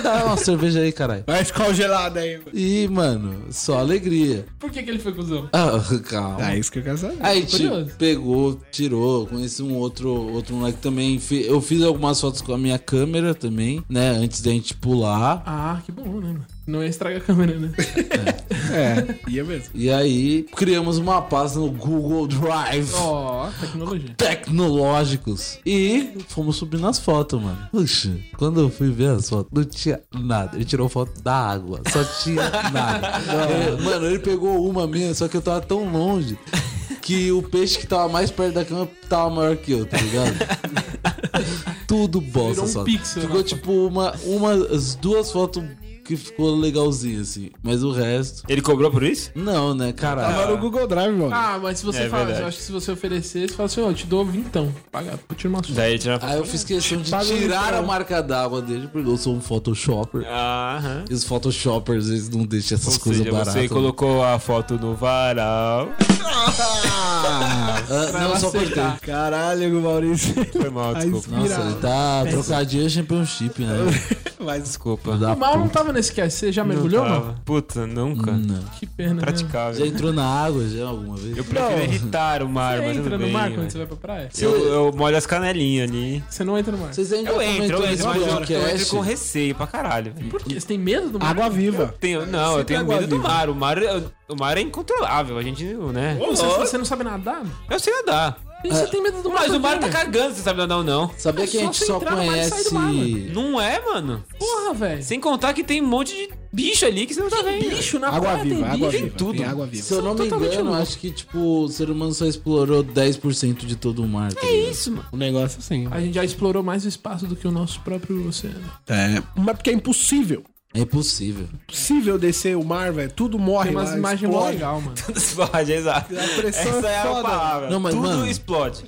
[SPEAKER 3] Dá Ah, uma cerveja aí, caralho.
[SPEAKER 2] Vai ficar gelado aí. mano.
[SPEAKER 3] E, mano, só alegria.
[SPEAKER 5] Por que, que ele foi cuzão?
[SPEAKER 3] Ah, calma.
[SPEAKER 2] Ah, é isso que eu quero saber.
[SPEAKER 3] Aí a gente
[SPEAKER 5] curioso.
[SPEAKER 3] pegou, tirou, conheci um outro, outro moleque também. Fi- Eu fiz algumas fotos com a minha câmera também, né? Antes da gente pular.
[SPEAKER 5] Ah, que bom, né, mano? Não ia estragar a câmera, né?
[SPEAKER 2] É, ia mesmo.
[SPEAKER 3] E aí criamos uma pasta no Google Drive.
[SPEAKER 5] Ó, tecnologia.
[SPEAKER 3] Tecnológicos. E fomos subindo as fotos, mano. Puxa, quando eu fui ver as fotos, não tinha nada. Ele tirou foto da água, só tinha nada. É, mano, ele pegou uma minha, só que eu tava tão longe que o peixe que tava mais perto da cama tava maior que eu, tá ligado? Tudo bosta
[SPEAKER 5] Virou um
[SPEAKER 3] só.
[SPEAKER 5] pixel,
[SPEAKER 3] ficou
[SPEAKER 5] né?
[SPEAKER 3] tipo uma, uma, as duas fotos que ficou legalzinho assim, mas o resto.
[SPEAKER 4] Ele cobrou por isso?
[SPEAKER 3] Não, né,
[SPEAKER 2] Tava
[SPEAKER 3] caralho?
[SPEAKER 2] Tá no Google Drive, mano.
[SPEAKER 5] Ah, mas se você
[SPEAKER 4] É
[SPEAKER 5] fala,
[SPEAKER 4] verdade.
[SPEAKER 5] eu acho que se você oferecer, você fala assim, ó, eu te dou vintão. Paga, eu tiro uma surra.
[SPEAKER 4] Daí ele tira foto.
[SPEAKER 3] Aí eu fiz questão
[SPEAKER 5] um
[SPEAKER 3] de
[SPEAKER 2] Paga o
[SPEAKER 3] tirar a
[SPEAKER 2] literal.
[SPEAKER 3] marca d'água dele, porque eu sou um photoshopper.
[SPEAKER 4] Aham.
[SPEAKER 3] E os photoshoppers, eles não deixam essas
[SPEAKER 4] Ou
[SPEAKER 3] coisas
[SPEAKER 4] seja,
[SPEAKER 3] baratas. né?
[SPEAKER 4] você colocou a foto no varal.
[SPEAKER 3] Ah, não, só cortei.
[SPEAKER 4] tá
[SPEAKER 2] Caralho, Maurício.
[SPEAKER 4] Foi mal, desculpa.
[SPEAKER 3] Nossa, ele tá trocadinho é championship, né?
[SPEAKER 4] Mas desculpa.
[SPEAKER 3] Da
[SPEAKER 5] O Mal não tava nesse cast, você já mergulhou,
[SPEAKER 4] Não
[SPEAKER 5] Mal?
[SPEAKER 4] tava. Puta, nunca.
[SPEAKER 3] Não.
[SPEAKER 5] Que pena, né?
[SPEAKER 3] Já
[SPEAKER 4] Praticável.
[SPEAKER 3] entrou na água já alguma vez?
[SPEAKER 4] Eu prefiro evitar o mar,
[SPEAKER 5] Você
[SPEAKER 4] mas
[SPEAKER 5] entra
[SPEAKER 4] tudo
[SPEAKER 5] no
[SPEAKER 4] bem.
[SPEAKER 5] mar quando
[SPEAKER 4] velho.
[SPEAKER 5] você vai pra praia?
[SPEAKER 4] eu, eu molho as canelinhas ali.
[SPEAKER 5] Você não entra no mar.
[SPEAKER 3] Vocês ainda
[SPEAKER 4] Eu entro, eu entro,
[SPEAKER 3] nesse
[SPEAKER 4] mas eu, eu entro
[SPEAKER 3] podcast?
[SPEAKER 4] com receio pra caralho. velho.
[SPEAKER 5] Por quê? Você tem medo do mar?
[SPEAKER 2] Água viva.
[SPEAKER 4] Tenho, não, eu tenho
[SPEAKER 2] água
[SPEAKER 4] medo do
[SPEAKER 2] viva.
[SPEAKER 4] mar. O mar, é- o mar é incontrolável, a gente, né?
[SPEAKER 5] Pô, você, você não sabe nadar?
[SPEAKER 4] Eu sei nadar.
[SPEAKER 5] E você tem medo do mar?
[SPEAKER 4] Mas o
[SPEAKER 5] por
[SPEAKER 4] mar
[SPEAKER 5] quê,
[SPEAKER 4] tá
[SPEAKER 5] velho?
[SPEAKER 4] cagando, você sabe nadar ou não.
[SPEAKER 3] Sabia que a
[SPEAKER 5] É só
[SPEAKER 3] gente
[SPEAKER 5] você
[SPEAKER 3] só
[SPEAKER 5] entrar no mar e sair do
[SPEAKER 3] conhece.
[SPEAKER 5] mar,
[SPEAKER 4] Não é, mano.
[SPEAKER 5] Porra, velho.
[SPEAKER 4] Sem contar que tem um monte de bicho ali que você não tá vendo.
[SPEAKER 5] Bicho na
[SPEAKER 2] Água
[SPEAKER 5] praia
[SPEAKER 2] viva,
[SPEAKER 5] Ah, tem
[SPEAKER 2] água
[SPEAKER 5] bicho.
[SPEAKER 2] viva.
[SPEAKER 4] tudo.
[SPEAKER 2] Tem água viva.
[SPEAKER 3] Se eu não me
[SPEAKER 5] totalmente
[SPEAKER 3] engano,
[SPEAKER 5] louco.
[SPEAKER 3] acho que, tipo, o ser humano só explorou 10% de todo o mar. tá
[SPEAKER 4] É
[SPEAKER 3] ligado?
[SPEAKER 4] isso, mano.
[SPEAKER 2] O negócio assim.
[SPEAKER 5] A gente já explorou mais o espaço do que o nosso próprio oceano.
[SPEAKER 2] É. Mas porque é impossível.
[SPEAKER 3] É impossível.
[SPEAKER 2] Impossível descer o mar, velho. Tudo morre.
[SPEAKER 5] Tem umas
[SPEAKER 2] lá,
[SPEAKER 5] imagens mó
[SPEAKER 2] explode.
[SPEAKER 5] legal, mano.
[SPEAKER 4] Explode, exato.
[SPEAKER 2] A pressão
[SPEAKER 4] Essa
[SPEAKER 2] é
[SPEAKER 4] é a
[SPEAKER 2] foda.
[SPEAKER 4] palavra.
[SPEAKER 3] Não, mas,
[SPEAKER 4] Tudo
[SPEAKER 3] mano-
[SPEAKER 4] explode.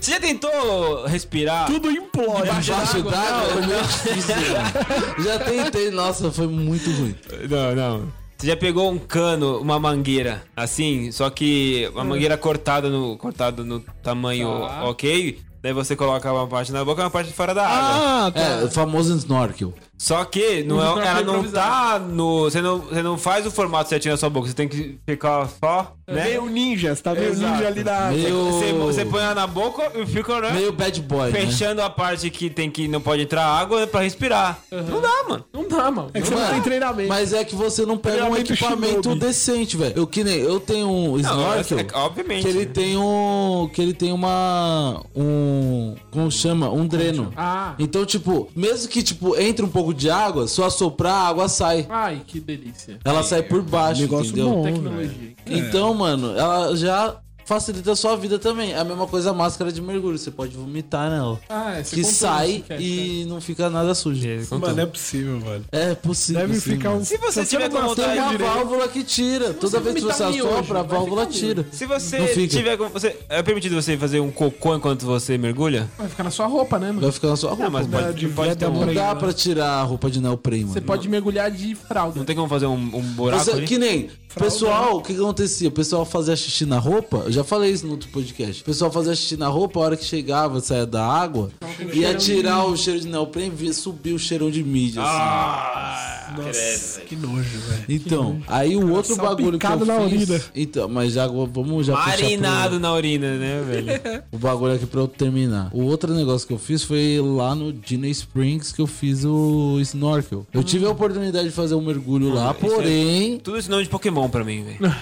[SPEAKER 4] Você já tentou respirar?
[SPEAKER 2] Tudo implode.
[SPEAKER 3] Embaixo d'água é muito difícil. mano. Já tentei, nossa, foi muito ruim.
[SPEAKER 4] Não, não. Você já pegou um cano, uma mangueira, assim, só que uma mangueira cortada no, cortada no tamanho ok? Daí você coloca uma parte na boca e uma parte fora da água.
[SPEAKER 2] Ah, tá.
[SPEAKER 3] É, o famoso snorkel.
[SPEAKER 4] Só que não
[SPEAKER 5] Usa pra
[SPEAKER 4] é, ela não tá
[SPEAKER 5] improvisar.
[SPEAKER 4] no. Você não, você não faz o formato certinho na sua boca, você tem que ficar só, né?
[SPEAKER 2] Meio ninja, você tá meio
[SPEAKER 4] Exato.
[SPEAKER 2] ninja ali da água.
[SPEAKER 3] Meio,
[SPEAKER 4] Ah, Você, você põe ela na boca e fica, né?
[SPEAKER 3] meio bad boy, né?
[SPEAKER 4] Fechando a parte que tem que não pode entrar água é pra respirar. Não dá, mano.
[SPEAKER 5] Não dá, mano.
[SPEAKER 2] É que você não
[SPEAKER 3] Mano,
[SPEAKER 2] tem treinamento.
[SPEAKER 3] Mas é que você não pega um
[SPEAKER 2] Treinamento
[SPEAKER 3] equipamento
[SPEAKER 2] shinobi.
[SPEAKER 3] decente, velho. Eu que nem eu tenho um snorkel.
[SPEAKER 4] é- é- obviamente,
[SPEAKER 3] Que
[SPEAKER 4] né?
[SPEAKER 3] ele tem um, que ele tem uma um como chama, um dreno.
[SPEAKER 5] Ah.
[SPEAKER 3] Então tipo, mesmo que tipo entre um pouco de água, só soprar a água sai.
[SPEAKER 5] Ai, que delícia.
[SPEAKER 3] Ela sai por baixo,
[SPEAKER 2] Negócio
[SPEAKER 3] entendeu?
[SPEAKER 2] bom. né?
[SPEAKER 5] Tecnologia.
[SPEAKER 3] Então, mano, ela já facilita a sua vida também. É a mesma coisa a máscara de mergulho, você pode vomitar nela.
[SPEAKER 5] Ah, você
[SPEAKER 3] que
[SPEAKER 5] contou
[SPEAKER 3] sai
[SPEAKER 5] isso, cara.
[SPEAKER 3] e não fica nada sujo.
[SPEAKER 2] Mano, é possível, mano.
[SPEAKER 3] É possível.
[SPEAKER 2] Deve
[SPEAKER 3] sim,
[SPEAKER 2] ficar
[SPEAKER 3] mano.
[SPEAKER 2] um.
[SPEAKER 4] Se você tiver com
[SPEAKER 2] não
[SPEAKER 4] vontade
[SPEAKER 3] Tem
[SPEAKER 2] mastiga
[SPEAKER 3] uma
[SPEAKER 2] direito.
[SPEAKER 3] válvula que tira. Toda vez que você
[SPEAKER 5] vomitar miojo,
[SPEAKER 3] assopra, a
[SPEAKER 5] vai
[SPEAKER 3] válvula
[SPEAKER 5] ficar
[SPEAKER 3] tira.
[SPEAKER 5] miojo.
[SPEAKER 4] Se
[SPEAKER 3] Não
[SPEAKER 4] você
[SPEAKER 3] fica.
[SPEAKER 4] tiver com você é permitido você fazer um cocô enquanto você mergulha?
[SPEAKER 5] Vai ficar na sua roupa, né, mano?
[SPEAKER 3] Vai ficar na sua roupa.
[SPEAKER 4] Não, mas pode,
[SPEAKER 2] devia
[SPEAKER 4] pode ter
[SPEAKER 2] dar
[SPEAKER 4] um,
[SPEAKER 3] Não
[SPEAKER 2] uma-
[SPEAKER 3] dá pra tirar a roupa de neoprene, mano.
[SPEAKER 5] Você pode mergulhar de fralda.
[SPEAKER 4] não tem como fazer um, um buraco
[SPEAKER 3] Você-
[SPEAKER 4] ali?
[SPEAKER 3] que nem, o pessoal, o que que acontecia? O pessoal fazia xixi na roupa, eu já falei isso no outro podcast. O pessoal fazia xixi na roupa, a hora que chegava, saia da água,
[SPEAKER 5] Então, um
[SPEAKER 3] ia tirar o cheiro de neoprene, via subir o cheirão de mídia. assim.
[SPEAKER 2] Ah.
[SPEAKER 4] Ah,
[SPEAKER 2] Nossa, que nojo, velho.
[SPEAKER 3] Então, aí o outro bagulho que eu
[SPEAKER 2] salpicado na
[SPEAKER 3] fiz...
[SPEAKER 2] orina.
[SPEAKER 3] Então, mas já vamos já puxar pro-
[SPEAKER 4] Marinado na urina, né, velho?
[SPEAKER 3] o bagulho aqui pra eu terminar. O outro negócio que eu fiz foi lá no Disney Springs que eu fiz o snorkel. Eu tive a oportunidade de fazer um mergulho lá,
[SPEAKER 4] isso é-
[SPEAKER 3] porém.
[SPEAKER 4] Tudo esse nome de Pokémon pra mim, velho.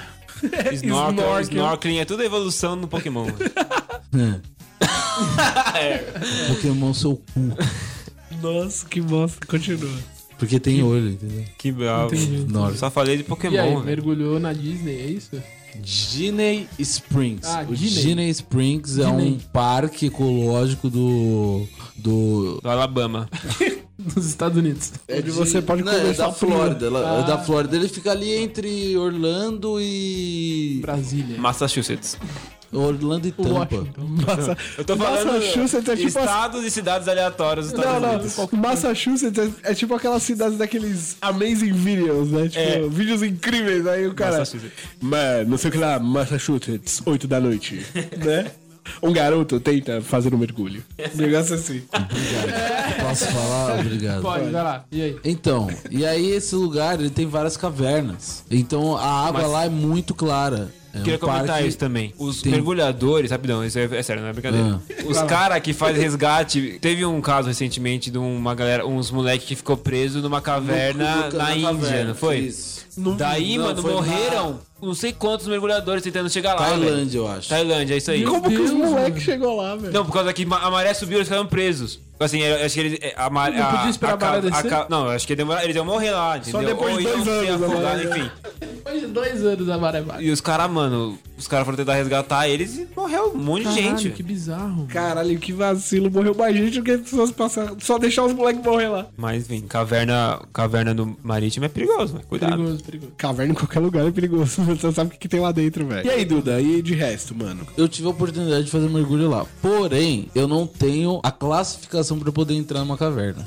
[SPEAKER 4] Snorkel,
[SPEAKER 2] Snorkel.
[SPEAKER 4] snorkeling é tudo a evolução no Pokémon. velho.
[SPEAKER 3] É. Pokémon seu cu.
[SPEAKER 2] Nossa, que bosta. Continua.
[SPEAKER 3] Porque tem olho, entendeu?
[SPEAKER 4] que bravo.
[SPEAKER 3] Snorkel.
[SPEAKER 4] Só falei de
[SPEAKER 5] E aí,
[SPEAKER 4] Pokémon, velho.
[SPEAKER 5] mergulhou na Disney, é isso?
[SPEAKER 3] Disney Springs.
[SPEAKER 5] Ah,
[SPEAKER 3] o
[SPEAKER 5] Disney.
[SPEAKER 3] Disney Springs é um
[SPEAKER 5] Disney.
[SPEAKER 3] parque ecológico do. do.
[SPEAKER 4] Do Alabama.
[SPEAKER 5] Nos Estados Unidos.
[SPEAKER 2] Onde você pode
[SPEAKER 3] Não, é
[SPEAKER 2] conversar Ah.
[SPEAKER 3] da
[SPEAKER 2] fluido.
[SPEAKER 3] Flórida. lá- É da Flórida. Ele fica ali entre Orlando e.
[SPEAKER 5] Brasília.
[SPEAKER 4] Massachusetts.
[SPEAKER 3] Orlando e Tampa.
[SPEAKER 5] Washington.
[SPEAKER 2] Massa...
[SPEAKER 4] Eu tô falando
[SPEAKER 2] Massachusetts é tipo
[SPEAKER 4] estados e cidades aleatórias dos
[SPEAKER 2] Não,
[SPEAKER 4] Estados
[SPEAKER 2] não.
[SPEAKER 4] Unidos.
[SPEAKER 2] Massachusetts é, é tipo aquelas cidades daqueles amazing videos, né? Tipo,
[SPEAKER 4] É.
[SPEAKER 2] vídeos incríveis. Aí o cara.
[SPEAKER 4] Massachusetts.
[SPEAKER 2] Mano, não sei o que lá, Massachusetts, 8 da noite. né? Um garoto tenta fazer um mergulho. Um negócio assim.
[SPEAKER 3] Posso falar? Obrigado.
[SPEAKER 5] Pode, vai lá. E aí?
[SPEAKER 3] Então, e aí esse lugar ele tem várias cavernas. Então a água lá é muito clara. É
[SPEAKER 4] Queria
[SPEAKER 3] um
[SPEAKER 4] comentar
[SPEAKER 3] parque-
[SPEAKER 4] isso também. Os
[SPEAKER 3] tem- Ah.
[SPEAKER 4] mergulhadores, rapidão, isso é, é sério, não é brincadeira. Os caras que fazem resgate. Teve um caso recentemente de uma galera, uns moleques que ficou preso numa caverna
[SPEAKER 3] No- é
[SPEAKER 4] na, Índia,
[SPEAKER 3] caverna,
[SPEAKER 4] não foi?
[SPEAKER 3] Isso.
[SPEAKER 4] Daí,
[SPEAKER 3] Não,
[SPEAKER 4] mano,
[SPEAKER 3] foi na
[SPEAKER 4] morreram não sei quantos mergulhadores tentando chegar lá. velho.
[SPEAKER 3] Tailândia, eu acho.
[SPEAKER 4] Tailândia, é isso aí.
[SPEAKER 2] Como que os
[SPEAKER 5] Deus,
[SPEAKER 2] moleques chegou lá, velho?
[SPEAKER 4] Não, por causa que ma- a maré subiu, eles ficaram presos. Assim, eu acho que eles. A maré,
[SPEAKER 5] Não
[SPEAKER 4] a,
[SPEAKER 5] podia esperar a
[SPEAKER 4] ca-
[SPEAKER 5] maré descer?
[SPEAKER 4] ca- Não, eu acho que demora- eles iam morrer lá, entendeu?
[SPEAKER 2] depois de
[SPEAKER 4] Ou iam
[SPEAKER 2] dois anos,
[SPEAKER 4] ser
[SPEAKER 2] a
[SPEAKER 4] afogados,
[SPEAKER 5] né?
[SPEAKER 2] maré.
[SPEAKER 4] enfim.
[SPEAKER 5] Depois de dois anos da maré baixa.
[SPEAKER 4] E os caras, mano, os caras foram tentar resgatar eles e morreu um monte de gente.
[SPEAKER 5] que bizarro. mano.
[SPEAKER 2] Caralho, que vacilo. Morreu mais gente do que as pessoas passaram. Só deixar os moleques morrer lá.
[SPEAKER 4] Mas, enfim, caverna, caverna no marítimo é perigoso, né? Cuidado.
[SPEAKER 5] Perigoso, perigoso.
[SPEAKER 2] Caverna em qualquer lugar é perigoso. Você não sabe o que, que tem lá dentro, velho. E aí, Duda? E de resto, mano?
[SPEAKER 3] Eu tive a oportunidade de fazer mergulho lá. Porém, eu não tenho a classificação pra poder entrar numa caverna.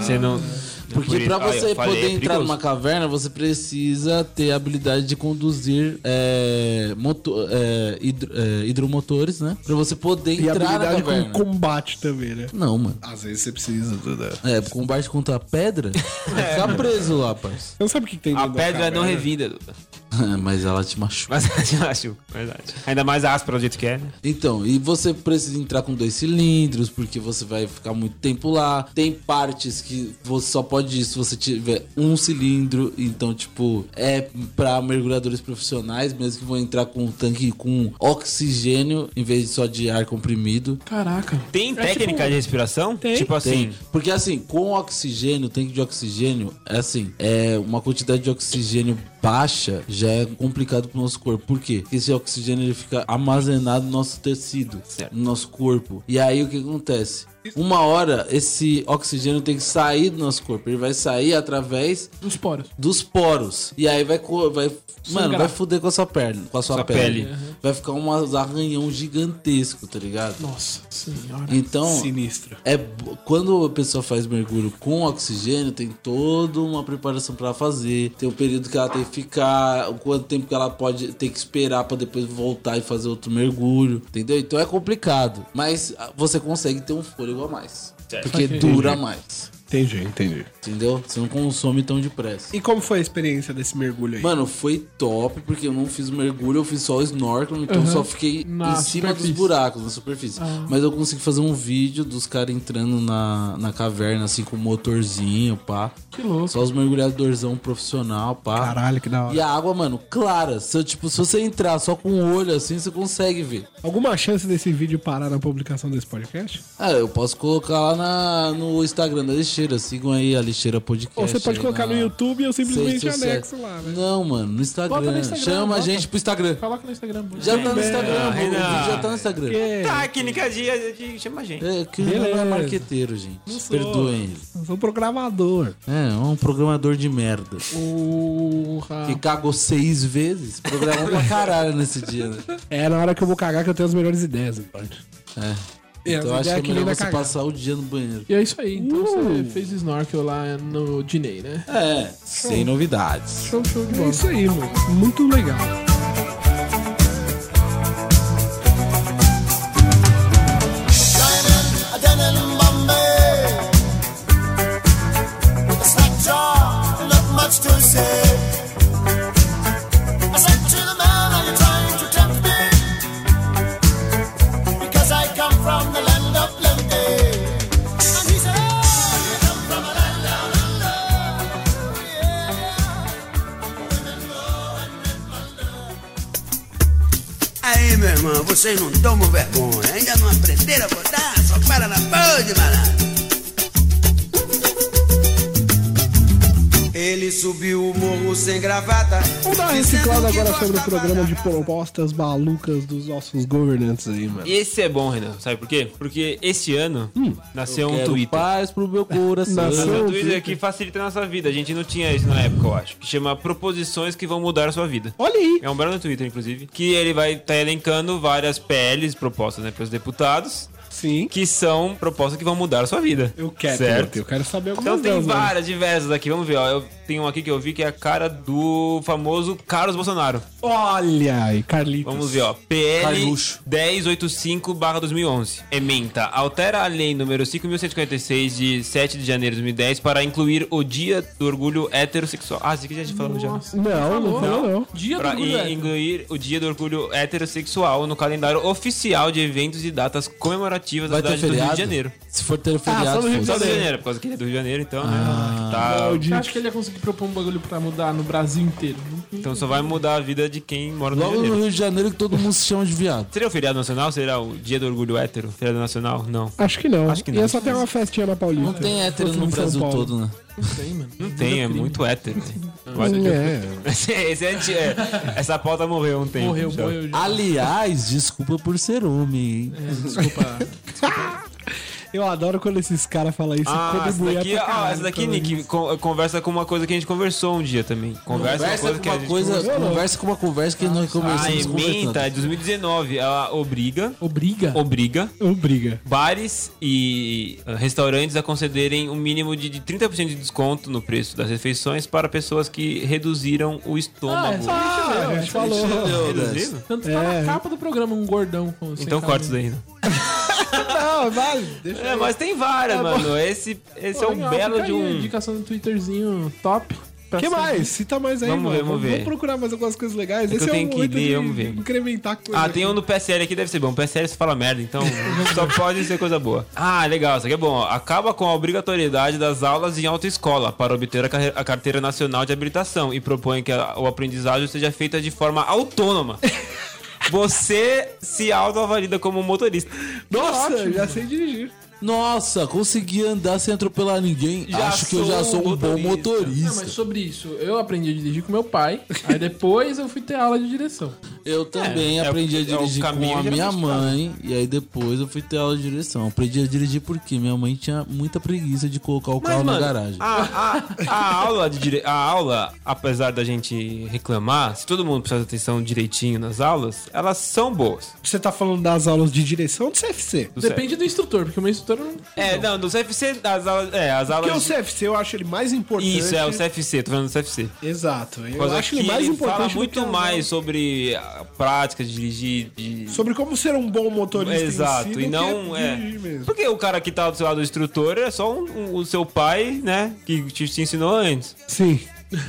[SPEAKER 4] Você não.
[SPEAKER 3] Porque pra
[SPEAKER 4] Aí, eu
[SPEAKER 3] você
[SPEAKER 4] falei,
[SPEAKER 3] poder
[SPEAKER 4] é
[SPEAKER 3] entrar
[SPEAKER 4] perigoso.
[SPEAKER 3] numa caverna, você precisa ter a habilidade de conduzir é, moto- é, hidro- é, hidromotores, né? Pra você poder
[SPEAKER 2] E
[SPEAKER 3] entrar na
[SPEAKER 2] habilidade com
[SPEAKER 3] caverna.
[SPEAKER 2] combate também, né?
[SPEAKER 3] Não, mano.
[SPEAKER 2] Às vezes você precisa, Duda.
[SPEAKER 3] É, combate contra a pedra? Vai ficar preso lá, parça.
[SPEAKER 2] Você não sabe o que que tem
[SPEAKER 4] A
[SPEAKER 2] dentro da
[SPEAKER 4] pedra não
[SPEAKER 2] caverna.
[SPEAKER 4] revinda, Duda.
[SPEAKER 3] Mas ela te machuca.
[SPEAKER 4] Mas eu acho, verdade. Ainda mais áspera do jeito que é, né?
[SPEAKER 3] Então, e você precisa entrar com dois cilindros, porque você vai ficar muito tempo lá. Tem partes que você só pode ir se você tiver um cilindro. Então, tipo, é pra mergulhadores profissionais mesmo que vão entrar com um tanque com oxigênio em vez só de ar comprimido.
[SPEAKER 5] Caraca.
[SPEAKER 4] Tem técnica
[SPEAKER 5] um-
[SPEAKER 4] de respiração? Tipo assim,
[SPEAKER 3] Tem. Porque assim, com oxigênio, tanque de oxigênio, é assim, é uma quantidade de oxigênio baixa já é complicado pro nosso corpo. Por quê? Porque esse oxigênio ele fica armazenado no nosso tecido, no nosso corpo. E aí o que acontece? Uma hora esse oxigênio tem que sair do nosso corpo. Ele vai sair através
[SPEAKER 5] Dos poros.
[SPEAKER 3] dos poros. E aí vai. co- vai mano,
[SPEAKER 5] Sangrar.
[SPEAKER 3] vai fuder com a sua perna. Com a sua,
[SPEAKER 4] Sua
[SPEAKER 3] pele.
[SPEAKER 4] pele.
[SPEAKER 3] Vai ficar um arranhão gigantesco, tá ligado?
[SPEAKER 5] Nossa senhora.
[SPEAKER 3] Então,
[SPEAKER 2] Sinistro.
[SPEAKER 3] é bo- quando a pessoa faz mergulho com oxigênio, tem toda uma preparação pra ela fazer, tem o período que ela tem que ficar, o quanto tempo que ela pode ter que esperar pra depois voltar e fazer outro mergulho, entendeu? Então é complicado, mas ah, você consegue ter um fôlego a mais, porque dura mais,
[SPEAKER 2] Entendi, entendi.
[SPEAKER 3] entendeu? Você não consome tão depressa.
[SPEAKER 2] E como foi a experiência desse mergulho aí?
[SPEAKER 3] Mano, foi top, porque eu não fiz mergulho, eu fiz só o snorkel, então
[SPEAKER 5] Aham.
[SPEAKER 3] só fiquei
[SPEAKER 5] Na
[SPEAKER 3] em cima
[SPEAKER 5] superfície.
[SPEAKER 3] dos buracos, na superfície.
[SPEAKER 2] Ah.
[SPEAKER 3] Mas eu consegui fazer um vídeo dos caras entrando na, na caverna, assim, com motorzinho, pá.
[SPEAKER 5] Que louco.
[SPEAKER 3] Só os mergulhadorzão profissional, pá.
[SPEAKER 2] Caralho, que da hora.
[SPEAKER 3] E a água, mano, clara. Se, eu, tipo, se você entrar só com o olho assim, você consegue ver.
[SPEAKER 2] Alguma chance desse vídeo parar na publicação desse podcast?
[SPEAKER 3] Ah, eu posso colocar lá na- no Instagram da Lixeira. Sigam aí a Lixeira Podcast.
[SPEAKER 2] Ou você pode
[SPEAKER 3] aí
[SPEAKER 2] colocar
[SPEAKER 3] na-
[SPEAKER 2] no YouTube e eu simplesmente
[SPEAKER 3] Seis,
[SPEAKER 2] anexo
[SPEAKER 3] sete.
[SPEAKER 2] lá, né?
[SPEAKER 3] Não, mano, no Instagram.
[SPEAKER 5] Bota no Instagram,
[SPEAKER 3] Chama a
[SPEAKER 5] bota.
[SPEAKER 3] gente pro Instagram.
[SPEAKER 5] Coloca no Instagram. bota.
[SPEAKER 3] Já
[SPEAKER 2] É,
[SPEAKER 3] tá no
[SPEAKER 2] ah,
[SPEAKER 3] Instagram, o vídeo já tá no Instagram.
[SPEAKER 4] técnica de, de chama a gente.
[SPEAKER 3] É, que não é
[SPEAKER 2] Beleza.
[SPEAKER 3] marqueteiro, gente. Perdoem ele.
[SPEAKER 2] Eu sou programador.
[SPEAKER 3] É, é um programador de merda.
[SPEAKER 5] Porra.
[SPEAKER 3] Que cagou seis vezes. Programou pra caralho nesse dia, né?
[SPEAKER 2] É na hora que eu vou cagar que eu tenho as melhores ideias, né, parte.
[SPEAKER 3] É.
[SPEAKER 2] É,
[SPEAKER 3] Então eu
[SPEAKER 2] as
[SPEAKER 3] acho que
[SPEAKER 2] ideias
[SPEAKER 3] é
[SPEAKER 2] que nem
[SPEAKER 3] melhor
[SPEAKER 2] vai
[SPEAKER 3] você
[SPEAKER 2] cagar.
[SPEAKER 3] passar o dia no banheiro.
[SPEAKER 5] E é isso aí. Então
[SPEAKER 4] Uh!
[SPEAKER 5] você fez snorkel lá no Dinei, né?
[SPEAKER 3] É, sem novidades.
[SPEAKER 5] Show, show de
[SPEAKER 2] É
[SPEAKER 5] bola.
[SPEAKER 2] isso aí, mano. Muito legal.
[SPEAKER 8] Aí, meu irmão, vocês não tomam
[SPEAKER 7] É né?
[SPEAKER 8] vergonha. Ainda não aprenderam a votar? Só para na pão de malandro. Ele subiu o morro sem gravata.
[SPEAKER 2] Vamos dar uma reciclada agora sobre o programa de propostas malucas dos nossos governantes aí, mano.
[SPEAKER 4] Esse é bom, Renan. Sabe por quê? Porque este ano
[SPEAKER 2] Hum.
[SPEAKER 4] nasceu um
[SPEAKER 3] Quero
[SPEAKER 4] Twitter.
[SPEAKER 3] paz pro meu coração.
[SPEAKER 2] Nasceu.
[SPEAKER 4] Um
[SPEAKER 2] Não,
[SPEAKER 4] Twitter que facilita a nossa vida. A gente não tinha isso na época, eu acho. Que chama Proposições que vão mudar a sua vida.
[SPEAKER 2] Olha aí.
[SPEAKER 4] É um belo Twitter, inclusive. Que ele vai estar elencando várias PLs propostas né, para os deputados.
[SPEAKER 2] Sim.
[SPEAKER 4] Que são propostas que vão mudar a sua vida.
[SPEAKER 2] Eu quero,
[SPEAKER 4] Certo?
[SPEAKER 2] eu quero saber algumas
[SPEAKER 4] Então tem
[SPEAKER 2] delas, né, mano.
[SPEAKER 4] várias, diversas aqui. Vamos ver, ó. Eu tenho um aqui que eu vi que é a cara do famoso Carlos Bolsonaro.
[SPEAKER 2] Olha aí, Carlitos.
[SPEAKER 4] Vamos ver, ó. PL
[SPEAKER 3] Carluxo.
[SPEAKER 4] 1085-2011. Ementa. É Altera a lei número 5.146 de 7 de janeiro de 2010 para incluir o Dia do Orgulho Heterossexual. Ah, isso aqui já te falamos já.
[SPEAKER 2] Não, não falou, não.
[SPEAKER 5] Dia do
[SPEAKER 4] Para
[SPEAKER 5] orgulho hétero.
[SPEAKER 4] incluir o Dia do Orgulho Heterossexual no calendário oficial de eventos e datas comemorativas da
[SPEAKER 3] Vai ter
[SPEAKER 4] cidade do Rio
[SPEAKER 3] feriado?
[SPEAKER 4] de Janeiro.
[SPEAKER 3] Se for ter feriado,
[SPEAKER 2] só no Rio de
[SPEAKER 3] foda-se.
[SPEAKER 4] Só do Rio de Janeiro, por causa que ele é do Rio de Janeiro, então, né?
[SPEAKER 3] Ah,
[SPEAKER 4] Tá-
[SPEAKER 5] Você acha que ele ia conseguir propor um bagulho pra mudar no Brasil inteiro?
[SPEAKER 4] então só vai mudar a vida de quem mora no Rio de
[SPEAKER 3] Logo no
[SPEAKER 4] Janeiro.
[SPEAKER 3] Rio de Janeiro que todo mundo se chama de viado.
[SPEAKER 4] Seria o feriado nacional? Será o Dia do Orgulho Hétero? Feriado nacional? Não.
[SPEAKER 2] Acho que não.
[SPEAKER 4] Acho que
[SPEAKER 2] Ia
[SPEAKER 4] não.
[SPEAKER 2] só ter uma festinha na Paulista.
[SPEAKER 3] Não tem hétero
[SPEAKER 2] Fosse
[SPEAKER 3] no
[SPEAKER 2] em São
[SPEAKER 3] Brasil
[SPEAKER 2] Paulo.
[SPEAKER 3] todo, né?
[SPEAKER 5] Não tem, mano.
[SPEAKER 4] Não tem, é muito hétero. né? Mas
[SPEAKER 2] Hum,
[SPEAKER 4] eu-
[SPEAKER 2] É.
[SPEAKER 4] Esse- esse é anti- é, essa pauta morreu um tempo.
[SPEAKER 5] Morreu,
[SPEAKER 4] já.
[SPEAKER 5] morreu. já.
[SPEAKER 3] Aliás, desculpa por ser homem, hein?
[SPEAKER 5] Desculpa.
[SPEAKER 2] Eu adoro quando esses caras falam isso.
[SPEAKER 4] Ah, essa
[SPEAKER 2] contribuir
[SPEAKER 4] daqui,
[SPEAKER 2] é pra
[SPEAKER 4] ah,
[SPEAKER 2] caralho
[SPEAKER 4] essa daqui,
[SPEAKER 2] com
[SPEAKER 4] Nick,
[SPEAKER 2] isso.
[SPEAKER 4] con- conversa com uma coisa que a gente conversou um dia também. Conversa,
[SPEAKER 3] Conversa
[SPEAKER 4] com uma coisa que é a gente
[SPEAKER 3] coisa, conversa com uma conversa que nós
[SPEAKER 4] A
[SPEAKER 3] conversamos
[SPEAKER 4] emenda é
[SPEAKER 3] conversando.
[SPEAKER 4] de 2019, ela obriga,
[SPEAKER 5] Obriga?
[SPEAKER 4] obriga
[SPEAKER 2] Obriga.
[SPEAKER 4] bares e ah, restaurantes a concederem um mínimo de, de 30% de desconto no preço das refeições para pessoas que reduziram o estômago.
[SPEAKER 5] Ah,
[SPEAKER 4] É.
[SPEAKER 2] a gente falou.
[SPEAKER 3] Entendeu, Dess?
[SPEAKER 4] Reduziram?
[SPEAKER 5] Tanto tá na capa do programa um gordão com sem
[SPEAKER 4] É. Então corta isso
[SPEAKER 5] camisa.
[SPEAKER 4] daí. né?
[SPEAKER 2] Não, vale. Deixa
[SPEAKER 4] É, mas tem várias, mano. Esse, esse
[SPEAKER 5] Pô,
[SPEAKER 4] é um
[SPEAKER 5] legal,
[SPEAKER 4] belo
[SPEAKER 5] fica
[SPEAKER 4] de
[SPEAKER 5] aí a
[SPEAKER 4] um.
[SPEAKER 5] Indicação do Twitterzinho top.
[SPEAKER 2] O
[SPEAKER 5] Pra
[SPEAKER 2] que
[SPEAKER 5] ser-
[SPEAKER 2] mais? Cita mais aí,
[SPEAKER 4] Vamos
[SPEAKER 2] mano.
[SPEAKER 4] ver, vamos ver.
[SPEAKER 2] procurar mais algumas coisas legais.
[SPEAKER 4] que
[SPEAKER 2] Esse é
[SPEAKER 4] eu
[SPEAKER 2] um
[SPEAKER 4] tenho que
[SPEAKER 2] momento
[SPEAKER 4] ler,
[SPEAKER 2] de
[SPEAKER 4] vamos ver.
[SPEAKER 2] incrementar coisa.
[SPEAKER 4] Ah, tem um do PSL aqui, deve ser bom. PSL você fala merda, então só pode ser coisa boa. Ah, legal, isso aqui é bom. ó. Acaba com a obrigatoriedade das aulas em autoescola para obter a, carre- a carteira nacional de habilitação e propõe que a- o aprendizagem seja feita de forma autônoma. Você se autoavalida como motorista.
[SPEAKER 2] Nossa, já sei dirigir.
[SPEAKER 3] Nossa, consegui andar sem atropelar ninguém.
[SPEAKER 4] Já
[SPEAKER 3] Acho que eu já
[SPEAKER 4] sou
[SPEAKER 3] sou um bom motorista.
[SPEAKER 5] Não, mas sobre isso, eu aprendi a dirigir com meu pai, aí depois eu fui ter aula de direção.
[SPEAKER 3] Eu também
[SPEAKER 4] é o-
[SPEAKER 3] aprendi
[SPEAKER 4] é
[SPEAKER 3] a
[SPEAKER 4] o
[SPEAKER 3] dirigir
[SPEAKER 4] caminho
[SPEAKER 3] com a
[SPEAKER 4] já
[SPEAKER 3] minha
[SPEAKER 4] praticado.
[SPEAKER 3] mãe e aí depois eu fui ter aula de direção. Aprendi a dirigir porque minha mãe tinha muita preguiça de colocar o carro na garagem.
[SPEAKER 4] A, a- a aula de dire... a aula, apesar da gente reclamar, se todo mundo prestar atenção direitinho nas aulas, elas são boas.
[SPEAKER 2] Você tá falando das aulas de direção do CFC.
[SPEAKER 4] Do
[SPEAKER 5] Depende do instrutor, porque o meu instrutor não.
[SPEAKER 4] É, não, do CFC, as aulas. É, as
[SPEAKER 2] Porque
[SPEAKER 4] aulas.
[SPEAKER 2] o CFC eu acho ele mais importante.
[SPEAKER 4] Isso, é o CFC, tô falando do CFC.
[SPEAKER 2] Exato. Eu
[SPEAKER 4] Por causa
[SPEAKER 2] acho
[SPEAKER 4] que
[SPEAKER 2] ele mais
[SPEAKER 4] ele
[SPEAKER 2] importante. é
[SPEAKER 4] fala
[SPEAKER 2] do
[SPEAKER 4] muito
[SPEAKER 2] que a-
[SPEAKER 4] mais sobre a prática de dirigir. de-
[SPEAKER 2] Sobre como ser um bom motorista. em si
[SPEAKER 4] Exato,
[SPEAKER 2] do
[SPEAKER 4] e
[SPEAKER 2] que
[SPEAKER 4] não é.
[SPEAKER 2] dirigir mesmo.
[SPEAKER 4] Porque o cara que tá do seu lado do instrutor é só um- um- o seu pai, né? Que te, te ensinou antes,
[SPEAKER 2] Sim.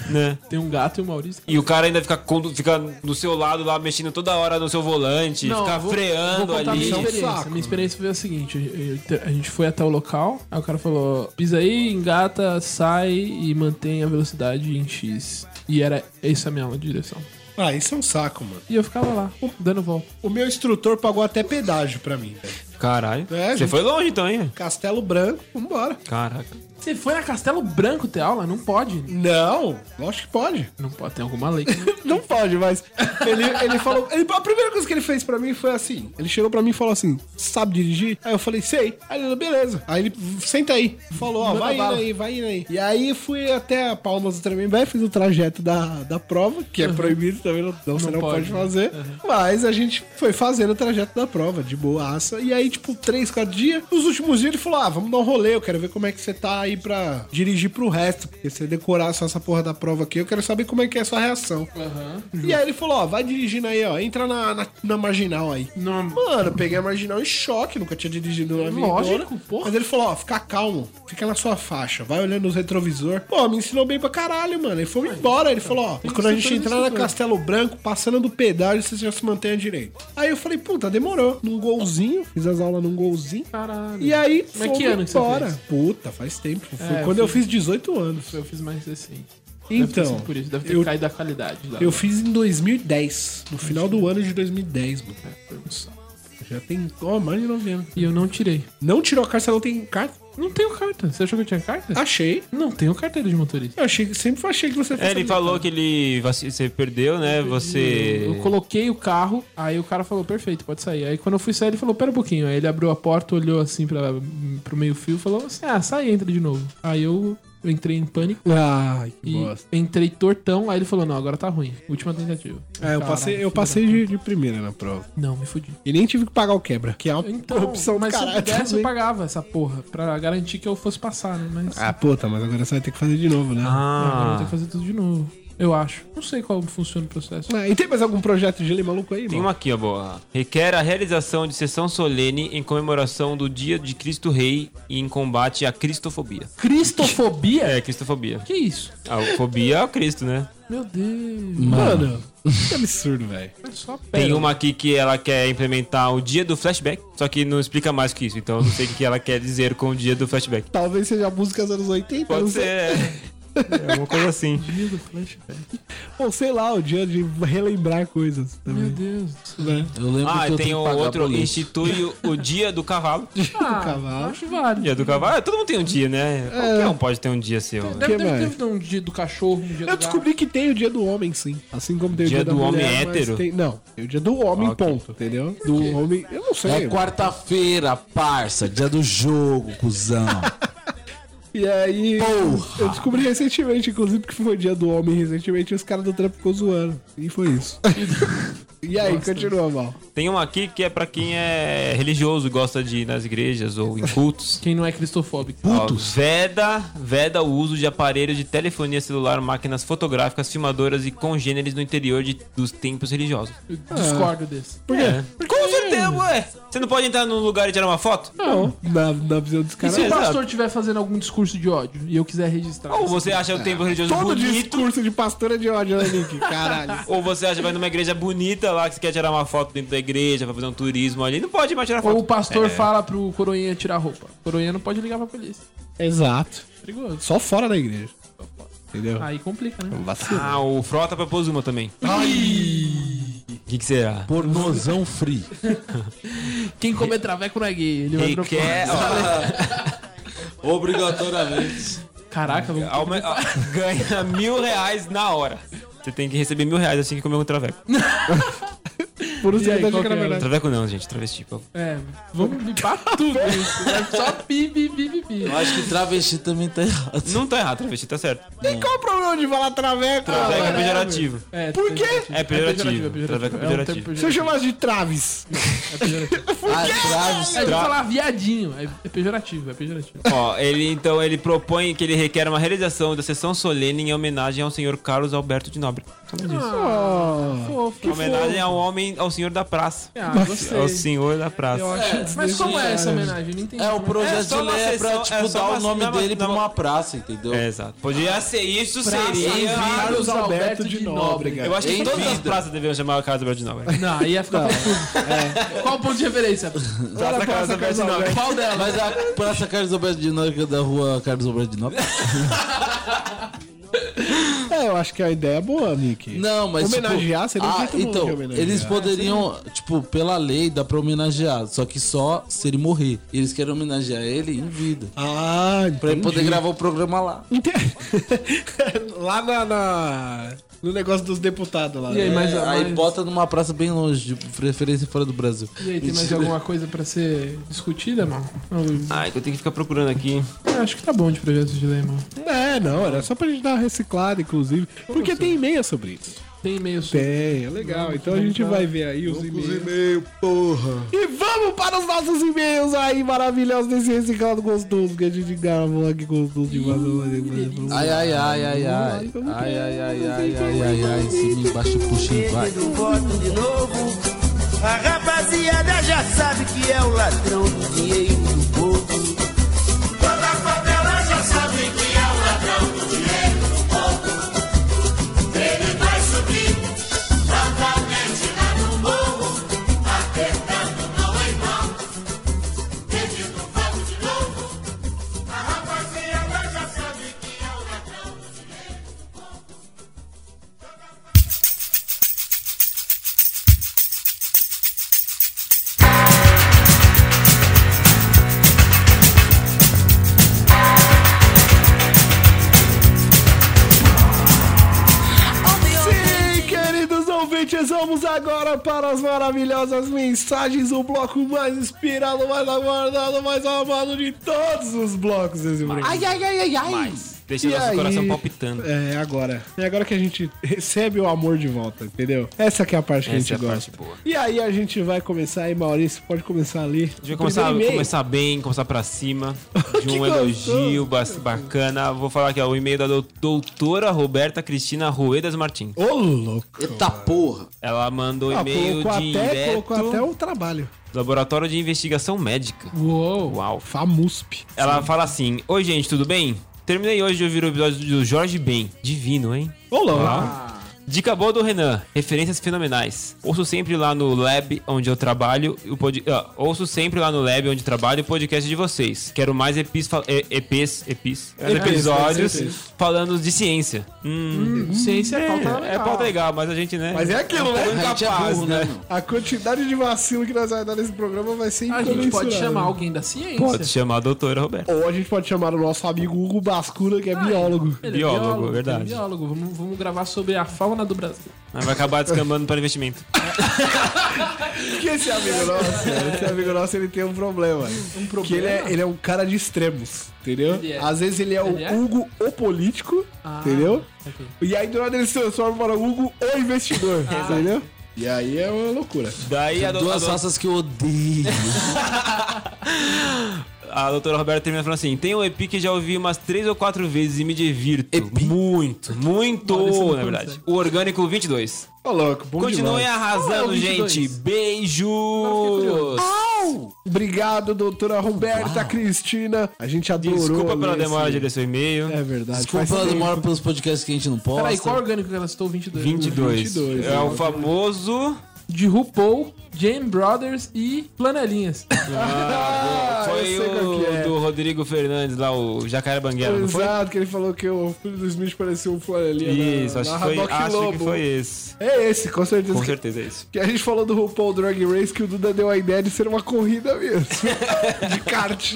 [SPEAKER 4] né?
[SPEAKER 5] Tem um gato e o Maurício.
[SPEAKER 4] E o cara ainda fica, condu- fica do seu lado lá, mexendo toda hora no seu volante,
[SPEAKER 5] Não,
[SPEAKER 4] fica
[SPEAKER 5] vou-
[SPEAKER 4] freando
[SPEAKER 5] vou contar
[SPEAKER 4] ali.
[SPEAKER 5] Minha experiência.
[SPEAKER 2] É um Saco, né?
[SPEAKER 5] minha experiência foi a seguinte: eu- eu- a gente foi até o local, aí o cara falou: pisa aí, engata, sai e mantém a velocidade em X. E era essa a minha aula de direção.
[SPEAKER 2] Ah, isso é um saco, mano.
[SPEAKER 5] E eu ficava lá, dando volta.
[SPEAKER 2] O meu instrutor pagou até pedágio pra mim. velho.
[SPEAKER 4] Caralho.
[SPEAKER 2] É,
[SPEAKER 4] Você
[SPEAKER 2] gente.
[SPEAKER 4] foi longe então, hein?
[SPEAKER 2] Castelo Branco, vambora.
[SPEAKER 4] Caraca.
[SPEAKER 5] Você foi na Castelo Branco ter aula? Não pode.
[SPEAKER 2] Não, lógico que pode.
[SPEAKER 5] Não pode, tem alguma lei que não
[SPEAKER 2] Não pode, mas ele, ele falou. ele- a primeira coisa que ele fez pra mim foi assim: ele chegou pra mim e falou assim, sabe dirigir? Aí eu falei, sei. Aí ele falou, beleza. Aí ele, senta aí. Falou, ó,
[SPEAKER 5] Manda
[SPEAKER 2] vai indo
[SPEAKER 5] bala.
[SPEAKER 2] aí, vai indo aí. E aí fui até a Palmas do Tremembé, fiz o trajeto da, da prova, que é proibido também, não, não, você não pode,
[SPEAKER 5] pode, né?
[SPEAKER 2] fazer. Mas a gente foi fazendo o trajeto da prova, de boaça. E aí, tipo, três, quatro dias. Nos últimos dias ele falou, ah, vamos dar um rolê, eu quero ver como é que você tá aí pra dirigir pro resto. Porque se você decorar só essa porra da prova aqui, eu quero saber como é que é a sua reação. E aí ele falou, ó, vai dirigindo aí, ó. Entra na, na, na marginal aí.
[SPEAKER 5] Não.
[SPEAKER 2] Mano, eu peguei a marginal em choque, nunca tinha dirigido na avenida.
[SPEAKER 5] Lógico, porra.
[SPEAKER 2] Mas ele falou, ó, fica calmo, fica na sua faixa, vai olhando os retrovisor. Pô, me ensinou bem pra caralho, mano. E fomos embora. Ele falou, ó, quando a gente
[SPEAKER 5] instrutor,
[SPEAKER 2] entrar na
[SPEAKER 5] instrutor.
[SPEAKER 2] Castelo Branco, passando do pedágio, vocês já se mantêm à direita. Aí eu falei, puta, demorou. Num golzinho, fiz as aulas num golzinho.
[SPEAKER 5] Caralho.
[SPEAKER 2] E aí,
[SPEAKER 5] Mas
[SPEAKER 2] fomos
[SPEAKER 5] que ano que você
[SPEAKER 2] embora.
[SPEAKER 5] fez?
[SPEAKER 2] Puta, faz tempo. Foi
[SPEAKER 5] É,
[SPEAKER 2] quando
[SPEAKER 5] eu
[SPEAKER 2] eu fiz 18 anos.
[SPEAKER 5] Eu fiz mais recente. Deve ter
[SPEAKER 2] Então,
[SPEAKER 5] sido por isso, deve ter
[SPEAKER 2] eu,
[SPEAKER 5] caído a qualidade lá.
[SPEAKER 2] eu fiz em 2010, no final do ano de 2010, mano.
[SPEAKER 5] Foi um saco.
[SPEAKER 2] Já tem, ó, mais de 9 anos.
[SPEAKER 5] E eu não tirei.
[SPEAKER 2] Não tirou a carta, você não tem carta?
[SPEAKER 5] Não tenho carta. Você achou que eu tinha
[SPEAKER 2] Ah.
[SPEAKER 5] carta?
[SPEAKER 2] Achei.
[SPEAKER 5] Não tenho carteira de motorista.
[SPEAKER 2] Eu achei, sempre achei que você
[SPEAKER 4] É, ele falou que ele vac- você perdeu, né?
[SPEAKER 2] É.
[SPEAKER 4] Você
[SPEAKER 5] Eu coloquei o carro, aí o cara falou, perfeito, pode sair. Aí quando eu fui sair, ele falou, pera um pouquinho. Aí ele abriu a porta, olhou assim pra, pro meio fio, falou assim, ah, sai e entra de novo. Aí eu eu entrei em pânico
[SPEAKER 2] Ai, que
[SPEAKER 5] e
[SPEAKER 2] bosta.
[SPEAKER 5] entrei tortão. Aí ele falou, não, agora tá ruim. Última tentativa.
[SPEAKER 2] É, eu
[SPEAKER 5] Caralho,
[SPEAKER 2] passei,
[SPEAKER 5] filho
[SPEAKER 2] eu
[SPEAKER 5] da
[SPEAKER 2] passei
[SPEAKER 5] puta.
[SPEAKER 2] de, de primeira na prova.
[SPEAKER 5] Não, me fudi.
[SPEAKER 2] E nem tive que pagar o quebra, que é uma
[SPEAKER 5] Então,
[SPEAKER 2] opção do
[SPEAKER 5] mas se eu
[SPEAKER 2] caralho
[SPEAKER 5] pudesse, eu
[SPEAKER 2] também.
[SPEAKER 5] pagava essa porra. Pra garantir que eu fosse passar, né? Mas...
[SPEAKER 2] Ah, puta, mas agora você vai ter que fazer de novo, né?
[SPEAKER 4] Ah.
[SPEAKER 5] Não, agora eu vou ter que fazer tudo de novo. Eu acho. Não sei como funciona o processo.
[SPEAKER 2] Ah, e tem mais algum projeto de lei maluco aí,
[SPEAKER 4] Tem
[SPEAKER 2] mano?
[SPEAKER 4] uma aqui, ó, boa. Requer a realização de sessão solene em comemoração do Dia de Cristo Rei e em combate à cristofobia.
[SPEAKER 5] Cristofobia?
[SPEAKER 4] É, cristofobia.
[SPEAKER 5] Que isso?
[SPEAKER 4] A fobia é o Cristo, né?
[SPEAKER 5] Meu Deus.
[SPEAKER 2] Mano, que absurdo, velho.
[SPEAKER 5] é só pera.
[SPEAKER 4] Tem uma aqui que ela quer implementar o Dia do Flashback, só que não explica mais que isso, então eu não sei o que ela quer dizer com o Dia do Flashback.
[SPEAKER 2] Talvez seja música dos anos 80, não
[SPEAKER 4] Pode
[SPEAKER 2] sei.
[SPEAKER 4] ser.
[SPEAKER 9] É uma coisa assim.
[SPEAKER 5] Dia do flashback.
[SPEAKER 2] Ou sei lá, o dia de relembrar coisas
[SPEAKER 5] Meu
[SPEAKER 2] também.
[SPEAKER 5] Deus do céu.
[SPEAKER 2] Né?
[SPEAKER 3] Eu lembro
[SPEAKER 4] Ah,
[SPEAKER 3] que eu
[SPEAKER 4] tem
[SPEAKER 3] tenho
[SPEAKER 4] o
[SPEAKER 3] que pagar
[SPEAKER 4] outro,
[SPEAKER 3] boleto.
[SPEAKER 4] institui o- o dia do cavalo.
[SPEAKER 5] Ah,
[SPEAKER 2] cavalo.
[SPEAKER 5] Acho válido.
[SPEAKER 4] Dia do cavalo, todo mundo tem um dia, né? Qualquer um pode ter um dia seu. né?
[SPEAKER 5] Deve,
[SPEAKER 2] Que
[SPEAKER 5] deve,
[SPEAKER 2] mais?
[SPEAKER 5] deve ter um dia do cachorro, um dia
[SPEAKER 2] Eu
[SPEAKER 5] do
[SPEAKER 2] descobri que tem o dia do homem, sim. Assim como tem o
[SPEAKER 4] Dia
[SPEAKER 2] dia, da
[SPEAKER 4] do homem
[SPEAKER 2] mulher, mas
[SPEAKER 4] hétero?
[SPEAKER 2] tem- Não, tem o dia do homem,
[SPEAKER 4] Ok.
[SPEAKER 2] ponto. Entendeu? Do homem. Eu não sei.
[SPEAKER 3] É quarta-feira, parça, dia do jogo, cuzão.
[SPEAKER 2] E aí.
[SPEAKER 3] Porra!
[SPEAKER 2] Eu descobri recentemente, inclusive, que foi o dia do homem recentemente e os caras do trampo ficou zoando. E foi isso. e aí, continua, mal.
[SPEAKER 4] Tem um aqui que é pra quem é religioso, gosta de ir nas igrejas ou em cultos.
[SPEAKER 5] Quem não é cristofóbico.
[SPEAKER 4] Ó, veda, veda o uso de aparelhos de telefonia celular, máquinas fotográficas, filmadoras e congêneres no interior de- dos templos religiosos.
[SPEAKER 5] Eu discordo desse.
[SPEAKER 2] Por quê?
[SPEAKER 4] Com certeza, ué! Você não pode entrar num lugar e tirar uma foto?
[SPEAKER 2] Não, na, na visão dos
[SPEAKER 5] E
[SPEAKER 2] caras.
[SPEAKER 5] se o
[SPEAKER 4] exato.
[SPEAKER 5] pastor estiver fazendo algum discurso de ódio e eu quiser registrar?
[SPEAKER 4] Ou você acha o templo religioso
[SPEAKER 2] é Todo
[SPEAKER 4] bonito,
[SPEAKER 2] discurso de pastor é de ódio, né, Nick? Caralho.
[SPEAKER 4] ou você acha que vai numa igreja bonita lá que você quer tirar uma foto dentro da igreja, vai fazer um turismo ali. Não pode mais tirar foto.
[SPEAKER 5] Ou o pastor fala pro coroinha tirar roupa. O coroinha não pode ligar pra polícia.
[SPEAKER 2] Exato.
[SPEAKER 5] Perigoso.
[SPEAKER 2] Só fora da igreja. Entendeu?
[SPEAKER 5] Aí complica, né?
[SPEAKER 2] Vacilo.
[SPEAKER 4] Ah, o Frota propôs uma também. O que, que será?
[SPEAKER 3] Pornozão free.
[SPEAKER 5] Quem comer traveco não é gay. Ele vai propor.
[SPEAKER 4] Requer. ó,
[SPEAKER 3] Obrigatoriamente.
[SPEAKER 5] Caraca, vamos...
[SPEAKER 4] aume- ó, ganha mil reais na hora. Você tem que receber mil reais assim que comer um traveco.
[SPEAKER 2] Por isso
[SPEAKER 5] E aí,
[SPEAKER 2] que eu tô
[SPEAKER 5] qual
[SPEAKER 2] achando que era
[SPEAKER 5] que é?
[SPEAKER 2] verdade.
[SPEAKER 4] Traveco não, gente, travesti. Pô.
[SPEAKER 5] É, vamos bipar tudo isso. É só pi, pi, pi, pi, pi.
[SPEAKER 3] Eu acho que travesti também tá errado.
[SPEAKER 4] Não tá errado, travesti, tá certo.
[SPEAKER 2] E qual o problema de falar traveco?
[SPEAKER 4] Traveco é pejorativo.
[SPEAKER 5] É,
[SPEAKER 2] Por quê?
[SPEAKER 5] pejorativo. um
[SPEAKER 4] É pejorativo. Traveco é
[SPEAKER 5] termo
[SPEAKER 4] pejorativo.
[SPEAKER 2] Se eu chamasse de Travis.
[SPEAKER 3] A Travis
[SPEAKER 5] É de falar viadinho. É é pejorativo, é pejorativo.
[SPEAKER 4] Ó, ele então ele propõe que ele requer uma realização da sessão solene em homenagem ao senhor Carlos Alberto de Nobre.
[SPEAKER 5] Fofo.
[SPEAKER 4] Em homenagem ao homem, ao senhor da praça.
[SPEAKER 5] Ah, gostei.
[SPEAKER 4] Ao senhor da praça.
[SPEAKER 5] Eu acho
[SPEAKER 2] Mas
[SPEAKER 5] Mas como é essa homenagem? Eu Não entendi.
[SPEAKER 3] é o
[SPEAKER 4] É
[SPEAKER 3] projeto
[SPEAKER 4] só
[SPEAKER 3] de
[SPEAKER 4] uma
[SPEAKER 3] lei é pra,
[SPEAKER 4] sessão-
[SPEAKER 3] tipo,
[SPEAKER 4] é só
[SPEAKER 3] dar
[SPEAKER 4] uma-
[SPEAKER 3] o nome
[SPEAKER 4] não, mas-
[SPEAKER 3] dele pra
[SPEAKER 4] não.
[SPEAKER 3] uma praça, entendeu?
[SPEAKER 4] É, exato. Podia ser, isso seria.
[SPEAKER 5] Ah, Carlos Alberto de Nóbrega.
[SPEAKER 4] Eu acho que
[SPEAKER 3] Em
[SPEAKER 4] todas as
[SPEAKER 3] vida.
[SPEAKER 4] praças deveriam chamar Carlos Alberto de Nobre.
[SPEAKER 5] Não, aí ia ficar confuso. Qual o ponto de referência?
[SPEAKER 4] Praça Carlos Alberto de Nobre.
[SPEAKER 5] Qual dela?
[SPEAKER 3] Mas a Praça Carlos Alberto de Nóbrega da rua Carlos Alberto de Nóbrega?
[SPEAKER 2] É, eu acho que a ideia é boa, Nick.
[SPEAKER 3] Não, mas
[SPEAKER 2] Homenagear
[SPEAKER 3] tipo,
[SPEAKER 2] seria um
[SPEAKER 3] ah,
[SPEAKER 2] jeito bom
[SPEAKER 3] então,
[SPEAKER 2] de homenagear.
[SPEAKER 3] eles poderiam, tipo, pela lei dá pra homenagear, só que só se ele morrer. E eles querem homenagear ele em vida.
[SPEAKER 2] Ah,
[SPEAKER 3] Pra ele poder gravar o programa lá.
[SPEAKER 2] Ente- lá na, na- no negócio dos deputados lá.
[SPEAKER 5] E aí,
[SPEAKER 2] né?
[SPEAKER 5] mas,
[SPEAKER 3] É, aí
[SPEAKER 5] mas-
[SPEAKER 3] bota numa praça bem longe, de preferência fora do Brasil.
[SPEAKER 5] E aí, tem mais
[SPEAKER 3] Mentira.
[SPEAKER 5] alguma coisa pra ser discutida, mano?
[SPEAKER 4] Ai, que eu tenho que ficar procurando aqui.
[SPEAKER 5] Eu acho que tá bom de projeto de lei, mano.
[SPEAKER 2] É, não, era só pra gente dar uma reciclada, inclusive. Porque tem e-mail sobre isso.
[SPEAKER 5] Tem e-mail sobre.
[SPEAKER 2] Tem, é legal. Então a gente vai ver aí os e-mails. E vamos para os nossos e-mails aí maravilhosos desse reciclado gostoso que a gente gravou aqui gostoso de é, valor.
[SPEAKER 3] Ai, ai, ai, ai, ai. Ai, ai, ai, ai, ai, ai, ai. Se me baixa, puxa e vai.
[SPEAKER 7] do voto de novo. A rapaziada já sabe que é o ladrão do dinheiro do povo. Toda a favela já sabe que é o ladrão do dinheiro do povo. Ele vai subir novamente lá no morro, apertando mão em mão, pedindo voto de novo. A rapaziada já sabe que é o ladrão do dinheiro.
[SPEAKER 2] Sim, queridos ouvintes, vamos agora para as maravilhosas mensagens, o bloco mais inspirado, mais aguardado, mais amado de todos os blocos desse bloco. Ai, ai, ai, ai, ai.
[SPEAKER 4] Deixa nosso coração palpitando.
[SPEAKER 2] É, agora. É agora que a gente recebe o amor de volta, entendeu? Essa que é a parte que a
[SPEAKER 4] Essa é a
[SPEAKER 2] gente
[SPEAKER 4] parte
[SPEAKER 2] gosta.
[SPEAKER 4] boa.
[SPEAKER 2] E aí a gente vai começar aí, Maurício, pode começar ali.
[SPEAKER 4] A gente vai começar,
[SPEAKER 2] Primeiro e-mail.
[SPEAKER 4] começar bem, começar pra cima. De
[SPEAKER 2] Que
[SPEAKER 4] um elogio ba- bacana. Vou falar aqui, ó, o e-mail da dou- doutora Roberta Cristina Ruedas Martins.
[SPEAKER 2] Ô, louco.
[SPEAKER 3] Eita porra!
[SPEAKER 4] Ela mandou
[SPEAKER 2] Ah,
[SPEAKER 4] e-mail
[SPEAKER 2] colocou até,
[SPEAKER 4] direto
[SPEAKER 2] colocou até o trabalho.
[SPEAKER 4] do Laboratório de Investigação Médica.
[SPEAKER 5] Uou!
[SPEAKER 4] Uau.
[SPEAKER 2] FAMUSP.
[SPEAKER 4] Ela fala assim: Oi, gente, tudo bem? Terminei hoje de ouvir o episódio do Jorge Ben. Divino, hein?
[SPEAKER 2] Ô, louco.
[SPEAKER 4] Uau. Dica boa do Renan. Referências fenomenais. Ouço sempre lá no lab onde eu trabalho. O pod... ah, ouço sempre lá no lab onde trabalho o podcast de vocês. Quero mais EPs, fa- e- EPs, EPs, episódios falando de ciência. Hum,
[SPEAKER 5] Ciência é
[SPEAKER 4] é,
[SPEAKER 5] pauta
[SPEAKER 4] é
[SPEAKER 5] legal.
[SPEAKER 4] pauta legal, mas a gente, né?
[SPEAKER 2] Mas é aquilo, né?
[SPEAKER 3] A gente é burro, né? mano?
[SPEAKER 2] A quantidade de vacilo que nós vamos dar nesse programa vai ser
[SPEAKER 5] A gente pode
[SPEAKER 2] incomensurável.
[SPEAKER 5] chamar alguém da ciência.
[SPEAKER 4] Pode chamar a doutora Roberta.
[SPEAKER 2] Ou a gente pode chamar o nosso amigo Hugo Bascura,
[SPEAKER 5] Ah,
[SPEAKER 2] que é biólogo.
[SPEAKER 5] Ele
[SPEAKER 4] Biólogo,
[SPEAKER 5] ele
[SPEAKER 4] verdade.
[SPEAKER 5] biólogo. Vamos, vamos gravar sobre a fauna do Brasil.
[SPEAKER 4] Mas Vai acabar descambando para investimento.
[SPEAKER 2] Porque esse amigo nosso, esse amigo nosso, ele tem um problema.
[SPEAKER 5] né? Um problema.
[SPEAKER 2] Que ele é, ele é um cara de extremos, entendeu?
[SPEAKER 5] Ele é.
[SPEAKER 2] Às vezes ele é o
[SPEAKER 5] Ele é?
[SPEAKER 2] Hugo o político,
[SPEAKER 5] Ah.
[SPEAKER 2] entendeu?
[SPEAKER 5] Ok.
[SPEAKER 2] E aí do nada ele se transforma para Hugo o investidor,
[SPEAKER 5] Ah.
[SPEAKER 2] entendeu? E aí é uma loucura.
[SPEAKER 4] Daí a, do, a,
[SPEAKER 3] Duas
[SPEAKER 4] do-
[SPEAKER 3] raças que eu odeio.
[SPEAKER 4] a doutora Roberta termina falando assim: tem um EP que já ouvi umas três ou quatro vezes e me divirto. Muito,
[SPEAKER 5] Olha,
[SPEAKER 2] é
[SPEAKER 5] isso
[SPEAKER 4] muito,
[SPEAKER 5] não
[SPEAKER 4] na verdade.
[SPEAKER 5] consegue.
[SPEAKER 4] O Orgânico 22.
[SPEAKER 2] Ô louco, bom
[SPEAKER 4] Continuem
[SPEAKER 2] demais.
[SPEAKER 4] arrasando,
[SPEAKER 2] Um
[SPEAKER 5] Qual é o
[SPEAKER 4] gente.
[SPEAKER 5] 22?
[SPEAKER 4] Beijos.
[SPEAKER 2] Ah, Obrigado, doutora Roberta Cristina. A gente adorou.
[SPEAKER 4] Desculpa pela
[SPEAKER 2] ler
[SPEAKER 4] demora
[SPEAKER 2] esse-
[SPEAKER 4] de ler seu e-mail.
[SPEAKER 2] Ah, É verdade.
[SPEAKER 3] Desculpa
[SPEAKER 2] faz
[SPEAKER 3] pela
[SPEAKER 2] tempo.
[SPEAKER 3] demora pelos podcasts que a gente não posta.
[SPEAKER 5] Peraí, qual orgânico que ela citou? 22.
[SPEAKER 4] 22.
[SPEAKER 2] 22,
[SPEAKER 4] É o
[SPEAKER 2] né?
[SPEAKER 4] famoso.
[SPEAKER 5] De RuPaul, Jam Brothers e Planelinhas.
[SPEAKER 2] Ah, eu
[SPEAKER 4] Foi
[SPEAKER 2] sei qual que
[SPEAKER 4] o
[SPEAKER 2] é.
[SPEAKER 4] do Rodrigo Fernandes lá, o Jacaré Banguela, É, não foi?
[SPEAKER 2] Exato, que ele falou que o filho do Smith parecia um flanelinha. na-
[SPEAKER 4] Isso, acho
[SPEAKER 2] na
[SPEAKER 4] que foi,
[SPEAKER 2] Raboc
[SPEAKER 4] acho que
[SPEAKER 2] Lobo.
[SPEAKER 4] foi esse.
[SPEAKER 2] É esse, com certeza.
[SPEAKER 4] Com
[SPEAKER 2] que-
[SPEAKER 4] certeza é isso.
[SPEAKER 2] Que a gente falou do RuPaul Drag Race que o Duda deu a ideia de ser uma corrida mesmo. de kart.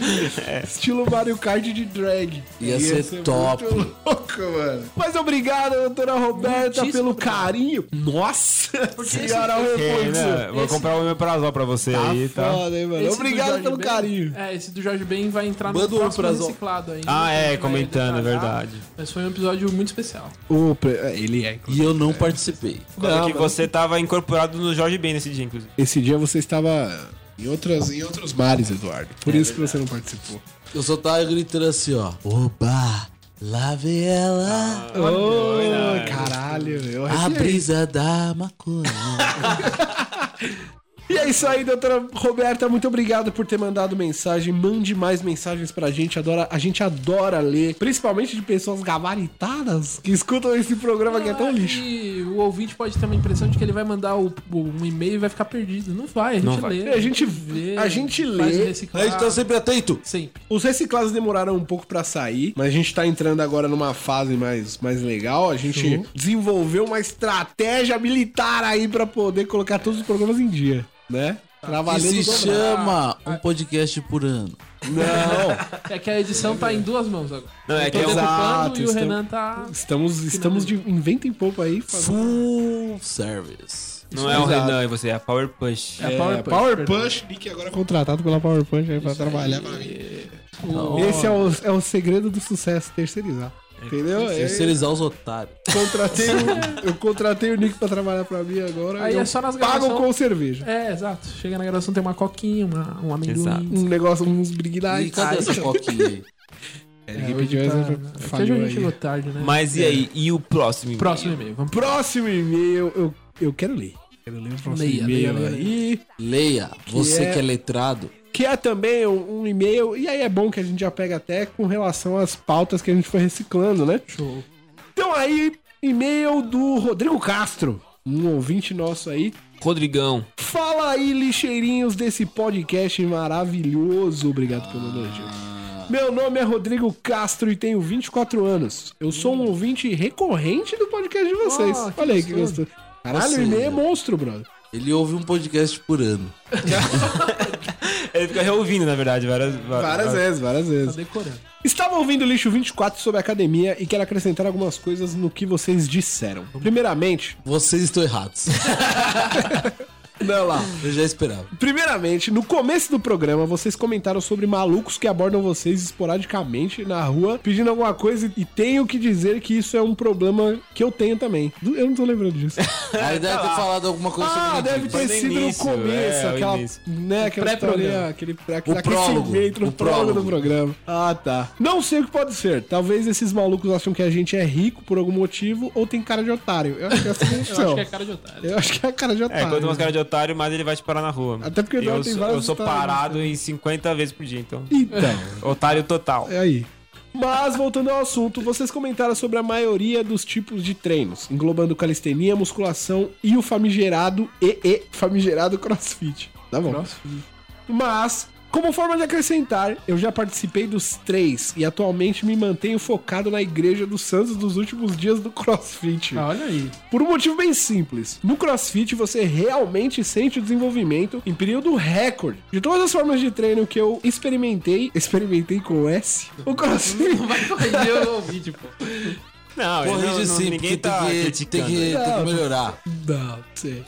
[SPEAKER 2] Estilo Mario Kart de drag.
[SPEAKER 3] Ia ser top.
[SPEAKER 2] Muito louco, mano. Mas obrigado, doutora Roberta,
[SPEAKER 5] Muitíssimo
[SPEAKER 2] pelo
[SPEAKER 5] obrigado.
[SPEAKER 2] carinho. Nossa senhora,
[SPEAKER 4] É, né?
[SPEAKER 2] Robuxo.
[SPEAKER 4] Vou
[SPEAKER 5] Esse-
[SPEAKER 4] comprar o meu prazol pra você aí, tá?
[SPEAKER 2] Foda, hein, mano.
[SPEAKER 5] Esse do
[SPEAKER 2] Obrigado
[SPEAKER 5] Jorge
[SPEAKER 2] pelo
[SPEAKER 5] Ben-
[SPEAKER 2] carinho.
[SPEAKER 5] É, esse do Jorge Ben vai entrar
[SPEAKER 3] Manda
[SPEAKER 5] no
[SPEAKER 3] um
[SPEAKER 5] próximo
[SPEAKER 3] prazol.
[SPEAKER 5] reciclado ainda.
[SPEAKER 4] Ah, é,
[SPEAKER 5] A
[SPEAKER 2] né?
[SPEAKER 5] gente vai
[SPEAKER 2] Tá
[SPEAKER 4] comentando, é
[SPEAKER 5] detalhar,
[SPEAKER 4] verdade.
[SPEAKER 5] Mas foi um episódio muito especial.
[SPEAKER 2] O pre- é, Ele é.
[SPEAKER 3] E eu não participei.
[SPEAKER 4] Quando que
[SPEAKER 2] mas-
[SPEAKER 4] você tava incorporado no Jorge Ben nesse dia, inclusive.
[SPEAKER 2] Esse dia você estava em, outras, em outros mares, Eduardo. Por isso que você não participou.
[SPEAKER 3] Eu só tava gritando assim, ó. Oba, lá vem ela,
[SPEAKER 2] Oh, caralho. Eu
[SPEAKER 3] a
[SPEAKER 2] arrepiei.
[SPEAKER 3] brisa da maconha.
[SPEAKER 2] E é isso aí, doutora Roberta. Muito obrigado por ter mandado mensagem. Mande mais mensagens pra gente. Adora, a gente adora ler, principalmente de pessoas gabaritadas que escutam esse programa que é tão lixo.
[SPEAKER 5] E Ah, o ouvinte pode ter uma impressão de que ele vai mandar o- o- um e-mail e vai ficar perdido. Não vai, a gente
[SPEAKER 4] Não vai.
[SPEAKER 5] lê.
[SPEAKER 2] É, A gente- a gente
[SPEAKER 5] faz
[SPEAKER 2] lê,
[SPEAKER 5] o
[SPEAKER 3] a
[SPEAKER 5] reciclado,
[SPEAKER 3] gente tá sempre atento.
[SPEAKER 5] sempre.
[SPEAKER 2] Os reciclados demoraram um pouco pra sair, mas a gente tá entrando agora numa fase mais, mais legal. A gente desenvolveu uma estratégia militar aí pra poder colocar todos os programas em dia, né?
[SPEAKER 5] Tá.
[SPEAKER 3] Que
[SPEAKER 2] Trabalhando
[SPEAKER 3] se
[SPEAKER 2] dobrado.
[SPEAKER 3] chama um podcast por ano.
[SPEAKER 2] Não,
[SPEAKER 5] É que a edição tá em duas mãos agora.
[SPEAKER 4] Não, é que
[SPEAKER 2] Então,
[SPEAKER 4] é
[SPEAKER 5] Eu tô
[SPEAKER 4] um...
[SPEAKER 5] ocupando e o
[SPEAKER 2] estamos-
[SPEAKER 5] Renan tá.
[SPEAKER 2] estamos estamos de inventem pouco aí. fazendo-
[SPEAKER 3] Full service.
[SPEAKER 4] Não é o Renan, é você, é a Power Push.
[SPEAKER 5] É,
[SPEAKER 2] É, Power Punch, Nick agora é contratado pela Power Punch aí pra trabalhar pra mim. Esse é o, é o segredo do sucesso, terceirizar. Entendeu? É,
[SPEAKER 3] Terceirizar os otários.
[SPEAKER 2] contratei o- eu contratei o Nick pra trabalhar pra mim agora.
[SPEAKER 5] Aí
[SPEAKER 2] e eu
[SPEAKER 5] é só nas
[SPEAKER 2] pago
[SPEAKER 5] gravação.
[SPEAKER 2] com cerveja.
[SPEAKER 5] É, exato. Chega na gravação, tem uma coquinha, uma, um amendoim.
[SPEAKER 4] Exato.
[SPEAKER 2] Um negócio, uns
[SPEAKER 3] E
[SPEAKER 2] Big
[SPEAKER 3] cadê essa coquinha aí?
[SPEAKER 5] É, hoje
[SPEAKER 2] Johnson
[SPEAKER 5] tá... é que hoje
[SPEAKER 2] falhou
[SPEAKER 5] a gente
[SPEAKER 2] aí.
[SPEAKER 5] chegou tarde, né?
[SPEAKER 4] Mas
[SPEAKER 2] É.
[SPEAKER 4] e aí? E o próximo? e-mail?
[SPEAKER 5] Próximo e-mail, vamos
[SPEAKER 2] Próximo e-mail, eu, eu quero ler. Quero ler o próximo
[SPEAKER 5] Leia,
[SPEAKER 2] e-mail
[SPEAKER 5] leia, leia.
[SPEAKER 2] aí.
[SPEAKER 3] Leia, você
[SPEAKER 2] é-
[SPEAKER 3] que é letrado.
[SPEAKER 2] Que é também um, um e-mail, e aí é bom que a gente já pega até com relação às pautas que a gente foi reciclando, né?
[SPEAKER 5] Show.
[SPEAKER 2] Então aí, e-mail do Rodrigo Castro, um ouvinte nosso aí.
[SPEAKER 4] Rodrigão.
[SPEAKER 2] Fala aí, lixeirinhos desse podcast maravilhoso. Obrigado pelo elogio. Meu nome é Rodrigo Castro e tenho 24 anos. Eu sou um ouvinte recorrente do podcast de vocês.
[SPEAKER 5] Ah, que
[SPEAKER 2] Olha aí que
[SPEAKER 5] gostoso.
[SPEAKER 2] gostoso. Caralho,
[SPEAKER 3] Ou
[SPEAKER 2] o e-mail é
[SPEAKER 3] seja-
[SPEAKER 2] monstro, brother.
[SPEAKER 3] Ele ouve um podcast por ano.
[SPEAKER 4] Ele fica reouvindo, na verdade, várias, várias,
[SPEAKER 2] vezes, várias
[SPEAKER 5] Tá
[SPEAKER 2] vezes.
[SPEAKER 5] decorando.
[SPEAKER 2] Estava ouvindo o Lixo 24 sobre academia e quero acrescentar algumas coisas no que vocês disseram. Primeiramente,
[SPEAKER 3] Vocês estão errados.
[SPEAKER 2] não lá.
[SPEAKER 3] Eu já esperava.
[SPEAKER 2] Primeiramente, no começo do programa, vocês comentaram sobre malucos que abordam vocês esporadicamente na rua pedindo alguma coisa e tenho que dizer que isso é um problema que eu tenho também. Do- Eu não tô lembrando disso.
[SPEAKER 3] Aí deve ter falado alguma coisa
[SPEAKER 2] Tá ah,
[SPEAKER 3] sobre
[SPEAKER 2] deve
[SPEAKER 3] mendigo.
[SPEAKER 2] ter
[SPEAKER 4] Foi no
[SPEAKER 2] sido no
[SPEAKER 4] início,
[SPEAKER 2] começo,
[SPEAKER 4] é, o
[SPEAKER 2] aquela,
[SPEAKER 4] início.
[SPEAKER 2] né, aquela
[SPEAKER 5] pré-programa.
[SPEAKER 2] história, aquele, pré-
[SPEAKER 3] O
[SPEAKER 2] aquele
[SPEAKER 3] prólogo,
[SPEAKER 2] aquecimento,
[SPEAKER 3] o
[SPEAKER 2] o prólogo do
[SPEAKER 3] prólogo.
[SPEAKER 2] programa. Ah, tá. Não sei o que pode ser. Talvez esses malucos acham que a gente é rico por algum motivo ou tem cara de otário. Eu acho que essa é a
[SPEAKER 5] Eu acho
[SPEAKER 2] opção.
[SPEAKER 5] que é cara de otário.
[SPEAKER 2] Eu acho que é cara de
[SPEAKER 4] É,
[SPEAKER 2] otário.
[SPEAKER 4] quanto mais cara de otário, mais ele vai te parar na rua.
[SPEAKER 2] Até porque o
[SPEAKER 4] eu,
[SPEAKER 2] Eduardo tem
[SPEAKER 4] sou,
[SPEAKER 2] várias né?
[SPEAKER 4] eu sou
[SPEAKER 2] histórias,
[SPEAKER 4] parado em 50 vezes por dia, então.
[SPEAKER 2] Então,
[SPEAKER 4] Otário total.
[SPEAKER 2] é aí. Mas, voltando ao assunto, vocês comentaram sobre a maioria dos tipos de treinos, englobando calistenia, musculação e o famigerado e, e famigerado crossfit. Tá bom. Mas, como forma de acrescentar, eu já participei dos três e atualmente me mantenho focado na Igreja dos Santos dos últimos dias do CrossFit.
[SPEAKER 5] Ah, olha aí.
[SPEAKER 2] Por um motivo bem simples. No CrossFit você realmente sente o desenvolvimento em período recorde. De todas as formas de treino que eu experimentei, experimentei com S, o CrossFit.
[SPEAKER 5] Vai corrigir o vídeo,
[SPEAKER 2] tipo,
[SPEAKER 5] pô.
[SPEAKER 4] Não, ele não,
[SPEAKER 3] Corrige
[SPEAKER 4] não-
[SPEAKER 3] sim,
[SPEAKER 4] ninguém
[SPEAKER 3] porque
[SPEAKER 4] tá
[SPEAKER 3] tem, que, tem,
[SPEAKER 4] criticando.
[SPEAKER 3] que, tem que melhorar.
[SPEAKER 2] Não, sei.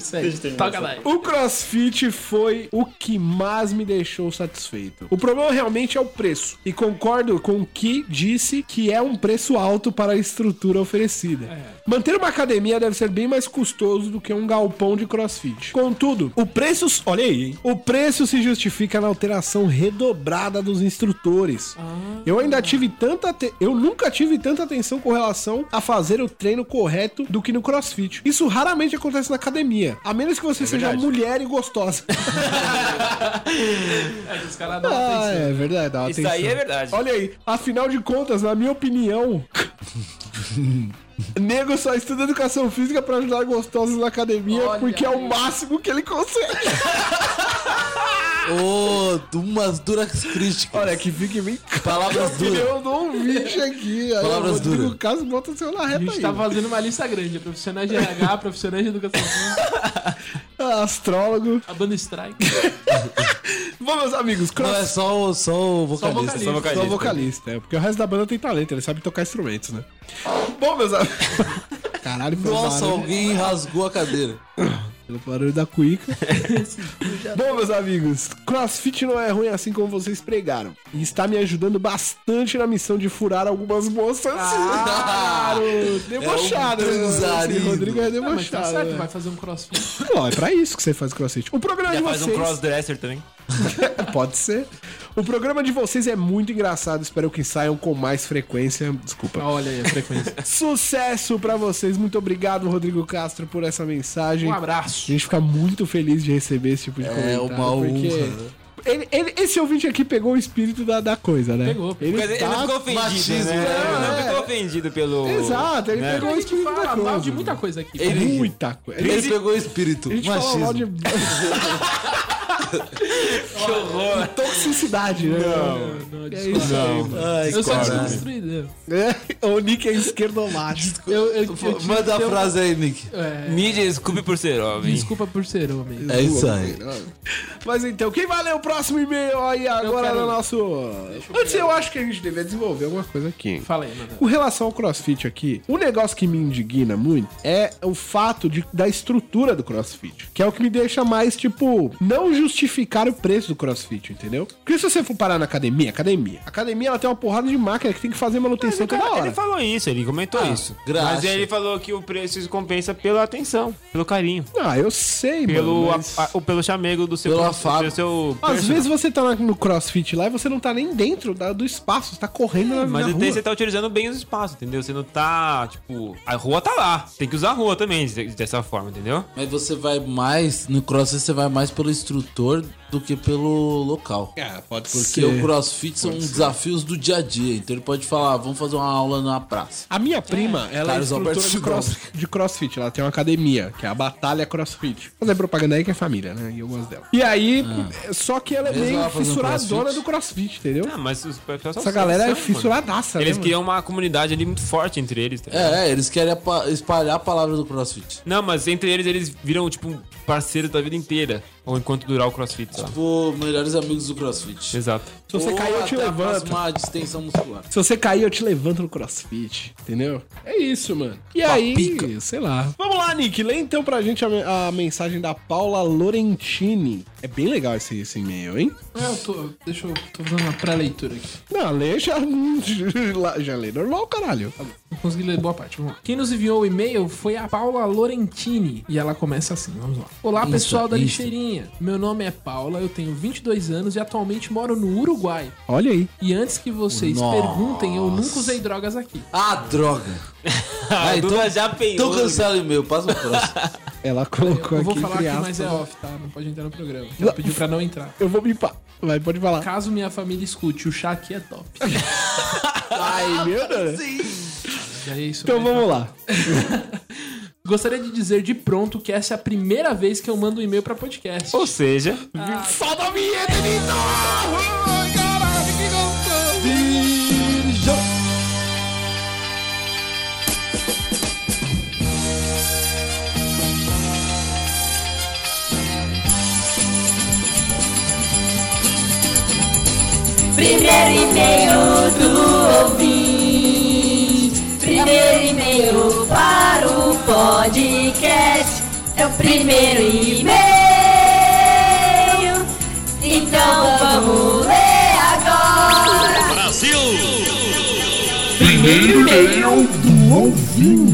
[SPEAKER 5] Segue. Toca lá.
[SPEAKER 2] O CrossFit foi o que mais me deixou satisfeito. O problema realmente é o preço. E concordo com o que disse que é um preço alto para a estrutura oferecida. Manter uma academia deve ser bem mais custoso do que um galpão de CrossFit. Contudo, o preço, olha aí, hein? o preço se justifica na alteração redobrada dos instrutores. Eu ainda tive tanta. te- Eu nunca tive tanta atenção com relação a fazer o treino correto do que no crossfit. Isso raramente acontece na academia. A menos que
[SPEAKER 5] É
[SPEAKER 2] você seja mulher e gostosa.
[SPEAKER 5] É, Os caras dão
[SPEAKER 2] Ah,
[SPEAKER 5] atenção.
[SPEAKER 2] é verdade, dá uma
[SPEAKER 4] Isso
[SPEAKER 2] atenção.
[SPEAKER 4] aí é verdade.
[SPEAKER 2] Olha aí, afinal de contas, na minha opinião. Nego só estuda educação física pra ajudar gostosos na academia,
[SPEAKER 5] Olha
[SPEAKER 2] porque é o
[SPEAKER 5] aí.
[SPEAKER 2] máximo que ele consegue.
[SPEAKER 3] Ô, umas duras críticas.
[SPEAKER 2] Olha, que fique bem claro
[SPEAKER 3] Palavras
[SPEAKER 2] que
[SPEAKER 3] duras.
[SPEAKER 2] eu não vi aqui. Aí
[SPEAKER 3] Palavras
[SPEAKER 2] o Rodrigo
[SPEAKER 3] duras.
[SPEAKER 2] Caso bota seu na
[SPEAKER 5] A
[SPEAKER 2] reta
[SPEAKER 5] gente
[SPEAKER 2] aí.
[SPEAKER 5] tá fazendo uma lista grande. É profissionais de RH, profissionais de educação física,
[SPEAKER 2] Astrólogo.
[SPEAKER 5] a banda Strike.
[SPEAKER 2] Bom, meus amigos,
[SPEAKER 3] Não, é
[SPEAKER 2] cross...
[SPEAKER 3] só né? o, só o vocalista.
[SPEAKER 5] vocalista.
[SPEAKER 4] Só
[SPEAKER 2] Só
[SPEAKER 4] vocalista.
[SPEAKER 2] o vocalista, é, porque o resto da banda tem talento, ele sabe tocar instrumentos, né? Bom, meus amigos. Caralho, foi um
[SPEAKER 3] Nossa,
[SPEAKER 2] barulho.
[SPEAKER 3] alguém rasgou a cadeira.
[SPEAKER 2] Pelo barulho da cuíca. Bom, meus amigos, crossfit não é ruim assim como vocês pregaram. E está me ajudando bastante na missão de furar algumas moças. Claro! Debochado,
[SPEAKER 3] É um
[SPEAKER 2] né?
[SPEAKER 3] transarido.
[SPEAKER 2] Esse Rodrigo é
[SPEAKER 5] Ah, mas
[SPEAKER 2] debochado.
[SPEAKER 5] tá certo,
[SPEAKER 2] né?
[SPEAKER 5] vai fazer um crossfit.
[SPEAKER 2] Não, é pra isso que você faz crossfit. O programa de
[SPEAKER 4] Já faz
[SPEAKER 2] vocês... é,
[SPEAKER 4] um crossdresser também.
[SPEAKER 2] Pode ser. O programa de vocês é muito engraçado. Espero que saiam com mais frequência. Desculpa.
[SPEAKER 5] Ah, Olha aí a frequência.
[SPEAKER 2] Sucesso pra vocês. Muito obrigado, Rodrigo Castro, por essa mensagem.
[SPEAKER 5] Um
[SPEAKER 2] A
[SPEAKER 5] abraço.
[SPEAKER 2] gente fica muito feliz de receber esse tipo de
[SPEAKER 3] É
[SPEAKER 2] comentário.
[SPEAKER 3] uma honra.
[SPEAKER 2] porque ele- ele- esse ouvinte aqui pegou o espírito da, da coisa, né?
[SPEAKER 5] Pegou.
[SPEAKER 2] Ele,
[SPEAKER 4] Mas ele
[SPEAKER 2] tá-
[SPEAKER 4] não ficou ofendido,
[SPEAKER 3] machismo,
[SPEAKER 4] né?
[SPEAKER 2] né?
[SPEAKER 4] Ele não
[SPEAKER 2] É.
[SPEAKER 4] ficou ofendido pelo...
[SPEAKER 2] Exato, ele
[SPEAKER 4] né?
[SPEAKER 2] pegou
[SPEAKER 5] É. A
[SPEAKER 2] o
[SPEAKER 5] gente
[SPEAKER 2] espírito da
[SPEAKER 5] fala
[SPEAKER 2] coisa. É
[SPEAKER 5] mal de muita coisa aqui.
[SPEAKER 3] Ele-
[SPEAKER 2] Muita coisa.
[SPEAKER 3] Ele pegou o espírito.
[SPEAKER 2] A gente fala mal de...
[SPEAKER 3] Machismo.
[SPEAKER 2] que horror. Toxicidade, né?
[SPEAKER 5] Não, não,
[SPEAKER 2] É
[SPEAKER 5] desculpa.
[SPEAKER 2] isso aí,
[SPEAKER 3] Ai,
[SPEAKER 5] Eu sou
[SPEAKER 3] cara.
[SPEAKER 5] desconstruído.
[SPEAKER 2] É, o Nick é esquerdomático.
[SPEAKER 5] Eu, eu, eu, eu
[SPEAKER 3] Manda a frase aí, Nick.
[SPEAKER 5] é,
[SPEAKER 4] Me desculpe por ser homem.
[SPEAKER 5] desculpa por ser homem.
[SPEAKER 3] É isso aí.
[SPEAKER 2] Mas então, quem vai ler o próximo e-mail aí agora
[SPEAKER 5] quero-
[SPEAKER 2] no nosso. Antes, eu acho que a gente devia desenvolver alguma coisa aqui.
[SPEAKER 5] Fala aí, mano.
[SPEAKER 2] Com relação ao crossfit aqui, o negócio que me indigna muito é o fato de, da estrutura do crossfit. Que é o que me deixa mais, tipo, não justificar o preço do crossfit, entendeu? Porque se você for parar na academia, academia. A academia ela tem uma porrada de máquina que tem que fazer manutenção toda
[SPEAKER 4] Cara,
[SPEAKER 2] hora.
[SPEAKER 4] ele falou isso, ele comentou
[SPEAKER 3] Ah,
[SPEAKER 4] isso.
[SPEAKER 3] graxa.
[SPEAKER 4] Mas ele falou que o preço compensa pela atenção, pelo carinho,
[SPEAKER 2] Ah, eu sei,
[SPEAKER 4] pelo,
[SPEAKER 2] mano. mas-
[SPEAKER 4] a- a- o- pelo chamego do seu
[SPEAKER 3] Pelo
[SPEAKER 4] do
[SPEAKER 3] afago.
[SPEAKER 4] seu
[SPEAKER 2] Às
[SPEAKER 4] personal.
[SPEAKER 2] vezes você tá na- no crossfit lá e você não tá nem dentro da- do espaço, você tá correndo na,
[SPEAKER 4] Mas
[SPEAKER 2] na
[SPEAKER 4] o
[SPEAKER 2] rua.
[SPEAKER 4] você tá utilizando bem os espaços, entendeu? Você não tá, tipo, a rua tá lá. Tem que usar a rua também, de- dessa forma, entendeu?
[SPEAKER 3] Mas você vai mais, no crossfit você vai mais pelo instrutor do que pelo local.
[SPEAKER 2] É, pode
[SPEAKER 3] Porque o crossfit são desafios do dia a dia. Então ele pode falar, "Ah, vamos fazer uma aula na praça.
[SPEAKER 2] A minha prima, ela
[SPEAKER 3] Carlos
[SPEAKER 2] é
[SPEAKER 3] Alberto
[SPEAKER 2] instrutora de, cross- de crossfit. Ela tem uma academia, que é a Batalha Crossfit. Fazer propaganda aí que é família, né? E eu gosto dela. E aí, só que ela é
[SPEAKER 3] Mesmo
[SPEAKER 2] meio
[SPEAKER 3] ela fazendo
[SPEAKER 2] fissuradona
[SPEAKER 3] crossfit?
[SPEAKER 2] do crossfit, entendeu?
[SPEAKER 4] Ah, mas os pessoal
[SPEAKER 2] Essa
[SPEAKER 4] são-
[SPEAKER 2] galera é
[SPEAKER 4] são, mano.
[SPEAKER 2] fissuradaça,
[SPEAKER 4] Eles
[SPEAKER 2] né,
[SPEAKER 4] criam uma comunidade ali muito forte entre eles, tá ligado?
[SPEAKER 3] É, é, eles querem apa- espalhar a palavra do crossfit.
[SPEAKER 4] Não, mas entre eles, eles viram, tipo, parceiros da vida inteira. Ou enquanto durar o crossfit, sabe?
[SPEAKER 3] Tipo, melhores amigos do crossfit.
[SPEAKER 4] Exato.
[SPEAKER 2] mano? Se você
[SPEAKER 3] Ou
[SPEAKER 2] cair, eu te
[SPEAKER 3] até a
[SPEAKER 2] levanto.
[SPEAKER 3] próxima distensão muscular.
[SPEAKER 2] Se você cair, eu te levanto no crossfit, entendeu? É isso, mano. E aí,
[SPEAKER 3] pica.
[SPEAKER 2] sei lá. Vamos lá, Nick. Lê então pra gente a, me- a mensagem da Paula Lorentini. É bem legal esse, esse e-mail, hein?
[SPEAKER 5] É, eu tô. Deixa eu. Tô dando uma pré-leitura aqui.
[SPEAKER 2] Não, lê já, já lê normal, caralho.
[SPEAKER 5] Não consegui ler boa parte. Vamos lá. Quem nos enviou o e-mail foi a Paula Lorentini. E ela começa assim: vamos lá. Olá,
[SPEAKER 3] Insta,
[SPEAKER 5] pessoal da
[SPEAKER 3] Insta.
[SPEAKER 5] lixeirinha. Meu nome é Paula, eu tenho 22 anos e atualmente moro no Uruguai.
[SPEAKER 2] Olha aí.
[SPEAKER 5] E antes que vocês
[SPEAKER 3] Nossa.
[SPEAKER 5] perguntem, eu nunca usei drogas aqui.
[SPEAKER 3] Ah, droga! Ah, então,
[SPEAKER 4] já
[SPEAKER 3] então cancela o e-mail, passa o próximo.
[SPEAKER 2] Ela colocou
[SPEAKER 5] Eu vou
[SPEAKER 2] aqui, é-
[SPEAKER 5] falar
[SPEAKER 2] entre
[SPEAKER 5] aqui,
[SPEAKER 2] aspas.
[SPEAKER 5] mas é off, tá? Não pode entrar no programa. que Ela pediu pra não entrar.
[SPEAKER 2] Eu vou bipar. Vai, pode falar.
[SPEAKER 5] Caso minha família escute, o chá aqui é top.
[SPEAKER 2] Ai, meu Deus.
[SPEAKER 5] Já é isso.
[SPEAKER 2] né? Então
[SPEAKER 5] né?
[SPEAKER 2] vamos lá.
[SPEAKER 5] Gostaria de dizer de pronto que essa é a primeira vez que eu mando um e-mail pra
[SPEAKER 2] então-
[SPEAKER 5] podcast.
[SPEAKER 4] Ou seja,
[SPEAKER 2] Solta a vinheta, Vitor! Caralho, que gostoso!
[SPEAKER 6] Primeiro e-mail do ouvinte. Primeiro e-mail para o podcast. É o primeiro e-mail. Então vamos ler agora.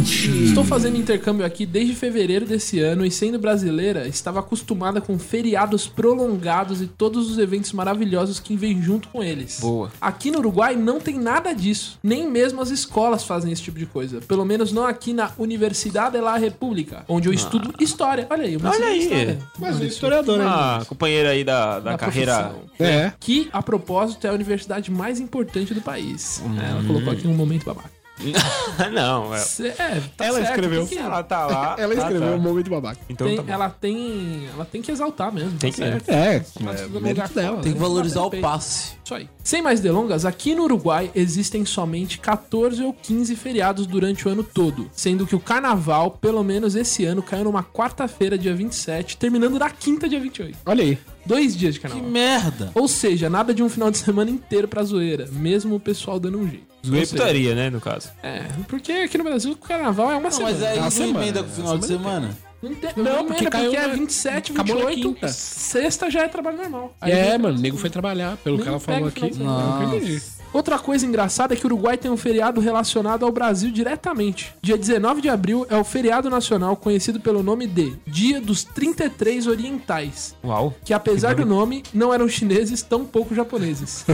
[SPEAKER 5] Estou fazendo intercâmbio aqui desde fevereiro desse ano e, sendo brasileira, estava acostumada com feriados prolongados e todos os eventos maravilhosos que vêm junto com eles. Boa. Aqui no Uruguai não tem nada disso. Nem mesmo as escolas fazem esse tipo de coisa. Pelo menos não aqui na Universidade de la República, onde eu estudo história. Olha aí, uma
[SPEAKER 4] Ah. Olha aí.
[SPEAKER 2] Mas o historiador, hein?
[SPEAKER 4] a
[SPEAKER 5] Ah,
[SPEAKER 4] Ah, companheira aí da, da carreira.
[SPEAKER 2] É.
[SPEAKER 5] Que, a propósito, é a universidade mais importante do país. Ela colocou aqui um momento babaca.
[SPEAKER 4] Não, Hum. é.
[SPEAKER 5] Cê- É, tá
[SPEAKER 2] Ela
[SPEAKER 5] certo,
[SPEAKER 2] escreveu.
[SPEAKER 5] tem que-
[SPEAKER 4] Ela tá lá.
[SPEAKER 2] Ela
[SPEAKER 5] Ah,
[SPEAKER 4] tá,
[SPEAKER 2] escreveu
[SPEAKER 4] tá.
[SPEAKER 2] um momento babaca.
[SPEAKER 4] Então
[SPEAKER 5] tem-
[SPEAKER 4] tá bom.
[SPEAKER 5] ela tem. Ela tem que exaltar mesmo.
[SPEAKER 4] Tem
[SPEAKER 5] tá
[SPEAKER 4] que-
[SPEAKER 5] certo.
[SPEAKER 2] É,
[SPEAKER 5] Mas
[SPEAKER 2] é
[SPEAKER 5] tudo
[SPEAKER 2] mérito
[SPEAKER 5] lugar
[SPEAKER 2] dela.
[SPEAKER 5] fora.
[SPEAKER 3] Tem que valorizar o
[SPEAKER 5] Perfeito.
[SPEAKER 3] passe.
[SPEAKER 5] Isso aí. né? Sem mais delongas, aqui no Uruguai existem somente 14 ou 15 feriados durante o ano todo, sendo que o carnaval, pelo menos esse ano, caiu numa quarta-feira, dia 27, terminando na quinta, dia 28.
[SPEAKER 2] Olha aí.
[SPEAKER 5] Dois dias de carnaval.
[SPEAKER 3] Merda!
[SPEAKER 5] Ou seja, nada de um final de semana inteiro pra zoeira, mesmo o pessoal dando um jeito.
[SPEAKER 4] Zoei
[SPEAKER 5] Ou seja,
[SPEAKER 4] putaria, né, no caso.
[SPEAKER 5] É, porque aqui no Brasil o carnaval é uma
[SPEAKER 3] Não,
[SPEAKER 5] semana.
[SPEAKER 3] mas aí
[SPEAKER 2] uma
[SPEAKER 3] não
[SPEAKER 2] semana,
[SPEAKER 3] emenda com o final de semana.
[SPEAKER 5] Não, tem,
[SPEAKER 2] Não,
[SPEAKER 5] não,
[SPEAKER 2] porque
[SPEAKER 5] porque,
[SPEAKER 2] caiu
[SPEAKER 5] é
[SPEAKER 2] na-
[SPEAKER 5] 27,
[SPEAKER 2] acabou na
[SPEAKER 5] 28,
[SPEAKER 2] quinta.
[SPEAKER 5] sexta já é trabalho normal. Aí
[SPEAKER 2] é,
[SPEAKER 5] vem-
[SPEAKER 2] mano, o nego foi trabalhar, pelo que
[SPEAKER 5] Nem
[SPEAKER 2] ela falou
[SPEAKER 5] pega
[SPEAKER 2] aqui.
[SPEAKER 5] o final
[SPEAKER 2] Eu entendi.
[SPEAKER 5] Outra coisa engraçada é que o Uruguai tem um feriado relacionado ao Brasil diretamente. Dia 19 de abril é o feriado nacional conhecido pelo nome de Dia dos 33 Orientais,
[SPEAKER 4] Uau.
[SPEAKER 5] que apesar do nome, não eram chineses, tão pouco japoneses.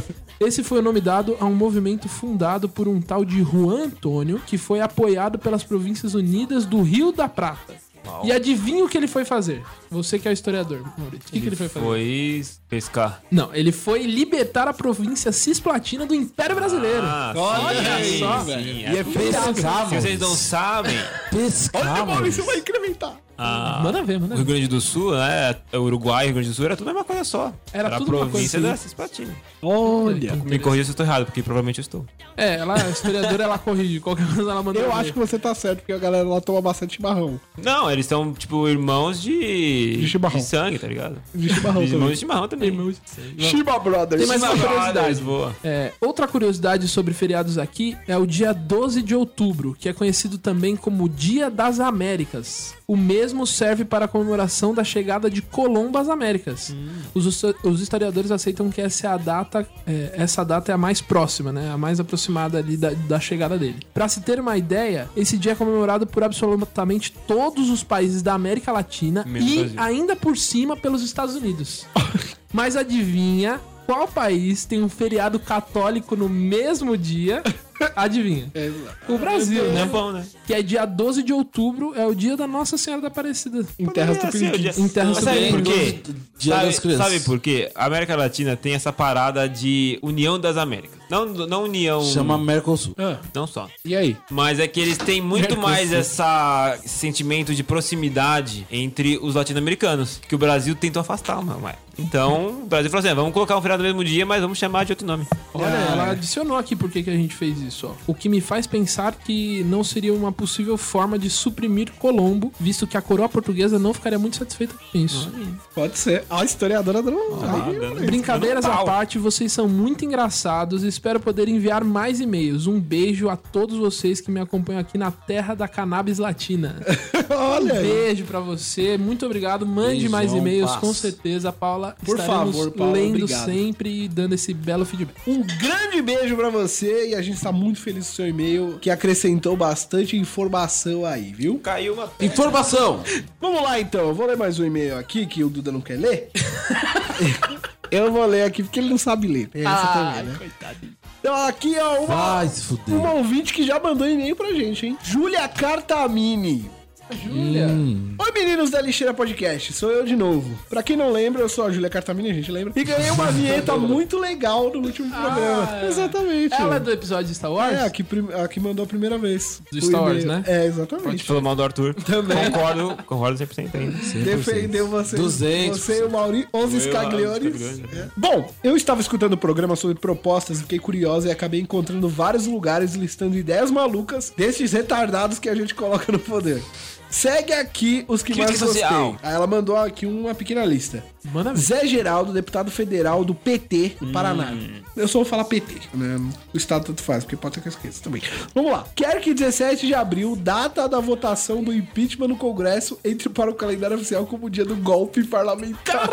[SPEAKER 5] Esse foi o nome dado a um movimento fundado por um tal de Juan Antônio, que foi apoiado pelas Províncias Unidas do Rio da Prata. E adivinha o que ele foi fazer? Você que é o historiador, Maurício. O que, que ele foi fazer?
[SPEAKER 4] Foi pescar.
[SPEAKER 5] Não, ele foi libertar a província cisplatina do Império Brasileiro.
[SPEAKER 4] Ah, Olha
[SPEAKER 5] só,
[SPEAKER 4] velho.
[SPEAKER 3] E é
[SPEAKER 5] Tá,
[SPEAKER 3] pescar,
[SPEAKER 4] Se vocês não sabem,
[SPEAKER 3] Pescar, mano.
[SPEAKER 2] Isso vai incrementar.
[SPEAKER 5] Manda ver, manda
[SPEAKER 4] o Rio
[SPEAKER 5] ver.
[SPEAKER 4] Grande do Sul, né? o Uruguai e Rio Grande do Sul era tudo a mesma coisa só.
[SPEAKER 5] Era
[SPEAKER 4] a
[SPEAKER 5] tudo uma
[SPEAKER 4] província
[SPEAKER 5] coisa,
[SPEAKER 4] da Cisplatina.
[SPEAKER 2] Olha.
[SPEAKER 4] Me corrija se eu tô errado, porque provavelmente eu estou.
[SPEAKER 5] É, ela, a historiadora, ela corrige. Qualquer coisa ela manda
[SPEAKER 2] Eu
[SPEAKER 5] ver.
[SPEAKER 2] acho que você tá certo, porque a galera lá toma bastante chimarrão.
[SPEAKER 4] Não, eles são, tipo, irmãos de.
[SPEAKER 2] De chimarrão.
[SPEAKER 4] sangue, tá ligado?
[SPEAKER 2] De chimarrão
[SPEAKER 4] irmãos de
[SPEAKER 2] também.
[SPEAKER 4] chimarrão também. Irmãos
[SPEAKER 2] Shiba Brothers.
[SPEAKER 5] Tem mais uma curiosidade.
[SPEAKER 4] boa.
[SPEAKER 5] É, outra curiosidade sobre feriados aqui é o dia 12 de outubro, que é conhecido também como Dia das Américas. O mesmo serve para a comemoração da chegada de Colombo às Américas.
[SPEAKER 4] Hum.
[SPEAKER 5] Os, histo- os historiadores aceitam que essa é a data, é, essa data é a mais próxima, né? A mais aproximada ali da, da chegada dele. Para se ter uma ideia, esse dia é comemorado por absolutamente todos os países da América Latina
[SPEAKER 4] Menos
[SPEAKER 5] e
[SPEAKER 4] Brasil.
[SPEAKER 5] ainda por cima pelos Estados Unidos. Mas adivinha qual país tem um feriado católico no mesmo dia? Adivinha? O Brasil, né?
[SPEAKER 4] Japão, né?
[SPEAKER 5] Que é dia 12 de outubro, é o dia da Nossa Senhora da Aparecida.
[SPEAKER 2] Em terras
[SPEAKER 4] Poderia ser o dia-
[SPEAKER 2] tupiniquins.
[SPEAKER 5] Em terra
[SPEAKER 4] assim, é Mas sabe por
[SPEAKER 5] sobre-
[SPEAKER 4] quê?
[SPEAKER 3] Dia
[SPEAKER 4] sabe,
[SPEAKER 3] das crianças.
[SPEAKER 4] sabe por quê? A América Latina tem essa parada de união das Américas. Não, não união.
[SPEAKER 3] Chama Mercosul.
[SPEAKER 2] Ah.
[SPEAKER 4] Não só.
[SPEAKER 2] E aí?
[SPEAKER 4] Mas é que eles têm muito mais essa esse sentimento de proximidade entre os latino-americanos, que o Brasil tentou afastar, mano. ué. Então, o Brasil falou assim: vamos colocar um feriado no mesmo dia, mas vamos chamar de outro nome.
[SPEAKER 5] Olha, ela adicionou aqui por que que a gente fez isso, ó. O que me faz pensar que não seria uma possível forma de suprimir Colombo, visto que a coroa portuguesa não ficaria muito satisfeita com isso.
[SPEAKER 2] Pode ser. Ó, a historiadora do...
[SPEAKER 5] Ah,
[SPEAKER 2] né? Aí,
[SPEAKER 4] Dando-
[SPEAKER 5] Brincadeiras
[SPEAKER 4] dando
[SPEAKER 5] à
[SPEAKER 4] pau.
[SPEAKER 5] parte, vocês são muito engraçados e espero poder enviar mais e-mails. Um beijo a todos vocês que me acompanham aqui na terra da cannabis latina.
[SPEAKER 2] Olha
[SPEAKER 5] Um
[SPEAKER 2] aí.
[SPEAKER 5] beijo pra você, muito obrigado. Mande
[SPEAKER 3] Beijão,
[SPEAKER 5] mais e-mails,
[SPEAKER 3] paz.
[SPEAKER 5] com certeza, Paula.
[SPEAKER 2] Por
[SPEAKER 5] Estaremos
[SPEAKER 2] favor, Paula,
[SPEAKER 5] lendo
[SPEAKER 2] obrigado.
[SPEAKER 5] sempre e dando esse belo feedback.
[SPEAKER 2] Um grande beijo pra você e a gente tá muito feliz com o seu e-mail, que acrescentou bastante informação aí, viu?
[SPEAKER 4] Caiu uma.
[SPEAKER 3] Informação!
[SPEAKER 2] Vamos lá então, eu vou ler mais um e-mail aqui que o Duda não quer ler. eu vou ler aqui porque ele não sabe ler. Tem essa também, né? Então aqui é uma,
[SPEAKER 3] Vai se fuder.
[SPEAKER 2] uma ouvinte que já mandou e-mail pra gente, hein? Júlia Cartamini.
[SPEAKER 5] Júlia.
[SPEAKER 2] Oi, meninos da Lixeira Podcast, sou eu de novo. Pra quem não lembra, eu sou a Júlia Cartamini, a gente lembra. E ganhei uma vinheta muito legal no último programa.
[SPEAKER 5] é.
[SPEAKER 2] Exatamente.
[SPEAKER 5] Ela é do episódio de Star Wars?
[SPEAKER 2] É, a que, prim- a que mandou a primeira vez.
[SPEAKER 5] Do
[SPEAKER 2] O
[SPEAKER 5] Star Wars,
[SPEAKER 2] e-mail.
[SPEAKER 5] né?
[SPEAKER 2] É,
[SPEAKER 9] Pode
[SPEAKER 2] exatamente.
[SPEAKER 9] falar mal do Arthur. Também. Concordo, concordo 100% ainda.
[SPEAKER 2] Defendeu você.
[SPEAKER 3] 200.
[SPEAKER 2] Você e o Mauri, 11
[SPEAKER 9] Eu,
[SPEAKER 2] Scagliones.
[SPEAKER 9] Scaglione,
[SPEAKER 2] É. Bom, eu estava escutando o programa sobre propostas, fiquei curiosa e acabei encontrando vários lugares listando ideias malucas desses retardados que a gente coloca no poder. Segue aqui os que mais
[SPEAKER 4] Crítica
[SPEAKER 2] gostei.
[SPEAKER 4] social.
[SPEAKER 2] Aí ela mandou aqui uma pequena lista.
[SPEAKER 5] Manda ver.
[SPEAKER 2] Zé Geraldo, deputado federal do PT do Paraná.
[SPEAKER 5] Hum.
[SPEAKER 2] Eu só vou falar PT, né? O Estado tanto faz, porque pode ser que eu esqueça também. Vamos lá. Quero que 17 de abril, data da votação do impeachment no Congresso, entre para o calendário oficial como dia do golpe parlamentar.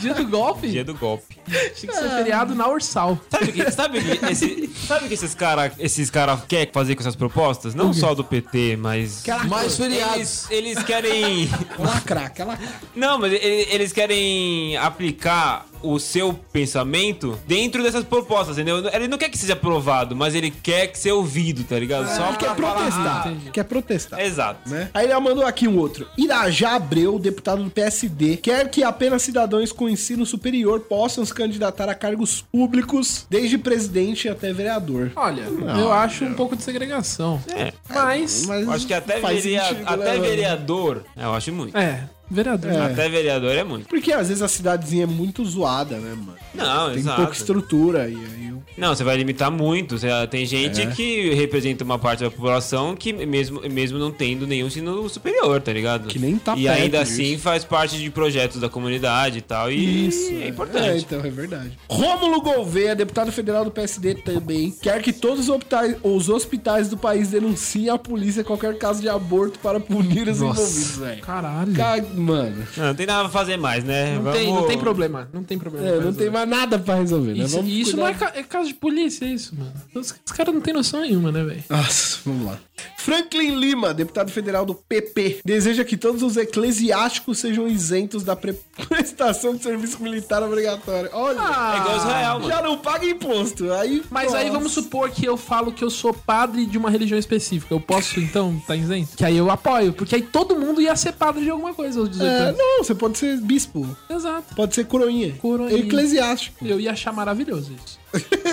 [SPEAKER 5] Dia do golpe?
[SPEAKER 9] Dia do golpe.
[SPEAKER 5] Tinha que ser feriado na Ursal.
[SPEAKER 9] Sabe o que, sabe o que, esse, sabe o que esses caras esses cara querem fazer com essas propostas? Não só do PT, mas.
[SPEAKER 3] Mais feriados.
[SPEAKER 4] Eles, eles querem.
[SPEAKER 2] Lacraca, lacraca.
[SPEAKER 4] Não, mas ele- eles querem aplicar o seu pensamento dentro dessas propostas, entendeu? Ele não quer que seja aprovado, mas ele quer que seja ouvido, tá ligado? Só
[SPEAKER 2] Ele quer
[SPEAKER 4] pra falar,
[SPEAKER 2] protestar. Quer protestar.
[SPEAKER 4] ah, Exato.
[SPEAKER 2] né? Aí ele mandou aqui um outro. Irajá Abreu, deputado do PSD, quer que apenas cidadãos com ensino superior possam se candidatar a cargos públicos, desde presidente até vereador.
[SPEAKER 5] Olha, eu acho um pouco de segregação. É. Mas.
[SPEAKER 2] Mas
[SPEAKER 4] Eu Acho que até,
[SPEAKER 2] faz
[SPEAKER 4] verea-
[SPEAKER 2] sentido, né,
[SPEAKER 4] até
[SPEAKER 2] mano?
[SPEAKER 4] vereador. É, Eu acho muito.
[SPEAKER 5] É, vereador.
[SPEAKER 2] É.
[SPEAKER 4] Até vereador é muito.
[SPEAKER 2] Porque às vezes a cidadezinha é muito zoada, né, mano?
[SPEAKER 4] Não,
[SPEAKER 2] Tem
[SPEAKER 4] exato.
[SPEAKER 2] pouca estrutura e aí o-
[SPEAKER 4] Não, você vai limitar muito. Você- Tem gente
[SPEAKER 2] É.
[SPEAKER 4] que representa uma parte da população que mesmo, mesmo não tendo nenhum ensino superior, tá ligado?
[SPEAKER 2] Que nem tá
[SPEAKER 4] E
[SPEAKER 2] perto
[SPEAKER 4] ainda
[SPEAKER 2] disso.
[SPEAKER 4] assim faz parte de projetos da comunidade e tal. E é
[SPEAKER 2] É,
[SPEAKER 4] importante.
[SPEAKER 2] então, é verdade. Rômulo Gouveia, deputado federal do PSD também, quer que todos os hospitais, os hospitais do país denunciem à polícia qualquer caso de aborto para punir os envolvidos,
[SPEAKER 5] Nossa,
[SPEAKER 2] velho.
[SPEAKER 5] caralho.
[SPEAKER 2] Ca- Mano,
[SPEAKER 4] Não, não tem nada pra fazer mais, né?
[SPEAKER 5] Não tem, não tem problema. Não tem problema.
[SPEAKER 2] é,
[SPEAKER 5] pra
[SPEAKER 2] não
[SPEAKER 5] resolver.
[SPEAKER 2] tem mais nada pra resolver, né?
[SPEAKER 5] Isso,
[SPEAKER 2] Vamos
[SPEAKER 5] e isso não é,
[SPEAKER 2] cuidar-
[SPEAKER 5] ca- é caso de polícia, é isso, mano. Os, os caras não têm noção nenhuma, né, velho?
[SPEAKER 2] Nossa, vamos lá. Franklin Lima, deputado federal do PP, deseja que todos os eclesiásticos sejam isentos da pre- prestação de serviço militar obrigatório. Olha, Ah,
[SPEAKER 4] É igual Israel, mano.
[SPEAKER 2] já não paga imposto. Aí,
[SPEAKER 5] Mas aí
[SPEAKER 2] nossa.
[SPEAKER 5] vamos supor que eu falo que eu sou padre de uma religião específica. Eu posso, então, tá isento? Que aí eu apoio, porque aí todo mundo ia ser padre de alguma coisa aos 18
[SPEAKER 2] É,
[SPEAKER 5] anos.
[SPEAKER 2] não, você pode ser bispo,
[SPEAKER 5] Exato.
[SPEAKER 2] pode ser coroinha,
[SPEAKER 5] Coroinha.
[SPEAKER 2] eclesiástico,
[SPEAKER 5] Eu ia achar maravilhoso isso.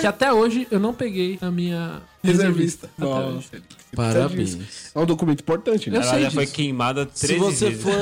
[SPEAKER 5] que até hoje eu não peguei a minha
[SPEAKER 2] reservista.
[SPEAKER 5] Até hoje.
[SPEAKER 2] Nossa,
[SPEAKER 3] Parabéns.
[SPEAKER 2] é um documento importante, né?
[SPEAKER 5] Eu
[SPEAKER 4] Ela
[SPEAKER 5] sei
[SPEAKER 4] já foi
[SPEAKER 5] disso.
[SPEAKER 4] queimada 13
[SPEAKER 3] Se você,
[SPEAKER 4] vezes.
[SPEAKER 3] for,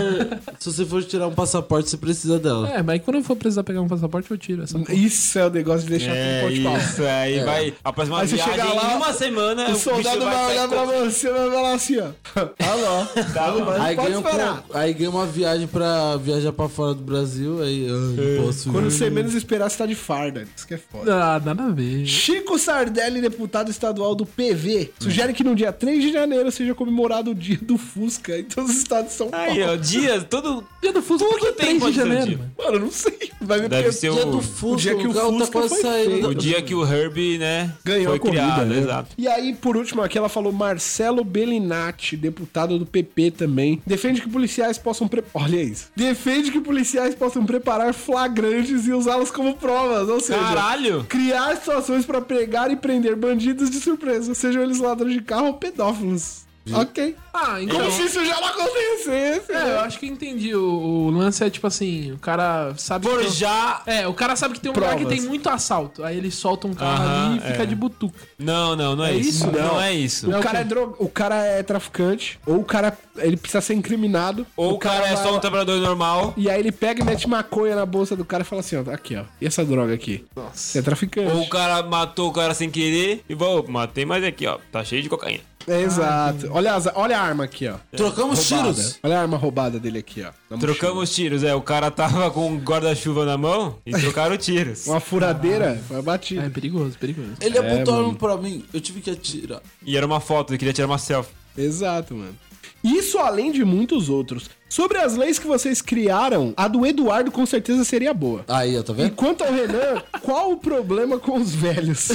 [SPEAKER 3] se você for tirar um passaporte, você precisa dela.
[SPEAKER 5] É, mas aí quando eu for precisar pegar um passaporte, eu tiro essa porra.
[SPEAKER 2] Isso é o negócio de deixar
[SPEAKER 4] É
[SPEAKER 2] com o pau.
[SPEAKER 4] isso, aí vai. A próxima
[SPEAKER 2] Aí você
[SPEAKER 4] viagem,
[SPEAKER 2] chega lá,
[SPEAKER 4] em uma semana,
[SPEAKER 2] O soldado
[SPEAKER 4] bicho
[SPEAKER 2] vai
[SPEAKER 4] sair
[SPEAKER 2] olhar pra
[SPEAKER 4] correndo.
[SPEAKER 2] você e vai falar assim, ó. Tá bom. Tá bom.
[SPEAKER 3] Aí
[SPEAKER 2] Pode
[SPEAKER 3] ganha, um
[SPEAKER 2] esperar.
[SPEAKER 3] pro- aí ganha uma viagem pra viajar pra fora do Brasil, aí ah, não posso
[SPEAKER 2] É. Quando
[SPEAKER 3] ir.
[SPEAKER 2] você menos esperar, você tá de farda. Isso que é foda.
[SPEAKER 5] Ah, nada a ver.
[SPEAKER 2] Chico Sardelli, deputado estadual do PV, sugere que no dia 3 de janeiro seja comemorado o dia do Fusca em todos os estados de São Paulo.
[SPEAKER 4] Aí, ó, dias, todo.
[SPEAKER 5] Dia do Fusca, por que
[SPEAKER 4] Tudo tem
[SPEAKER 5] 3 de
[SPEAKER 4] condição
[SPEAKER 5] janeiro?
[SPEAKER 4] de-
[SPEAKER 5] mano?
[SPEAKER 2] Mano, eu não sei. Vai ver
[SPEAKER 4] Deve
[SPEAKER 2] porque
[SPEAKER 4] ser
[SPEAKER 3] Dia do
[SPEAKER 4] o.
[SPEAKER 3] Fusca,
[SPEAKER 2] dia que o
[SPEAKER 3] o carro
[SPEAKER 2] Fusca
[SPEAKER 3] tá quase
[SPEAKER 2] foi
[SPEAKER 3] saindo.
[SPEAKER 2] feito.
[SPEAKER 4] O dia que o Herbie, né?
[SPEAKER 2] ganhou
[SPEAKER 4] foi
[SPEAKER 2] a corrida.
[SPEAKER 4] criado,
[SPEAKER 2] né?
[SPEAKER 4] exato.
[SPEAKER 2] E aí, por último, aqui ela falou Marcelo Bellinati, deputado do PP também. Defende que policiais possam. Pre... Olha isso. Defende que policiais possam preparar flagrantes e usá-los como provas. Ou seja.
[SPEAKER 4] Caralho!
[SPEAKER 2] Criar situações pra pegar e prender bandidos de surpresa, sejam eles ladrões de carro ou pedófilos. Ok.
[SPEAKER 5] Ah, então.
[SPEAKER 2] Como se isso já não acontecesse.
[SPEAKER 5] É, eu acho que eu entendi. O, o lance é tipo assim, o cara sabe. que tem-
[SPEAKER 4] Forjar.
[SPEAKER 5] É, o cara sabe que tem um lugar
[SPEAKER 2] Provas.
[SPEAKER 5] que tem muito assalto. Aí ele solta um carro
[SPEAKER 4] Aham,
[SPEAKER 5] ali e fica
[SPEAKER 4] é.
[SPEAKER 5] de butuca.
[SPEAKER 4] Não, não, não é,
[SPEAKER 5] É
[SPEAKER 4] isso.
[SPEAKER 5] isso?
[SPEAKER 4] Não.
[SPEAKER 5] Não.
[SPEAKER 4] é isso.
[SPEAKER 2] O cara é droga, o cara é traficante, ou o cara ele precisa ser incriminado,
[SPEAKER 4] Ou o cara, é
[SPEAKER 2] vai
[SPEAKER 4] só um
[SPEAKER 2] lá-
[SPEAKER 4] trabalhador normal,
[SPEAKER 2] E aí ele pega e mete maconha na bolsa do cara e fala assim, ó, aqui, ó. E essa droga aqui? Nossa. Você é traficante.
[SPEAKER 4] ou o cara matou o cara sem querer e vou, matei, mas aqui, ó, tá cheio de cocaína.
[SPEAKER 2] É, exato. Olha, as, olha a arma aqui, ó.
[SPEAKER 3] Trocamos
[SPEAKER 2] Roubada.
[SPEAKER 3] tiros.
[SPEAKER 2] Olha a arma roubada dele aqui, ó. na mochila.
[SPEAKER 4] Trocamos tiros, é, o cara tava com um guarda-chuva na mão e trocaram tiros.
[SPEAKER 2] Uma furadeira, foi uma
[SPEAKER 5] É
[SPEAKER 2] batida.
[SPEAKER 5] perigoso, perigoso.
[SPEAKER 3] Ele apontou a
[SPEAKER 2] mano.
[SPEAKER 3] arma pra mim, eu tive que atirar.
[SPEAKER 4] E era uma foto, ele queria tirar uma selfie.
[SPEAKER 2] Exato, mano. Isso além de muitos outros. Sobre as leis que vocês criaram, a do Eduardo com certeza seria boa.
[SPEAKER 3] Aí, ó, tá
[SPEAKER 2] E
[SPEAKER 3] vendo?
[SPEAKER 2] quanto ao Renan, qual o problema com os velhos?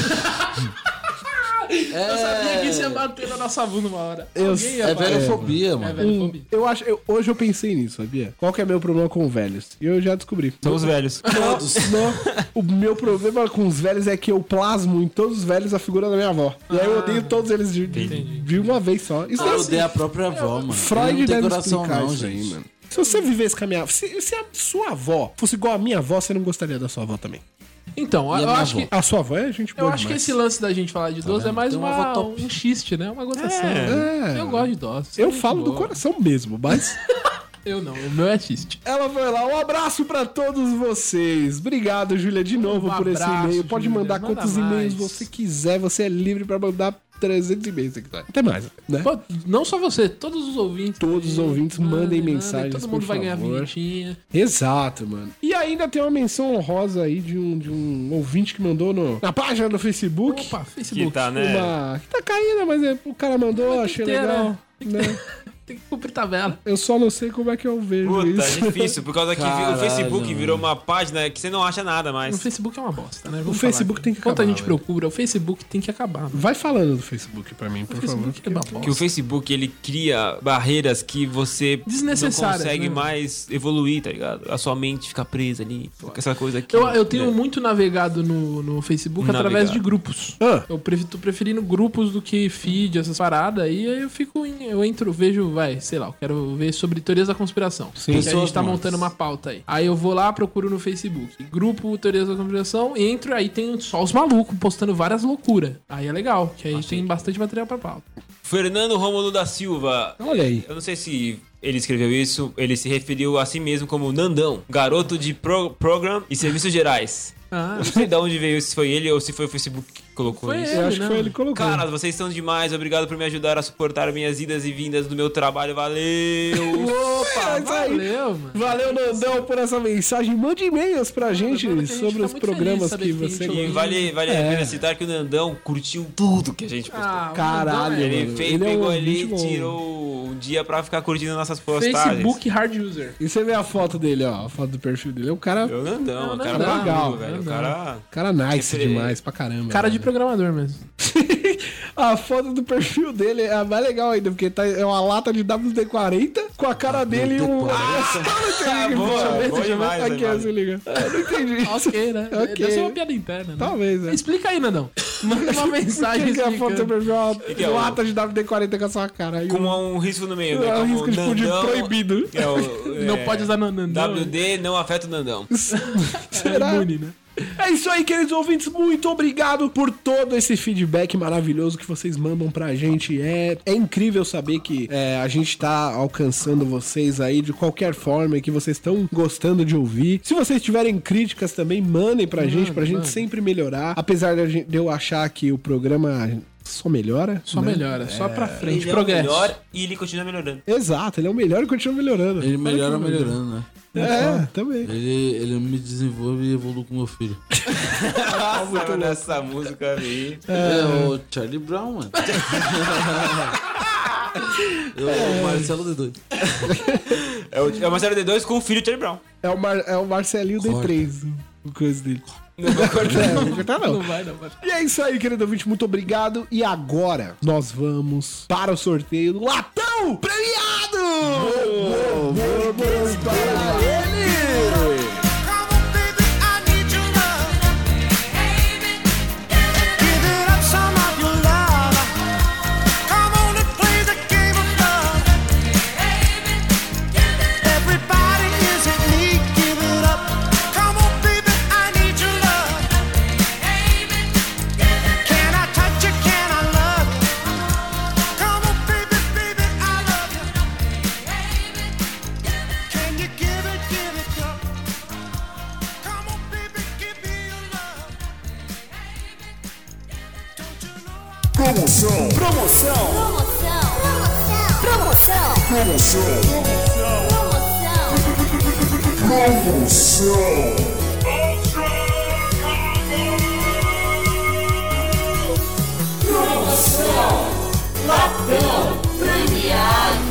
[SPEAKER 5] Eu sabia que isso ia bater na nossa bunda uma hora.
[SPEAKER 2] É. Eu-
[SPEAKER 5] Alguém ia
[SPEAKER 3] É
[SPEAKER 5] falar.
[SPEAKER 3] velhofobia,
[SPEAKER 5] É
[SPEAKER 3] mano.
[SPEAKER 5] velhofobia.
[SPEAKER 2] Eu acho, eu- hoje eu pensei nisso, sabia? Qual que é meu problema com velhos? E eu já descobri.
[SPEAKER 9] São os velhos.
[SPEAKER 2] Todos. o meu problema com os velhos é que eu plasmo em todos os velhos a figura da minha avó. E aí eu odeio todos eles de, de- de uma vez só. Isso
[SPEAKER 3] Ah, Eu
[SPEAKER 2] é
[SPEAKER 3] odeio a própria avó, mano. Ele
[SPEAKER 2] Freud
[SPEAKER 3] não tem
[SPEAKER 2] deve
[SPEAKER 3] coração,
[SPEAKER 2] explicar
[SPEAKER 3] não,
[SPEAKER 2] isso aí,
[SPEAKER 3] gente.
[SPEAKER 2] mano. Se você vivesse com a minha se, se a sua avó fosse igual a minha avó, você não gostaria da sua avó também.
[SPEAKER 5] Então, eu,
[SPEAKER 3] E a minha
[SPEAKER 5] acho
[SPEAKER 3] avó?
[SPEAKER 5] que.
[SPEAKER 2] A sua avó é gente
[SPEAKER 5] Eu
[SPEAKER 2] boa
[SPEAKER 5] acho que
[SPEAKER 2] demais.
[SPEAKER 5] esse lance da gente falar de
[SPEAKER 2] Tá
[SPEAKER 5] idoso é
[SPEAKER 3] vendo?
[SPEAKER 5] mais
[SPEAKER 3] Tem uma
[SPEAKER 5] uma,
[SPEAKER 3] avotop-
[SPEAKER 5] um xiste, né? Uma gostação.
[SPEAKER 2] É.
[SPEAKER 5] Eu gosto de idosos.
[SPEAKER 2] Eu
[SPEAKER 5] são
[SPEAKER 2] falo
[SPEAKER 5] gente
[SPEAKER 2] do
[SPEAKER 5] boa.
[SPEAKER 2] coração mesmo, mas...
[SPEAKER 5] Eu não, o meu é xiste.
[SPEAKER 2] Ela foi lá. Um abraço pra todos vocês. Obrigado, Júlia, de novo por esse
[SPEAKER 5] um abraço,
[SPEAKER 2] e-mail. Pode
[SPEAKER 5] Júlia.
[SPEAKER 2] mandar
[SPEAKER 5] Manda
[SPEAKER 2] quantos
[SPEAKER 5] mais.
[SPEAKER 2] e-mails você quiser. Você é livre pra mandar 300 e-mails se quiser. Até mais, né?
[SPEAKER 5] Pô, não só você, todos os ouvintes.
[SPEAKER 2] Todos os ouvintes mandem mensagens,
[SPEAKER 5] Todo mundo
[SPEAKER 2] por
[SPEAKER 5] vai ganhar
[SPEAKER 2] favor.
[SPEAKER 5] vinhetinha.
[SPEAKER 2] Exato, mano. E ainda tem uma menção honrosa aí de um, de um ouvinte que mandou no, na página do Facebook.
[SPEAKER 5] Opa, Facebook.
[SPEAKER 9] Que tá, né?
[SPEAKER 2] Uma... Que tá caindo, mas é- o cara mandou,
[SPEAKER 5] Mas tem
[SPEAKER 2] achei
[SPEAKER 5] que ter,
[SPEAKER 2] legal.
[SPEAKER 5] né?
[SPEAKER 2] né?
[SPEAKER 5] Tem que cumprir tabela.
[SPEAKER 2] Eu só não sei como é que eu vejo
[SPEAKER 4] Puta,
[SPEAKER 2] isso.
[SPEAKER 4] difícil, por causa que
[SPEAKER 3] Caralho,
[SPEAKER 4] o Facebook
[SPEAKER 3] mano.
[SPEAKER 4] virou uma página que você não acha nada
[SPEAKER 5] No
[SPEAKER 4] mais.
[SPEAKER 5] Facebook é uma bosta, né?
[SPEAKER 2] O Facebook tem que
[SPEAKER 5] Enquanto a
[SPEAKER 2] acabar,
[SPEAKER 5] gente
[SPEAKER 2] velho.
[SPEAKER 5] procura, o Facebook tem que acabar. mano.
[SPEAKER 2] Vai falando do Facebook pra mim, por
[SPEAKER 5] O
[SPEAKER 2] favor.
[SPEAKER 5] Facebook é uma bosta.
[SPEAKER 4] Que o Facebook ele cria barreiras que você não
[SPEAKER 5] Desnecessárias,
[SPEAKER 4] consegue
[SPEAKER 5] né?
[SPEAKER 4] mais evoluir, tá ligado? A sua mente fica presa ali, com essa coisa aqui.
[SPEAKER 5] Eu, eu tenho
[SPEAKER 2] é.
[SPEAKER 4] né?
[SPEAKER 5] muito navegado no, no Facebook
[SPEAKER 4] Navegado.
[SPEAKER 5] através de grupos.
[SPEAKER 2] Ah.
[SPEAKER 5] Eu prefiro, tô preferindo grupos do que feed, essas paradas. E aí eu fico. em- eu entro, vejo, vai, sei lá, eu quero ver sobre teorias da conspiração. Sim, a
[SPEAKER 3] Pessoas
[SPEAKER 5] gente tá
[SPEAKER 3] novas.
[SPEAKER 5] montando uma pauta aí. Aí eu vou lá, procuro no Facebook. Grupo Teorias da Conspiração, entro, aí tem só os malucos postando várias loucuras. Aí é legal, que aí tem bastante material pra pauta.
[SPEAKER 4] Fernando Rômulo da Silva.
[SPEAKER 2] Olha aí.
[SPEAKER 4] Eu não sei se ele escreveu isso, ele se referiu a si mesmo como Nandão, garoto de pro- program e serviços gerais.
[SPEAKER 5] Ah,
[SPEAKER 4] Eu não sei de onde veio, se foi ele ou se foi o Facebook que colocou
[SPEAKER 5] Foi
[SPEAKER 4] isso.
[SPEAKER 5] Ele
[SPEAKER 2] Eu acho
[SPEAKER 5] não.
[SPEAKER 2] que foi ele que colocou.
[SPEAKER 4] Caras, vocês são demais. Obrigado por me ajudar a suportar minhas idas e vindas do meu trabalho. Valeu!
[SPEAKER 5] opa,
[SPEAKER 2] É, isso aí.
[SPEAKER 5] valeu, mano.
[SPEAKER 2] Valeu, Nandão, por essa mensagem. Mande e-mails pra gente
[SPEAKER 5] Nandão, que a gente
[SPEAKER 2] sobre
[SPEAKER 5] tá
[SPEAKER 2] os
[SPEAKER 5] muito feliz
[SPEAKER 2] programas
[SPEAKER 5] de
[SPEAKER 2] que
[SPEAKER 5] saber que
[SPEAKER 2] você.
[SPEAKER 5] a gente
[SPEAKER 4] e vale, vale a pena citar que o Nandão curtiu tudo que a gente postou.
[SPEAKER 5] Ah,
[SPEAKER 2] Caralho,
[SPEAKER 5] mandou, né?
[SPEAKER 4] ele
[SPEAKER 2] mano,
[SPEAKER 4] fez,
[SPEAKER 2] ele é um
[SPEAKER 4] pegou
[SPEAKER 2] ouvinte
[SPEAKER 4] ali
[SPEAKER 2] bom.
[SPEAKER 4] tirou um dia pra ficar curtindo nossas postagens.
[SPEAKER 5] Facebook hard user.
[SPEAKER 2] E você vê a foto dele, ó. A foto do perfil dele. É um cara,
[SPEAKER 4] Eu Nandão, o cara
[SPEAKER 5] Nandão,
[SPEAKER 4] legal,
[SPEAKER 2] Nandão.
[SPEAKER 4] velho. O cara.
[SPEAKER 2] cara nice
[SPEAKER 4] Sempre-
[SPEAKER 2] demais, pra caramba.
[SPEAKER 5] Cara de
[SPEAKER 2] velho.
[SPEAKER 5] programador mesmo.
[SPEAKER 2] A foto do perfil dele é a mais legal ainda, porque tá, é uma lata de WD-40 com a cara dele e um. Ah, deixa
[SPEAKER 4] boa,
[SPEAKER 2] eu ver,
[SPEAKER 4] boa
[SPEAKER 2] deixa eu ver.
[SPEAKER 4] demais,
[SPEAKER 2] Aqui, ó,
[SPEAKER 4] demais.
[SPEAKER 2] se liga. Eu não entendi isso.
[SPEAKER 5] Ok, né?
[SPEAKER 2] Ok.
[SPEAKER 5] Deve ser uma piada interna, né?
[SPEAKER 2] Talvez, né?
[SPEAKER 5] Explica aí, Nandão. Manda uma
[SPEAKER 2] Por
[SPEAKER 5] mensagem
[SPEAKER 2] que que a foto do
[SPEAKER 5] explicando.
[SPEAKER 2] perfil é uma
[SPEAKER 4] que é o-
[SPEAKER 2] lata de WD-40 com a sua cara? E
[SPEAKER 4] Com
[SPEAKER 2] um-
[SPEAKER 4] um risco no meio, né?
[SPEAKER 2] é um
[SPEAKER 4] Como
[SPEAKER 2] risco de explodir
[SPEAKER 4] Nandão-
[SPEAKER 2] proibido.
[SPEAKER 4] É o,
[SPEAKER 5] Não
[SPEAKER 4] é,
[SPEAKER 5] pode usar no Nandão.
[SPEAKER 4] WD não afeta o Nandão.
[SPEAKER 2] Será?
[SPEAKER 5] imune, né?
[SPEAKER 2] É isso aí, queridos ouvintes. Muito obrigado por todo esse feedback maravilhoso que vocês mandam pra gente. É, é incrível saber que é, a gente tá alcançando vocês aí de qualquer forma e que vocês estão gostando de ouvir. Se vocês tiverem críticas também, mandem pra gente, pra gente sempre melhorar. Apesar de a gente- de eu achar que o programa só melhora.
[SPEAKER 5] Só
[SPEAKER 2] né?
[SPEAKER 5] melhora, só pra frente.
[SPEAKER 4] Ele é o
[SPEAKER 5] Progresso.
[SPEAKER 4] melhor e ele continua melhorando.
[SPEAKER 2] Exato, ele é o melhor e continua melhorando.
[SPEAKER 3] Ele melhora melhorando, né?
[SPEAKER 2] É, também.
[SPEAKER 3] Ele, ele me desenvolve e evolui com meu filho.
[SPEAKER 4] Nossa, mano, essa música aí.
[SPEAKER 3] É, o Charlie Brown, mano. Eu, o Marcelo D2.
[SPEAKER 4] É o, é o Marcelo D2 com o filho do Charlie Brown.
[SPEAKER 2] É o, Mar- é o Marcelinho D3, o coisa dele.
[SPEAKER 4] Não vou cortar.
[SPEAKER 2] É, não vou cortar, não.
[SPEAKER 5] Não vai, não vai.
[SPEAKER 2] E é isso aí, querido ouvinte, muito obrigado. E agora nós vamos para o sorteio do Latão Premiado! Vamos para ele!
[SPEAKER 7] Give it, give it up. Come on, baby, give me your love. Don't you know I
[SPEAKER 6] Promoção. Promoção. Promoção. Promoção. Premiado.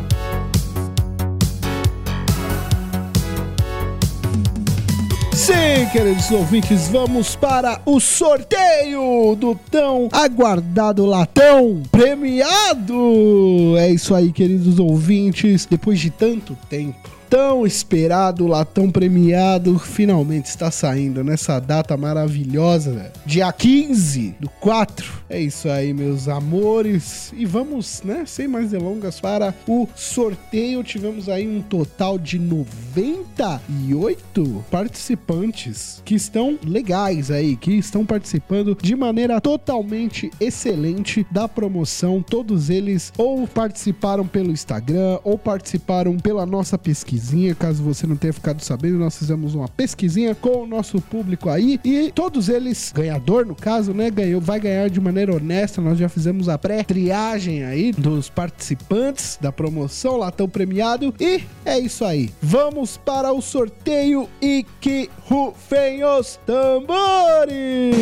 [SPEAKER 7] Promoção,
[SPEAKER 2] Sim, queridos ouvintes, vamos para o sorteio do tão aguardado latão premiado. É isso aí, queridos ouvintes. Depois de tanto tempo, tão esperado latão premiado finalmente está saindo nessa data maravilhosa, velho. Dia 15 do 4. É isso aí, meus amores. E vamos, né, sem mais delongas, para o sorteio. Tivemos aí um total de 98 participantes que estão legais aí, que estão participando de maneira totalmente excelente da promoção. Todos eles ou participaram pelo Instagram ou participaram pela nossa pesquisinha. Caso você não tenha ficado sabendo, nós fizemos uma pesquisinha com o nosso público aí e todos eles, ganhador no caso, né, ganhou, vai ganhar de maneira honesta. Nós já fizemos a pré-triagem aí dos participantes da promoção Latão Premiado e é isso aí. Vamos para o sorteio e que rufem os tambores!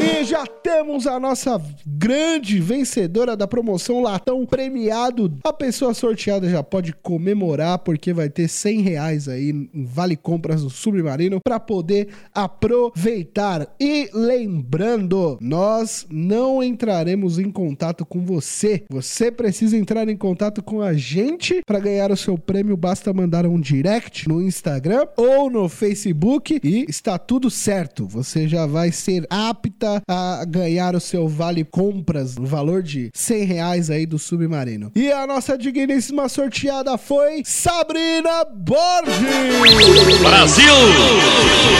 [SPEAKER 2] E já temos a nossa grande vencedora da promoção Latão Premiado. A pessoa sorteada já pode comemorar, porque vai ter 100 reais aí em Vale Compras do Submarino para poder aproveitar. E lembrando, nós não entraremos em contato com você. Você precisa entrar em contato com a gente para ganhar o seu prêmio. Basta mandar um direct no Instagram ou no Facebook e está tudo certo. Você já vai ser apta a ganhar o seu vale compras no valor de 100 reais aí do Submarino. E a nossa digníssima sorteada foi Sabrina Borges!
[SPEAKER 10] Brasil!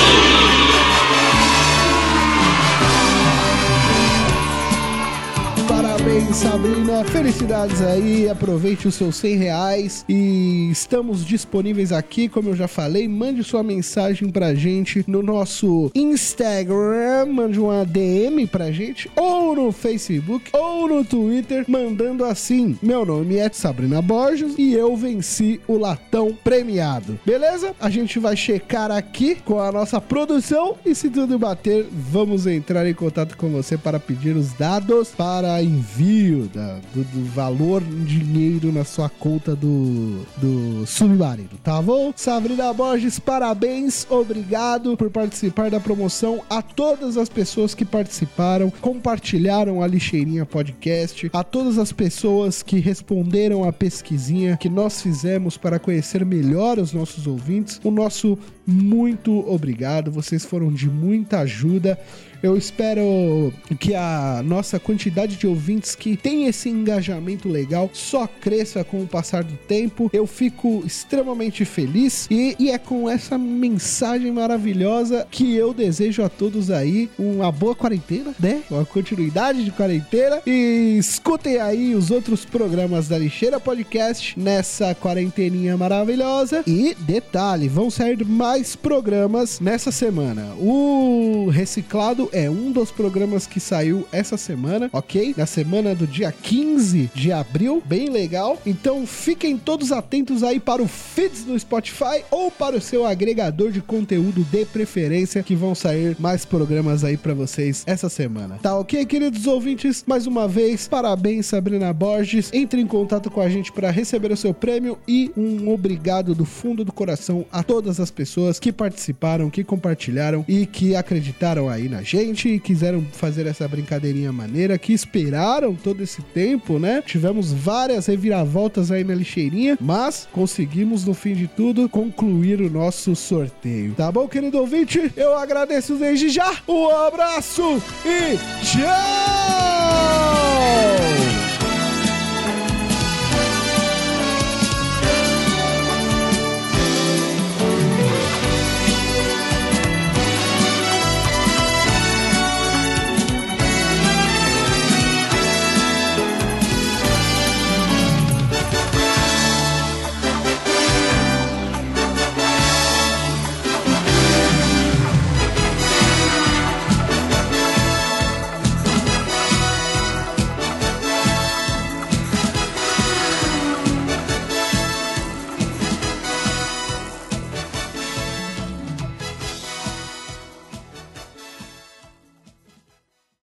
[SPEAKER 2] Parabéns, Sabrina. Felicidades aí. Aproveite os seus 100 reais. E estamos disponíveis aqui, como eu já falei. Mande sua mensagem pra gente no nosso Instagram. Mande uma DM pra gente. Ou no Facebook. Ou no Twitter. Mandando assim. Meu nome é Sabrina Borges. E eu venci o latão premiado. Beleza? A gente vai checar aqui com a nossa produção. E se tudo bater, vamos entrar em contato com você para pedir os dados para envio da- do, do valor em dinheiro na sua conta do, do submarino, tá bom? Sabrina Borges, parabéns, obrigado por participar da promoção a todas as pessoas que participaram, compartilharam a lixeirinha podcast, a todas as pessoas que responderam a pesquisinha que nós fizemos para conhecer melhor os nossos ouvintes. O nosso muito obrigado, vocês foram de muita ajuda. Eu espero que a nossa quantidade de ouvintes que tem esse engajamento legal só cresça com o passar do tempo. Eu fico extremamente feliz e, e é com essa mensagem maravilhosa que eu desejo a todos aí uma boa quarentena, né? Uma continuidade de quarentena e escutem aí os outros programas da Lixeira Podcast nessa quarenteninha maravilhosa. E detalhe, vão sair mais programas nessa semana. O Reciclado é um dos programas que saiu essa semana, ok? Na semana do dia 15 de abril, bem legal. Então fiquem todos atentos aí para o Feeds no Spotify ou para o seu agregador de conteúdo de preferência, que vão sair mais programas aí para vocês essa semana. Tá ok, queridos ouvintes? Mais uma vez, parabéns, Sabrina Borges. Entre em contato com a gente para receber o seu prêmio e um obrigado do fundo do coração a todas as pessoas que participaram, que compartilharam e que acreditaram aí na gente e quiseram fazer essa brincadeirinha maneira, que esperaram todo esse tempo, né? Tivemos várias reviravoltas aí na lixeirinha, mas conseguimos no fim de tudo concluir o nosso sorteio. Tá bom, querido ouvinte? Eu agradeço desde já. Um abraço e tchau!